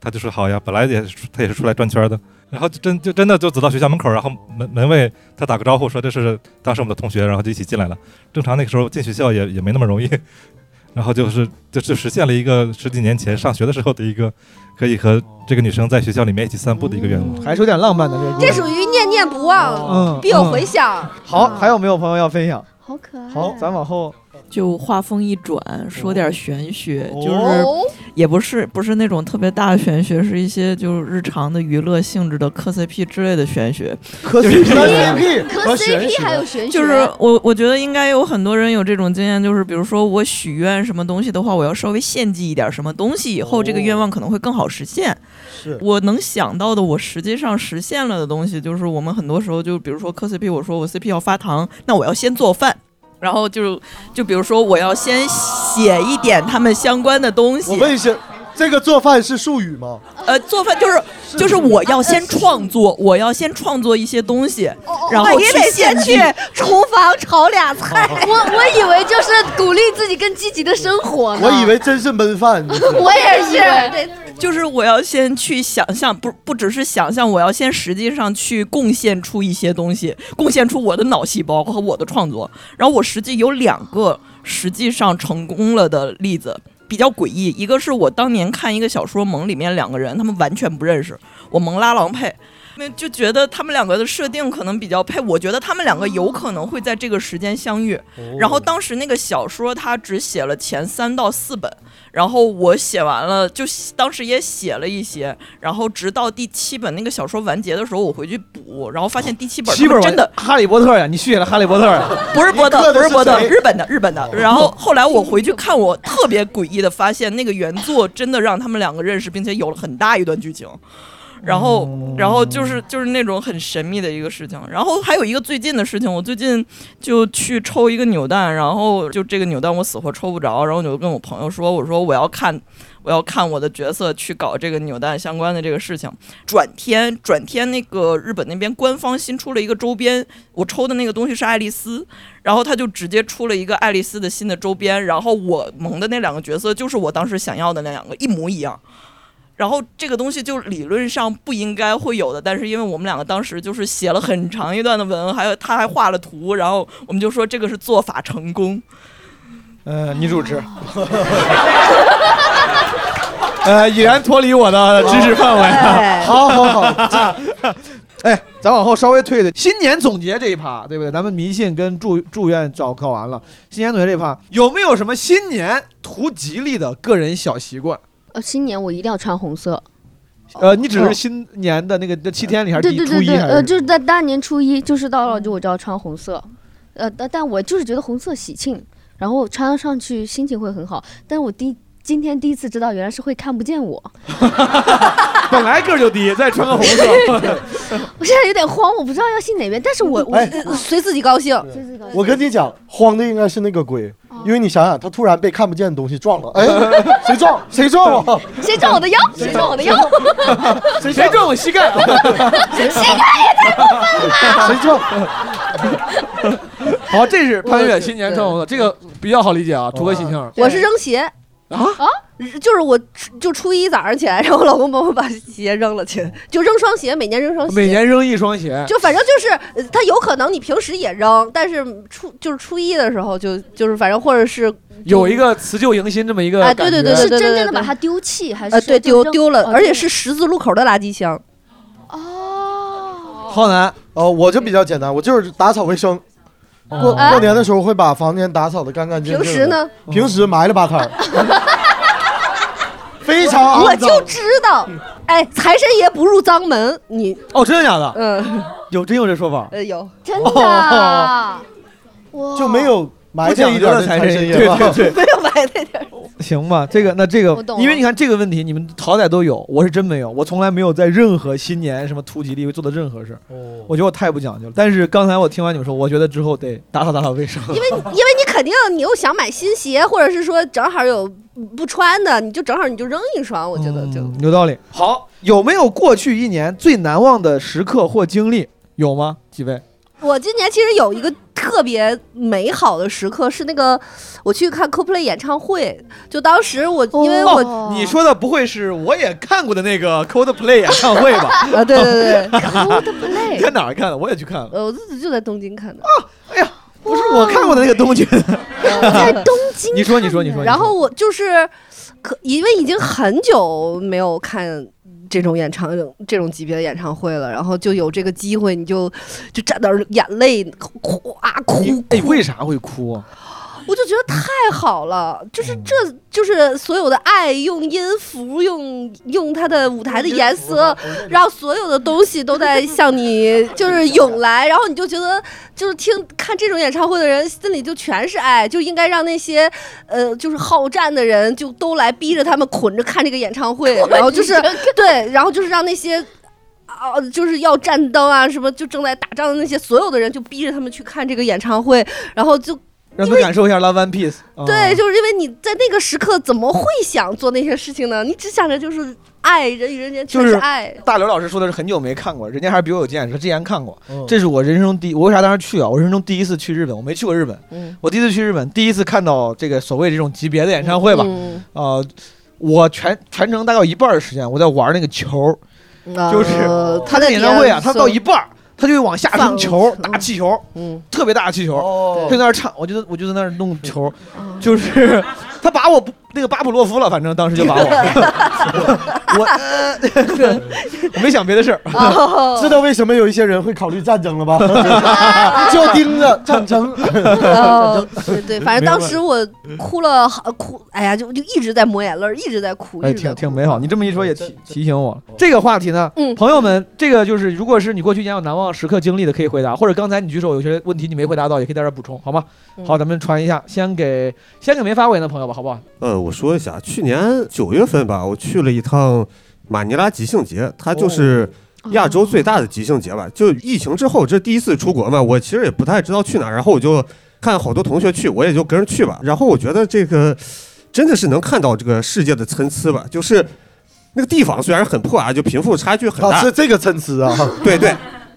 Speaker 12: 他就说好呀，本来也是他也是出来转圈的，然后就真就真的就走到学校门口，然后门门卫他打个招呼说这是当时我们的同学，然后就一起进来了。正常那个时候进学校也也没那么容易， 然后就是就就实现了一个十几年前上学的时候的一个可以和这个女生在学校里面一起散步的一个愿望，
Speaker 8: 还是有点浪漫的这个故
Speaker 13: 嗯
Speaker 8: 事。
Speaker 9: 这属于念念不忘，
Speaker 8: 嗯
Speaker 9: 必有回响。
Speaker 8: 好，还有没有朋友要分享？ 嗯
Speaker 7: 好可爱。
Speaker 8: 好，咱往后
Speaker 13: 就话锋一转，说点玄学，
Speaker 14: 哦
Speaker 13: 就是也不是不是那种特别大的玄学，是一些就是日常的娱乐性质的磕 CP 之类的玄学。
Speaker 4: 磕
Speaker 13: 就是
Speaker 4: CP
Speaker 9: 磕 CP 还有玄学，
Speaker 13: 就是我我觉得应该有很多人有这种经验，就是比如说我许愿什么东西的话，我要稍微献祭一点什么东西，以后这个愿望可能会更好实现。
Speaker 4: 是
Speaker 13: 我能想到的，我实际上实现了的东西，就是我们很多时候就比如说磕 CP，我说我 CP 要发糖，那我要先做饭。然后就就比如说，我要先写一点他们相关的东西。
Speaker 4: 我问一下，这个做饭是术语吗？
Speaker 13: 呃，做饭就是就是我要先创作，我要先创作一些东西，
Speaker 9: 哦
Speaker 13: 然后
Speaker 9: 啊也得先
Speaker 13: 献
Speaker 9: 去
Speaker 13: 祭
Speaker 9: 厨房炒俩菜。
Speaker 7: 我我以为就是鼓励自己更积极的生活
Speaker 4: 我以为真是焖饭。你知道 吗
Speaker 13: 对，就是我要先去想象，不不只是想象，我要先实际上去贡献出一些东西，贡献出我的脑细胞和我的创作。然后我实际有两个实际上成功了的例子。比较诡异，一个是我当年看一个小说《萌》，里面两个人他们完全不认识，我萌拉郎配，那就觉得他们两个的设定可能比较配，我觉得他们两个有可能会在这个时间相遇。
Speaker 4: 哦
Speaker 8: 嗯
Speaker 13: 然后哦当时那个小说他只写了前三到四本，然后我写完了，就当时也写了一些，然后直到第七本那个小说完结的时候，我回去补，然后发现第七本
Speaker 8: 七本
Speaker 13: 他们真的
Speaker 8: 完哈利波特呀，你续写了哈利波特呀？
Speaker 13: 不是波
Speaker 8: 你刻的
Speaker 13: 特，不
Speaker 8: 是
Speaker 13: 是波特，
Speaker 8: 谁
Speaker 13: 日本的，日本
Speaker 4: 哦
Speaker 13: 的。 然后后来我回去看，我特别诡异的发现，那个原作真的让他们两个认识，并且有了很大一段剧情。然后，然后就是就是那种很神秘的一个事情。然后还有一个最近的事情，我最近就去抽一个扭蛋，然后就这个扭蛋我死活抽不着，然后我就跟我朋友说，我说我要看，我要看我的角色去搞这个扭蛋相关的这个事情。转天，转天那个日本那边官方新出了一个周边，我抽的那个东西是爱丽丝，然后他就直接出了一个爱丽丝的新的周边，然后我萌的那两个角色就是我当时想要的那两个，一模一样。然后这个东西就理论上不应该会有的，但是因为我们两个当时就是写了很长一段的文，还有他还画了图，然后我们就说这个是做法成功。
Speaker 8: 呃，女主持， 呃，已然脱离我的知识范围了。
Speaker 13: 哎
Speaker 8: 好好好，这 哎，咱往后稍微退一退，新年总结这一趴，对不对？咱们迷信跟祝祝愿找搞完了，新年总结这一趴，有没有什么新年图吉利的个人小习惯？
Speaker 7: 呃，新年我一定要穿红色。
Speaker 8: 呃，你只
Speaker 7: 哦
Speaker 8: 是新年的那个那七天里，还是
Speaker 7: 对
Speaker 8: 第
Speaker 7: 对
Speaker 8: 初
Speaker 7: 对
Speaker 8: 一
Speaker 7: 对，
Speaker 8: 还？
Speaker 7: 呃，就是是在大年初一，就是到了就我就要穿红色，呃，但但我就是觉得红色喜庆，然后穿上去心情会很好。但是我第今天第一次知道，原来是会看不见我，
Speaker 8: 本来个儿就低，再穿个 红 色。
Speaker 7: 我现在有点慌，我不知道要信哪边，但是我我、
Speaker 4: 哎
Speaker 7: 呃随自己高兴，随自己高兴。
Speaker 4: 我跟你讲，慌的应该是那个鬼，因为你想想，他突然被看不见的东西撞了，哎，谁撞？谁撞我？
Speaker 7: 谁撞我的腰？谁撞我的腰？
Speaker 4: 谁
Speaker 8: 谁撞我膝 盖？
Speaker 7: 膝盖也太过分了吧！
Speaker 4: 谁撞？
Speaker 8: 好，这是潘越新年穿红色，这个比较好理解啊，图个喜庆。
Speaker 9: 我是扔鞋
Speaker 8: 啊
Speaker 9: 就是我就初一早上起来，然后我老公帮我把鞋扔了
Speaker 8: 哦
Speaker 9: 去，就扔双鞋，每年扔双鞋，
Speaker 8: 每年扔一双鞋，
Speaker 9: 就反正就是，呃它有可能你平时也扔，但是初就是初一的时候就就是反正或者是
Speaker 8: 有一个辞旧迎新这么一个
Speaker 9: 啊，
Speaker 8: 感觉。
Speaker 9: 对对对，对对对
Speaker 7: 真的把
Speaker 9: 对
Speaker 7: 它丢弃还是
Speaker 9: 呃对
Speaker 7: 就
Speaker 9: 丢
Speaker 7: 扔
Speaker 9: 丢了，
Speaker 7: 哦
Speaker 9: 而且
Speaker 7: 丢
Speaker 9: 是十字路口的垃 圾箱。
Speaker 8: 浩南，
Speaker 4: 哦，我就比较简单，我就是打扫卫生。
Speaker 8: 哦
Speaker 4: 过
Speaker 9: 啊
Speaker 4: 过年的时候会把房间打扫的干干净净。
Speaker 9: 平时呢？
Speaker 4: 平时埋了吧摊儿，非常肮
Speaker 9: 我
Speaker 4: 脏
Speaker 9: 就知 道，哎，财神爷不入脏门，你
Speaker 8: 哦，真的假的？
Speaker 9: 嗯，
Speaker 8: 有真有这说法？
Speaker 9: 呃有
Speaker 7: 真
Speaker 4: 的
Speaker 8: 哦
Speaker 4: 啊就没有埋这一点儿的财神爷吧
Speaker 8: 不讲究的财神爷对对对 没
Speaker 9: 有埋那点。
Speaker 8: 行吧，这个那这个
Speaker 9: 我懂，了
Speaker 8: 因为你看这个问题，你们好歹都有，我是真没有，我从来没有在任何新年什么突击例会做的任何事儿，我觉得我太不讲究了。但是刚才我听完你们说，我觉得之后得打扫打扫卫生，
Speaker 9: 因为因为你肯定你又想买新鞋，或者是说正好有不穿的，你就正好你就扔一双，我觉得就、
Speaker 8: 嗯有道理。好，有没有过去一年最难忘的时刻或经历？有吗？几位？
Speaker 9: 我今年其实有一个特别美好的时刻，是那个我去看 Coldplay 演唱会，就当时我因为哎我、？
Speaker 8: 哦，你说的不会是我也看过的那个 Coldplay 演唱会吧
Speaker 9: 啊对对对
Speaker 8: ，Coldplay 在哪儿看的？我也去看了。
Speaker 9: 呃我自己就在东京看的啊，
Speaker 8: 不是我看过的那个东京，
Speaker 9: 在东京。
Speaker 8: 你说，你说，你说。
Speaker 9: 然后我就是可因为已经很久没有看这种演唱这种级别的演唱会了，然后就有这个机会，你就就站那儿眼泪哗哭。
Speaker 8: 你说，哎，为啥会哭啊？
Speaker 9: 我就觉得太好了，
Speaker 8: 嗯
Speaker 9: 就是这就是所有的爱，用音符，用用它的舞台的颜色，让所有的东西都在 向你就是涌来，然后你就觉得就是听看这种演唱会的人心里就全是爱，就应该让那些呃就是好战的人就都来逼着他们捆着看这个演 唱会，然后就是
Speaker 7: 捆着看
Speaker 9: 对，然后就是让那些。啊，就是要战斗啊，什么就正在打仗的那些所有的人，就逼着他们去看这个演唱会，然后就
Speaker 8: 让他感受一下 Love and Peace 啊。
Speaker 9: 对，就是因为你在那个时刻怎么会想做那些事情呢？你只想着就是爱，人与人之间全
Speaker 8: 就是
Speaker 9: 是爱。
Speaker 8: 大刘老师说的是很久没看过，人家还是比我有见识。之前看过，这是我人生第一，我为啥当时去啊？我人生中第一次去日本，我没去过日本，
Speaker 9: 嗯
Speaker 8: 我第一次去日本，第一次看到这个所谓这种级别的演唱会吧，
Speaker 9: 嗯
Speaker 8: 呃，我全全程大概有一半儿的时间我在玩那个球，就是
Speaker 9: 呃
Speaker 8: 他
Speaker 9: 他
Speaker 8: 那
Speaker 9: 在
Speaker 8: 演唱会啊，
Speaker 9: 底下
Speaker 8: 他到一半儿他就会往下扔球，打气球，
Speaker 9: 嗯，
Speaker 8: 特别大的气球，就在那儿唱，我就我就在那儿弄球，
Speaker 9: 嗯
Speaker 8: 就是他把我不那个巴甫洛夫了，反正当时就把我， 我呃 我没想别的事儿，
Speaker 9: 哦
Speaker 4: 知道为什么有一些人会考虑战争了 吧？就盯着战争，
Speaker 9: 啊哦，对对，反正当时
Speaker 4: 明
Speaker 9: 我哭了，好哭，哎呀，就就一直在抹眼泪儿，一直在哭，
Speaker 8: 哎，
Speaker 9: 一直在
Speaker 8: 挺挺美好。你这么一说也提提醒我了。这个话题呢，
Speaker 7: 嗯
Speaker 8: 朋友们，这个就是如果是你过去演讲难忘时刻经历的，可以回答，或者刚才你举手有些问题你没回答到，也可以在这儿补充，好吗？
Speaker 7: 嗯
Speaker 8: 好，咱们传一下，先给先给没发过言的朋友吧，好不好？
Speaker 14: 呃，我说一下，去年九月份吧，我去了一趟马尼拉即兴节，它就是亚洲最大的即兴节吧。就疫情之后，这第一次出国嘛，我其实也不太知道去哪儿，然后我就看好多同学去，我也就跟着去吧。然后我觉得这个真的是能看到这个世界的参差吧，就是那个地方虽然很破啊，就贫富差距很大，
Speaker 4: 啊是这个参差啊，
Speaker 14: 对对。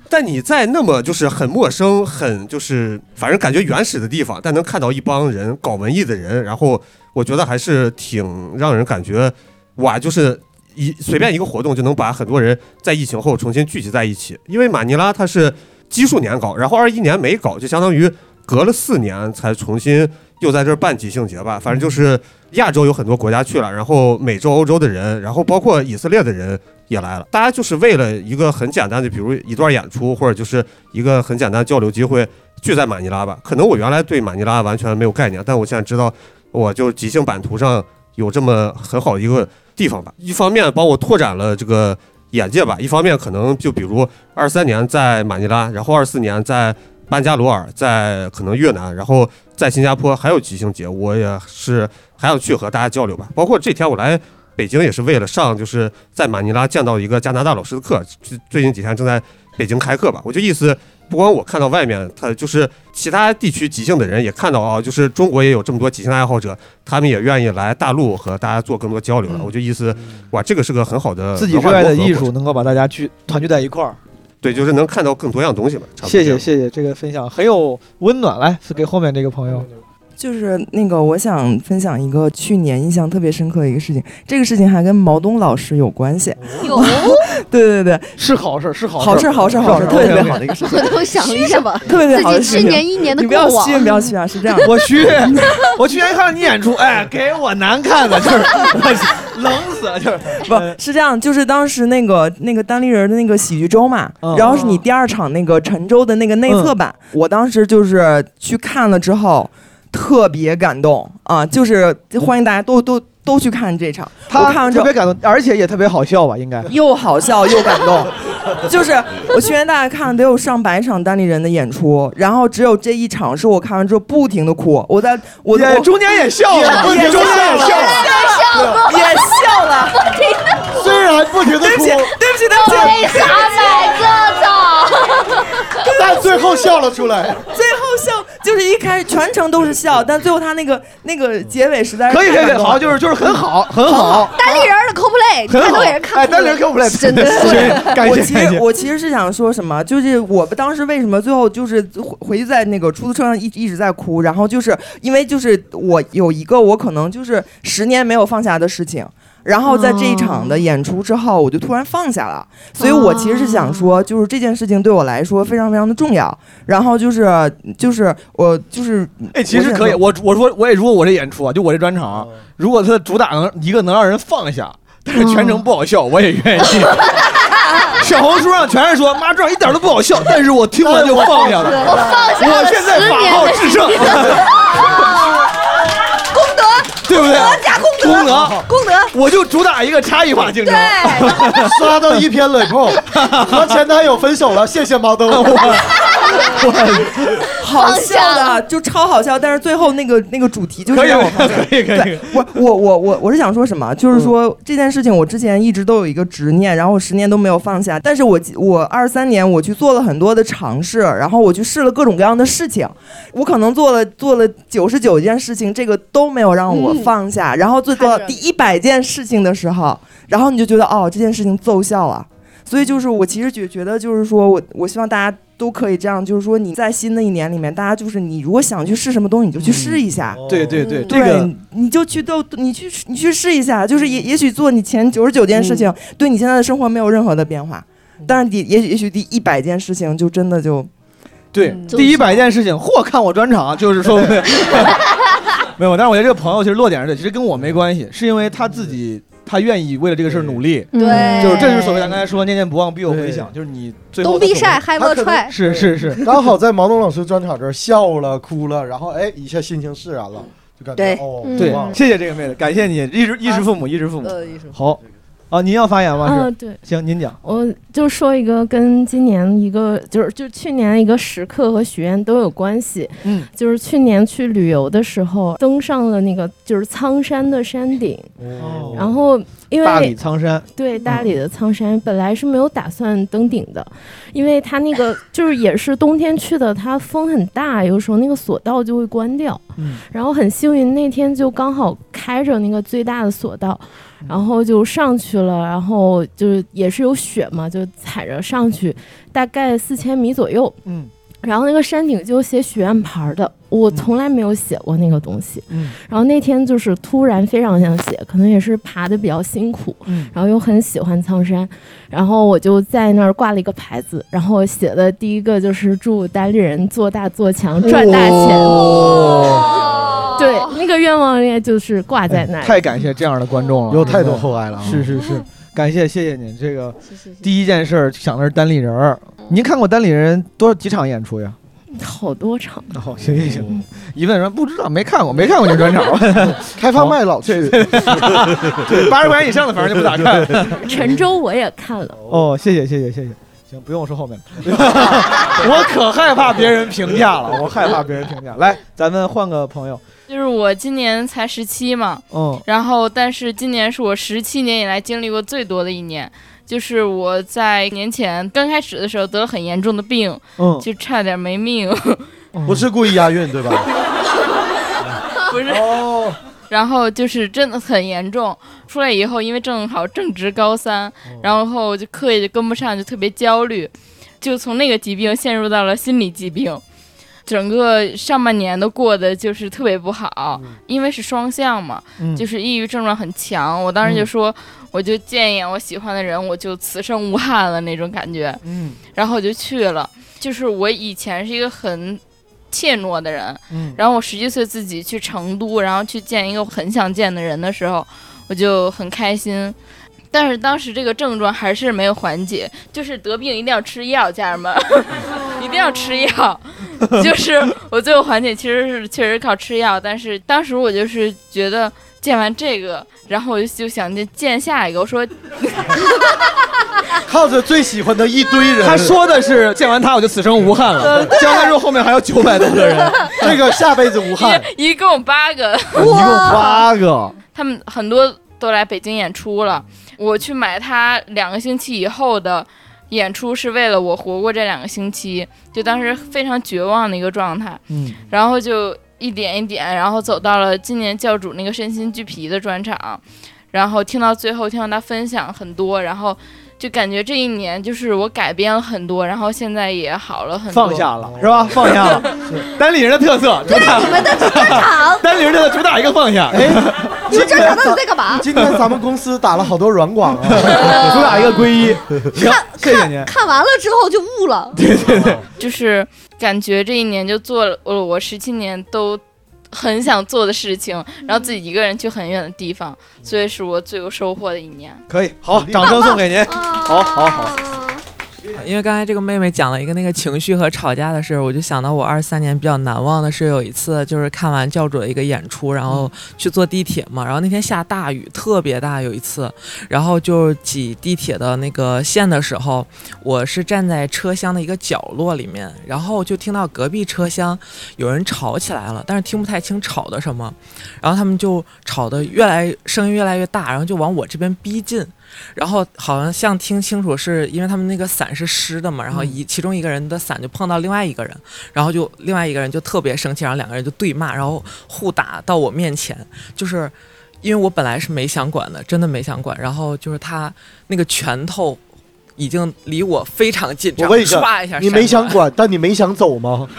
Speaker 14: 但你在那么就是很陌生、很就是反正感觉原始的地方，但能看到一帮人搞文艺的人，然后我觉得还是挺让人感觉哇，就是一随便一个活动就能把很多人在疫情后重新聚集在一起。因为马尼拉它是基数年搞，然后二一年没搞，就相当于隔了四年才重新又在这儿办即兴节吧。反正就是亚洲有很多国家去了，然后美洲、欧洲的人，然后包括以色列的人也来了。大家就是为了一个很简单的，比如一段演出或者就是一个很简单的交流机会，聚在马尼拉吧。可能我原来对马尼拉完全没有概念，但我现在知道，我就即兴版图上有这么很好的一个地方吧。一方面帮我拓展了这个眼界吧，一方面可能就比如二三年在马尼拉，然后二四年在班加罗尔，在可能越南，然后在新加坡还有即兴节，我也是还想去和大家交流吧。包括这天我来北京也是为了上，就是在马尼拉见到一个加拿大老师的课，最最近几天正在北京开课吧。我就意思，不光我看到外面，他就是其他地区即兴的人也看到啊，就是中国也有这么多即兴爱好者，他们也愿意来大陆和大家做更多交流了。我就意思，哇，这个是个很好的
Speaker 8: 嗯自己
Speaker 14: 文化
Speaker 8: 热爱的
Speaker 14: 融合
Speaker 8: 艺
Speaker 14: 过程，
Speaker 8: 术能够把大家聚团聚在一块儿。
Speaker 14: 对，就是能看到更多样东西吧。差不多
Speaker 8: 谢谢谢谢这个分享，很有温暖。来，是给后面这个朋友，
Speaker 15: 就是那个，我想分享一个去年印象特别深刻的一个事情，这个事情还跟毛东老师有关系。
Speaker 7: 有
Speaker 15: 对对对，
Speaker 8: 是好事，是好
Speaker 15: 好
Speaker 8: 事
Speaker 15: 事，好事，
Speaker 8: 是
Speaker 15: 好
Speaker 8: 好
Speaker 15: 事，
Speaker 8: 事
Speaker 15: 特别
Speaker 8: OK，OK。
Speaker 15: 好的一个事情。
Speaker 7: 我都想了一下吧
Speaker 15: 特别好的
Speaker 7: 自己
Speaker 15: 事情
Speaker 7: 去年一年的
Speaker 15: 你不要
Speaker 7: 过往
Speaker 15: 虚，不要虚啊，是这样
Speaker 8: 我去，我去年看了你演出，哎，给我难看的，就是 我冷死了，就是
Speaker 15: 不是这样，就是当时那个那个单立人的那个喜剧周嘛，
Speaker 8: 嗯
Speaker 15: 然后是你第二场那个陈州的那个内测版，我当时就是去看了之后特别感动啊，就是欢迎大家都都都去看这场。我看
Speaker 8: 他
Speaker 15: 完之
Speaker 8: 特
Speaker 15: 后
Speaker 8: 别感动，而且也特别好笑吧？应该
Speaker 15: 又好笑又感动， 就是我去年大概看了得有上百场单立人的演出，然后只有这一场是我看完之后不停的哭，我在我
Speaker 8: 也
Speaker 15: 我
Speaker 8: 中间哦也笑了不
Speaker 15: 也
Speaker 8: 停地
Speaker 15: 中间也
Speaker 8: 笑
Speaker 15: 笑
Speaker 8: 了
Speaker 15: 了，也笑了，
Speaker 7: 不停地 哭
Speaker 4: 虽
Speaker 8: 啊
Speaker 4: 然不停地哭
Speaker 15: 对不起，对不起，对不起，
Speaker 7: 为啥买这种
Speaker 4: 但最后笑了出来。
Speaker 15: 最后笑就是一开始全程都是笑，但最后他那个那个结尾实在是
Speaker 8: 可以可以
Speaker 15: 太
Speaker 8: 可
Speaker 15: 感
Speaker 8: 以，
Speaker 15: 动
Speaker 8: 好，就是就是很好很好。
Speaker 9: 单立人儿的 cosplay，
Speaker 8: 很好
Speaker 9: 看都给人看哭了。
Speaker 8: 哎单立人 cosplay
Speaker 9: 真的
Speaker 8: 是 感谢
Speaker 15: 我其
Speaker 8: 感谢
Speaker 15: 实我其实是想说什么，就是我们当时为什么最后就是回回去在那个出租车上一一直在哭，然后就是因为就是我有一个我可能就是十年没有放下的事情。然后在这一场
Speaker 9: 哦
Speaker 15: 的演出之后，我就突然放下了，所以我其实是想
Speaker 9: 哦
Speaker 15: 说，就是这件事情对我来说非常非常的重要。然后就是就是我就是，
Speaker 8: 哎，其实可以，我我说我也如果我这演出啊，就我这专场，如果它的主打能一个能让人放下，但是全程不好笑，我也愿意。 小红书上全是说妈这样一点都不好笑，但是我听完就放下了，
Speaker 7: 我放下了
Speaker 8: 我现在
Speaker 7: 十
Speaker 8: 法
Speaker 7: 年
Speaker 8: 号
Speaker 7: 的
Speaker 8: 至上。 对不对？
Speaker 9: 功
Speaker 8: 功
Speaker 9: 德
Speaker 8: 德，
Speaker 9: 功德，
Speaker 8: 我就主打一个差异化竞争。
Speaker 4: 对， 刷到一篇冷 扣，和前男友分手了，谢谢毛豆。
Speaker 15: 好笑的，就超好笑。但是最后那个那个主题就是
Speaker 8: 可以
Speaker 15: 让我放
Speaker 8: 可以可以可嗯以，
Speaker 15: 我我我我我是想说什么？就是说、这件事情，我之前一直都有一个执念，然后我十年都没有放下。但是我我二三年我去做了很多的尝试，然后我去试了各种各样的事情，我可能做了做了九十九件事情，这个都没有让我放下。然后最做到第一百件事情的时候，然后你就觉得哦，这件事情奏效了。所以就是我其实觉觉得就是说我我希望大家都可以这样，就是说你在新的一年里面，大家就是你如果想去试什么东西，你就去试一下。
Speaker 8: 嗯对对对，这
Speaker 15: 对，
Speaker 8: 个
Speaker 15: 你就去都，你去你去试一下，就是也也许做你前九十九件事情，对你现在的生活没有任何的变化，但是你也许也许第一百件事情就真的就
Speaker 8: 对
Speaker 9: 嗯
Speaker 8: 第一百件事情，嚯，看我专场，就是 说没有。但是我觉得这个朋友其实落点是，其实跟我没关系，是因为他自己他愿意为了这个事儿努力。
Speaker 9: 嗯对
Speaker 8: 就是这就是所谓咱刚才说念念不忘必有回响，就是你最后
Speaker 9: 东壁晒，嗨莫踹，
Speaker 8: 是是是，
Speaker 4: 刚好在毛东老师专场这儿笑了哭了，然后哎一下心情释然了，就感觉
Speaker 9: 对嗯
Speaker 4: 哦
Speaker 8: 对
Speaker 4: 忘，了
Speaker 8: 谢谢这个妹子，感谢你，衣食衣食父母，衣食父母
Speaker 9: 呃衣食父。母
Speaker 8: 好，啊，您要发言吗？是
Speaker 16: 嗯对
Speaker 8: 行，您讲。
Speaker 16: 我就说一个跟今年一个就是就去年一个时刻和许愿都有关系，
Speaker 8: 嗯，
Speaker 16: 就是去年去旅游的时候登上了那个就是苍山的山顶，
Speaker 8: 哦
Speaker 16: 然后因为
Speaker 8: 大理苍山，
Speaker 16: 对大理的苍山本来是没有打算登顶的，因为它那个 就是也是冬天去的，它风很大，有时候那个索道就会关掉，
Speaker 8: 嗯
Speaker 16: 然后很幸运那天就刚好开着那个最大的索道，
Speaker 8: 嗯
Speaker 16: 然后就上去了，然后就是也是有雪嘛，就踩着上去，大概四千米左右，
Speaker 8: 嗯，
Speaker 16: 然后那个山顶就有写许愿牌儿的，我从来没有写过那个东西。
Speaker 8: 嗯，
Speaker 16: 然后那天就是突然非常想写，可能也是爬的比较辛苦，
Speaker 8: 嗯
Speaker 16: 然后又很喜欢苍山，然后我就在那儿挂了一个牌子，然后写的第一个就是祝单立人做大做强赚大钱。
Speaker 8: 哦
Speaker 16: 对，那个愿望应该就是挂 在那里。
Speaker 8: 哎太感谢这样的观众了，
Speaker 4: 有太多厚爱了啊
Speaker 8: 是是是，感谢谢谢您。这 个第一件事儿想的是单立人儿，您看过单立人多几场演出呀？
Speaker 16: 好多场。
Speaker 8: 哦，行行行，一 问说不知道，没看过，没看过您专场。
Speaker 4: 开放麦老
Speaker 8: 去，对，八十块钱以上的反正就不咋看。
Speaker 16: 陈州我也看了，
Speaker 8: 哦，谢谢谢谢谢谢，行，不用说后面了， 我可害怕别人评价了，我害怕别人评价。来，咱们换个朋友，
Speaker 17: 就是我今年才十七嘛，
Speaker 6: 哦
Speaker 8: 嗯
Speaker 17: 然后但是今年是我十七年以来经历过最多的一年，就是我在年前刚开始的时候得了很严重的病，
Speaker 4: 嗯
Speaker 17: 就差点没命，
Speaker 4: 不是故意押韵对吧？
Speaker 17: 不是。
Speaker 18: 哦
Speaker 17: 然后就是真的很严重，出来以后，因为正好正值高
Speaker 18: 哦
Speaker 17: 三，然后就课也跟不上，就特别焦虑，就从那个疾病陷入到了心理疾病，整个上半年都过得就是特别不好，因为是双向嘛，
Speaker 18: 嗯
Speaker 17: 就是抑郁症状很强。我当时就
Speaker 18: 嗯
Speaker 17: 说，我就见一眼我喜欢的人，我就此生无憾了那种感觉。
Speaker 18: 嗯
Speaker 17: 然后我就去了。就是我以前是一个很怯懦的人，
Speaker 18: 嗯
Speaker 17: 然后我十七岁自己去成都，然后去见一个我很想见的人的时候，我就很开心。但是当时这个症状还是没有缓解，就是得病一定要吃药，家人们， 一定要吃药。就是我最后缓解其实是确实靠吃药，但是当时我就是觉得见完这个，然后我就就想见见下一个，我说
Speaker 4: 靠着最喜欢的一堆人，
Speaker 8: 他说的是见完他我就此生无憾了，江山如后面还有九百多个 人，
Speaker 4: 这个下辈子无憾。
Speaker 17: 一共八个，
Speaker 8: 一共 八个，
Speaker 17: 他们很多都来北京演出了。我去买他两个星期以后的演出，是为了我活过这两个星期，就当时非常绝望的一个状态。
Speaker 8: 嗯
Speaker 17: 然后就一点一点，然后走到了今年教主那个身心俱疲的专场，然后听到最后，听到他分享很多，然后就感觉这一年就是我改变了很多，然后现在也好了很多。
Speaker 8: 放下了是吧？放下了，单立人的特色，主打你们的专
Speaker 9: 场，
Speaker 8: 单立人的主打一个放下。哎，
Speaker 9: 你们专场到底在干嘛？
Speaker 4: 今天咱们公司打了好多软 广啊，主
Speaker 8: 打一个皈依。
Speaker 4: 行，
Speaker 8: 谢谢您。
Speaker 9: 看完了之后就悟了，
Speaker 17: 就是感觉这一年就做了我我十七年都很想做的事情，然后自己一个人去很远的地方，所以是我最有收获的一年。
Speaker 6: 哦
Speaker 8: 哦可以，好，掌声送给您，好好好。
Speaker 10: 因为刚才这个妹妹讲了一个那个情绪和吵架的事儿，我就想到我二三年比较难忘的是有一次，就是看完教主的一个演出，然后去坐地铁嘛，然后那天下大雨，特别大，有一次，然后就挤地铁的那个线的时候，我是站在车厢的一个角落里面，然后就听到隔壁车厢有人吵起来了，但是听不太清吵的什么，然后他们就吵得越来声音越来越大，然后就往我这边逼近。然后好像像听清楚，是因为他们那个伞是湿的嘛，然后一其中一个人的伞就碰到另外一个人，然后就另外一个人就特别生气，然后两个人就对骂，然后互打到我面前，就是因为我本来是没想管的，真的没想管，然后就是他那个拳头已经离我非常近，
Speaker 4: 我
Speaker 10: 然后
Speaker 4: 问一下
Speaker 10: 唰一下，
Speaker 4: 你没想管，但你没想走吗？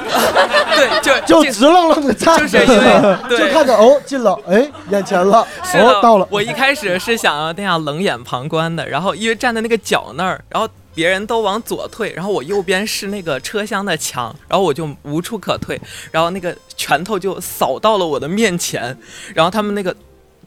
Speaker 10: 对， 就
Speaker 4: 就直愣愣的站
Speaker 10: 就是因 为
Speaker 4: 着，
Speaker 10: 对
Speaker 4: 就看着哦，进了，哎，眼前了，
Speaker 10: 是
Speaker 4: 哦，
Speaker 10: 的，
Speaker 4: 到了，
Speaker 10: 我一开始是想要那样冷眼旁观的，然后因为站在那个角那儿，然后别人都往左退，然后我右边是那个车厢的墙，然后我就无处可退，然后那个拳头就扫到了我的面前，然后他们那个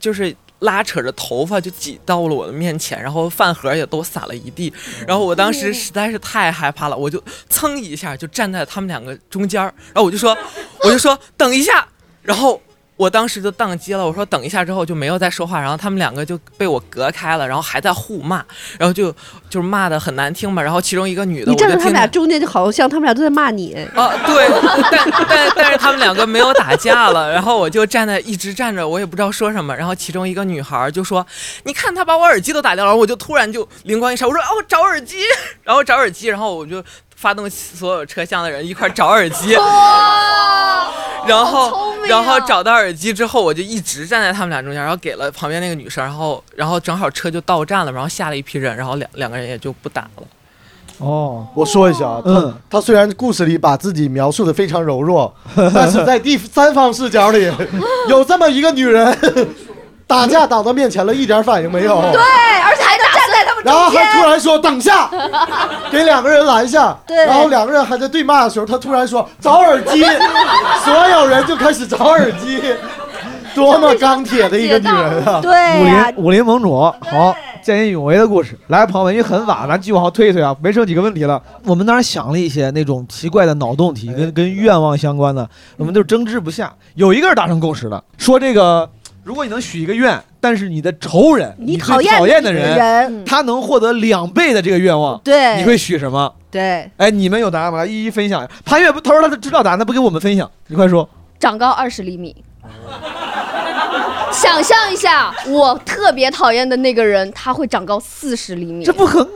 Speaker 10: 就是。拉扯着头发就挤到了我的面前，然后饭盒也都撒了一地，然后我当时实在是太害怕了，我就噌一下就站在他们两个中间儿，然后我就说，我就说等一下，然后我当时就宕机了，我说等一下之后就没有再说话，然后他们两个就被我隔开了，然后还在互骂，然后就就是骂的很难听嘛，然后其中一个女的，
Speaker 9: 你
Speaker 10: 我就
Speaker 9: 站在
Speaker 10: 听
Speaker 9: 他们俩中间，就好像他们俩都在骂你。
Speaker 10: 啊， 对，但但但是他们两个没有打架了，然后我就站在一直站着，我也不知道说什么。然后其中一个女孩就说：“你看他把我耳机都打掉了。”然后我就突然就灵光一闪，我说：“哦，找耳机。” 然后找耳机，然后我就发动所有车厢的人一块儿找耳机。然后，
Speaker 9: 啊
Speaker 4: 啊
Speaker 10: 然后找到耳机之后，我就一直站在他们俩中间，然后给了旁边那个女生，然后，然后正好车就到站了，然后下了一批人，然后两两个人也就不打了。
Speaker 4: 哦，我说一下啊，他他虽然故事里把自己描述的非常柔弱，但是在第三方视角里，有这么一个女人，打架打到面前了，一点反应没有，
Speaker 9: 对，而且还能站在他们中间，
Speaker 4: 然后还突然说等下，给两个人拦下，
Speaker 9: 对
Speaker 4: 然后两个人还在对骂的时候，他突然说找耳机， 所有人就开始找耳机，多么钢铁的一个女人
Speaker 9: 哦
Speaker 4: 啊！
Speaker 8: 武林武林盟主，好，见义勇为的故事。来，朋友们，因为很晚，咱继续往后推一推啊，没剩几个问题了。我们当时想了一些那种奇怪的脑洞
Speaker 9: 哎
Speaker 8: 题，跟跟愿望相关的，我们就争执不下。有一个是达成共识的，说这个，如果你能许一个愿，但是你的仇人，
Speaker 9: 你
Speaker 8: 你最
Speaker 9: 讨厌
Speaker 8: 讨厌
Speaker 9: 的
Speaker 8: 的
Speaker 9: 人嗯
Speaker 8: 他能获得两倍的这个愿望，
Speaker 9: 对
Speaker 8: 你会许什么？
Speaker 9: 对，
Speaker 8: 哎，你们有答案吗？来一一分享。潘越不，他说他知道答案，他不跟我们分享，你快说。
Speaker 7: 长高二十厘米。
Speaker 9: 想象一下，
Speaker 7: 我特别讨厌的那个人，他会长高四十厘米，
Speaker 9: 这不
Speaker 8: 可。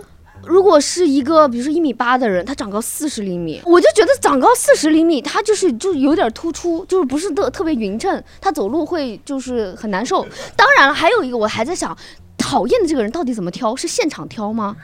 Speaker 7: 如果是一个比如说一米八的人，他长高四十厘米，我就觉得长高四十厘米，他就是就有点突出，就是不是特特别匀称，他走路会就是很难受。当然了，还有一个我还在想，讨厌的这个人到底怎么挑？是现场挑吗？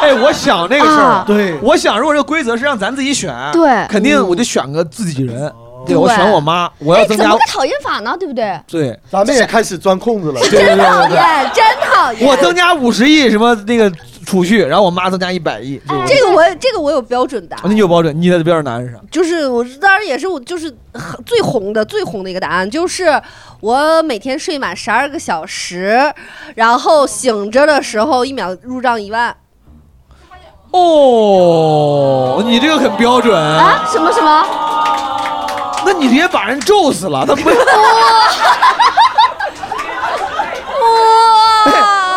Speaker 8: 哎，我想这个事儿
Speaker 7: 啊，
Speaker 8: 对，我想如果这个规则是让咱自己选，
Speaker 7: 对
Speaker 4: 嗯
Speaker 8: 肯定我就选个自己人，对我选我妈，我要
Speaker 7: 哎
Speaker 8: 增
Speaker 7: 怎
Speaker 8: 加
Speaker 7: 么个，讨厌法呢？对不对？
Speaker 8: 对，
Speaker 4: 咱们也开始钻空子了，
Speaker 7: 真讨厌，真讨厌。
Speaker 8: 我增加五十亿什么那个储蓄，然后我妈增加一百亿，
Speaker 7: 哎
Speaker 8: 这
Speaker 9: 这个我这个我有标准答案
Speaker 8: 啊你有标准，你的标准答案是啥？
Speaker 9: 就是我当然也是我就是很最红的最红的一个答案，就是我每天睡满十二个小时，然后醒着的时候一秒入账一万
Speaker 8: 哦，你这个很标准，
Speaker 9: 啊？什么什么？
Speaker 8: 那你直接把人咒死了，他不 是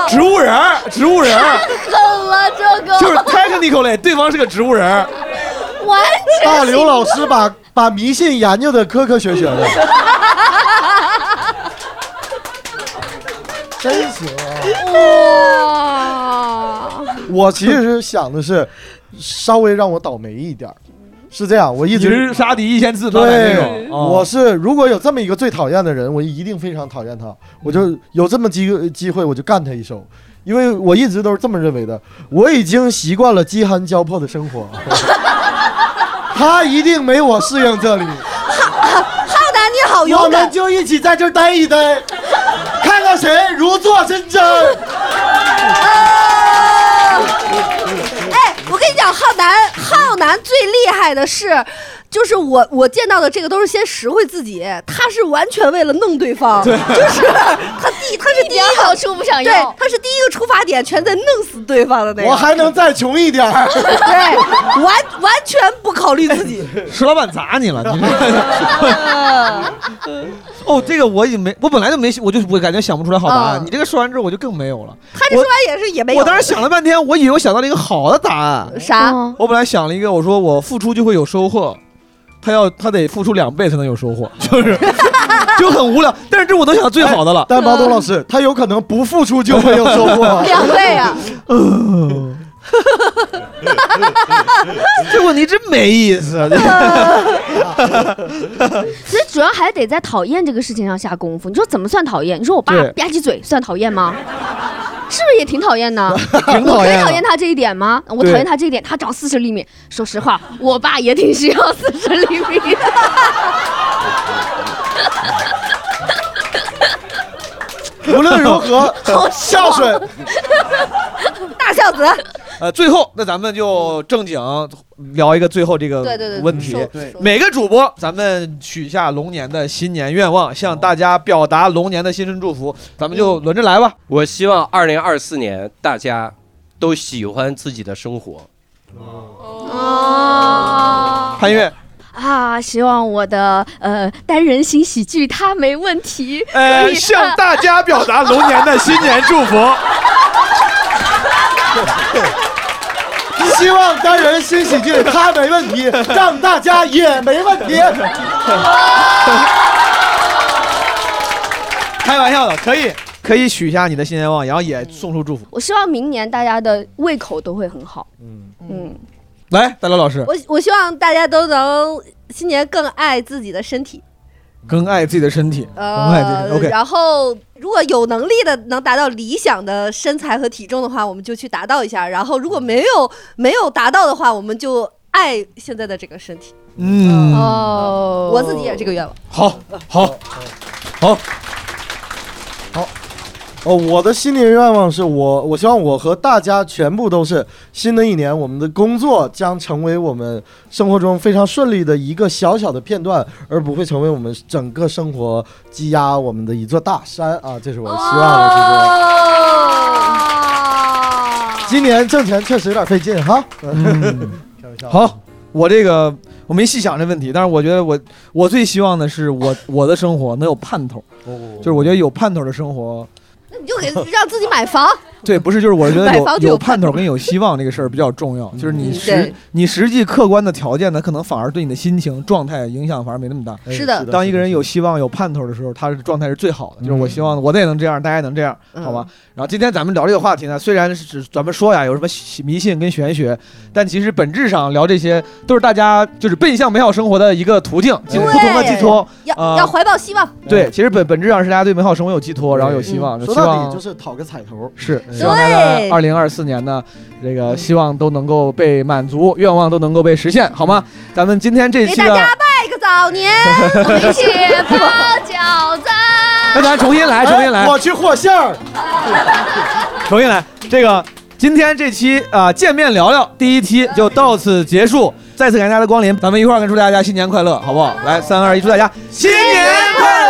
Speaker 8: 植物人儿，植物人儿
Speaker 9: 太狠了，这个
Speaker 8: 就是 technical 类，对方是个植物人儿，
Speaker 9: 完全
Speaker 4: 大刘老师 把把迷信研究的科科学学的，真行
Speaker 6: 哎
Speaker 9: 哇！
Speaker 4: 我其实想的是，稍微让我倒霉一点儿。是这样，我一直
Speaker 8: 你是杀敌一千自八百
Speaker 4: 对
Speaker 8: 那种，哦
Speaker 4: 我是如果有这么一个最讨厌的人，我一定非常讨厌他，我就有这么机个机会，我就干他一手，因为我一直都是这么认为的。我已经习惯了饥寒交迫的生活，他一定没我适应这里。
Speaker 9: 浩南你好
Speaker 4: 我
Speaker 9: 勇
Speaker 4: 们
Speaker 9: 敢，
Speaker 4: 就一起在这儿待一待，看看谁如坐针毡。
Speaker 9: 哎，我跟你讲，浩南，浩南最厉害的是，就是我我见到的这个都是先实惠自己，他是完全为了弄对方，
Speaker 8: 对
Speaker 9: 就是他第他是第一个
Speaker 3: 好处不想
Speaker 9: 对，
Speaker 3: 要
Speaker 9: 他是第一个出发点全在弄死对方的那个。
Speaker 4: 我还能再穷一点儿
Speaker 9: 对，完完全不考虑自己。
Speaker 8: 石老板砸你了，你哦，这个我已经没，我本来就没，我就我感觉想不出来好答案。
Speaker 9: 嗯
Speaker 8: 你这个说完之后，我就更没有了。
Speaker 9: 他这说完也是也没有。
Speaker 8: 我当时想了半天，我以为我想到了一个好的答案。
Speaker 9: 啥？。
Speaker 8: 我本来想了一个，我说我付出就会有收获，他要他得付出两倍才能有收获，就是就很无聊。但是这我能想到最好的了。
Speaker 4: 但毛东老师，他有可能不付出就会有收获
Speaker 9: 两倍啊！
Speaker 8: 嗯 这问题真没意 思。啊
Speaker 7: 其实主要还得在讨厌这个事情上下功夫。你说怎么算讨厌？你说我爸
Speaker 9: 对
Speaker 7: 吧唧嘴算讨厌吗？是不是也挺讨厌 呢？
Speaker 9: 挺
Speaker 7: 我
Speaker 8: 啊
Speaker 9: 讨
Speaker 7: 可以
Speaker 9: 厌的
Speaker 7: 讨厌他这一点吗？我讨
Speaker 9: 对
Speaker 7: 厌他这一点，他长四十厘米。说实话，我爸也挺需要四十厘 米的。
Speaker 4: 无论如何
Speaker 9: 啊
Speaker 8: 好，
Speaker 4: 孝顺。
Speaker 9: 大孝子，
Speaker 8: 呃，最后那咱们就正经聊一个最后这个
Speaker 9: 对对对
Speaker 8: 问题
Speaker 9: 说对。
Speaker 8: 每个主播，咱们许下龙年的新年愿望，向大家表达龙年的新春祝福。咱们就轮着来吧。
Speaker 6: 我希望二零二四年大家都喜欢自己的生活。
Speaker 7: 哦
Speaker 8: 潘越，
Speaker 7: 啊，希望我的呃单人型喜剧它没问题。可
Speaker 8: 呃，
Speaker 7: 以
Speaker 8: 向大家表达龙年的新年祝福。
Speaker 4: 希望单人新喜剧他没问题，让大家也没问题。
Speaker 8: 开玩笑的，可以嗯可以许下你的新愿望，然后也送出祝福。
Speaker 7: 我希望明年大家的胃口都会很好。
Speaker 9: 嗯，
Speaker 8: 来，大刘老师，
Speaker 9: 我我希望大家都能新年更爱自己的身体。
Speaker 8: 更爱自己的身体，更爱自己。
Speaker 9: 呃，
Speaker 8: OK，
Speaker 9: 然后如果有能力的能达到理想的身材和体重的话，我们就去达到一下；然后如果没有没有达到的话，我们就爱现在的这个身体。
Speaker 8: 嗯，
Speaker 7: 哦
Speaker 9: 我自己也是这个愿望。
Speaker 8: 好， 好，好，
Speaker 4: 哦，我的新年愿望是我，我希望我和大家全部都是新的一年，我们的工作将成为我们生活中非常顺利的一个小小的片段，而不会成为我们整个生活积压我们的一座大山啊！这是我的希望，我是说，今年挣钱确实有点费劲哈。
Speaker 8: 嗯好，我这个我没细想这问题，但是我觉得我我最希望的是我我的生活能有盼头，就是我觉得有盼头的生活，
Speaker 9: 那你就给让自己买房。
Speaker 8: 对，不是就是我觉得
Speaker 9: 买
Speaker 8: 有
Speaker 9: 房就有
Speaker 8: 有盼头跟 有希望这个事儿比较重要，就是你
Speaker 9: 嗯
Speaker 8: 实
Speaker 9: 对
Speaker 8: 你实际客观的条件呢，可能反而对你的心情状态影响反而没那么大。
Speaker 9: 哎是的是的嗯
Speaker 8: 当一个人有希望有盼头的时候，他的状态是最好的。就是我希望我也能这样，大家也能这样，好吧？然后今天咱们聊这个话题呢，虽然是只咱们说呀有什么喜迷信跟玄学，
Speaker 9: 嗯
Speaker 8: 但其实本质上聊这些都是大家就是奔向美好生活的一个途径，其实不同的寄托。
Speaker 9: 要、
Speaker 8: 呃
Speaker 9: 要怀抱希望。
Speaker 8: 对，其实本本质上是大家对美好生活有寄托，然后有希
Speaker 9: 嗯
Speaker 8: 望。
Speaker 4: 嗯说
Speaker 8: 希
Speaker 4: 到底
Speaker 8: 望
Speaker 4: 就是讨个彩头。
Speaker 8: 是，希望大家二零二四年呢，这个希望都能够被满足，愿望都能够被实现，好吗？咱们今天这一
Speaker 9: 给
Speaker 8: 期
Speaker 9: 大
Speaker 8: 的，
Speaker 9: 家拜个 早年，
Speaker 8: 我们一
Speaker 9: 一
Speaker 8: 起
Speaker 9: 起
Speaker 8: 包
Speaker 4: 哎
Speaker 9: 包 饺子。
Speaker 8: 那咱哎重新来，重新来，
Speaker 4: 哎我去和馅儿。
Speaker 8: 重新来。这个今天这期啊、见面聊聊第一期就到此结束，再次感谢大家的光临，咱们一块儿跟祝大家新年快乐，好不好？来，三二一，祝大家新年快乐！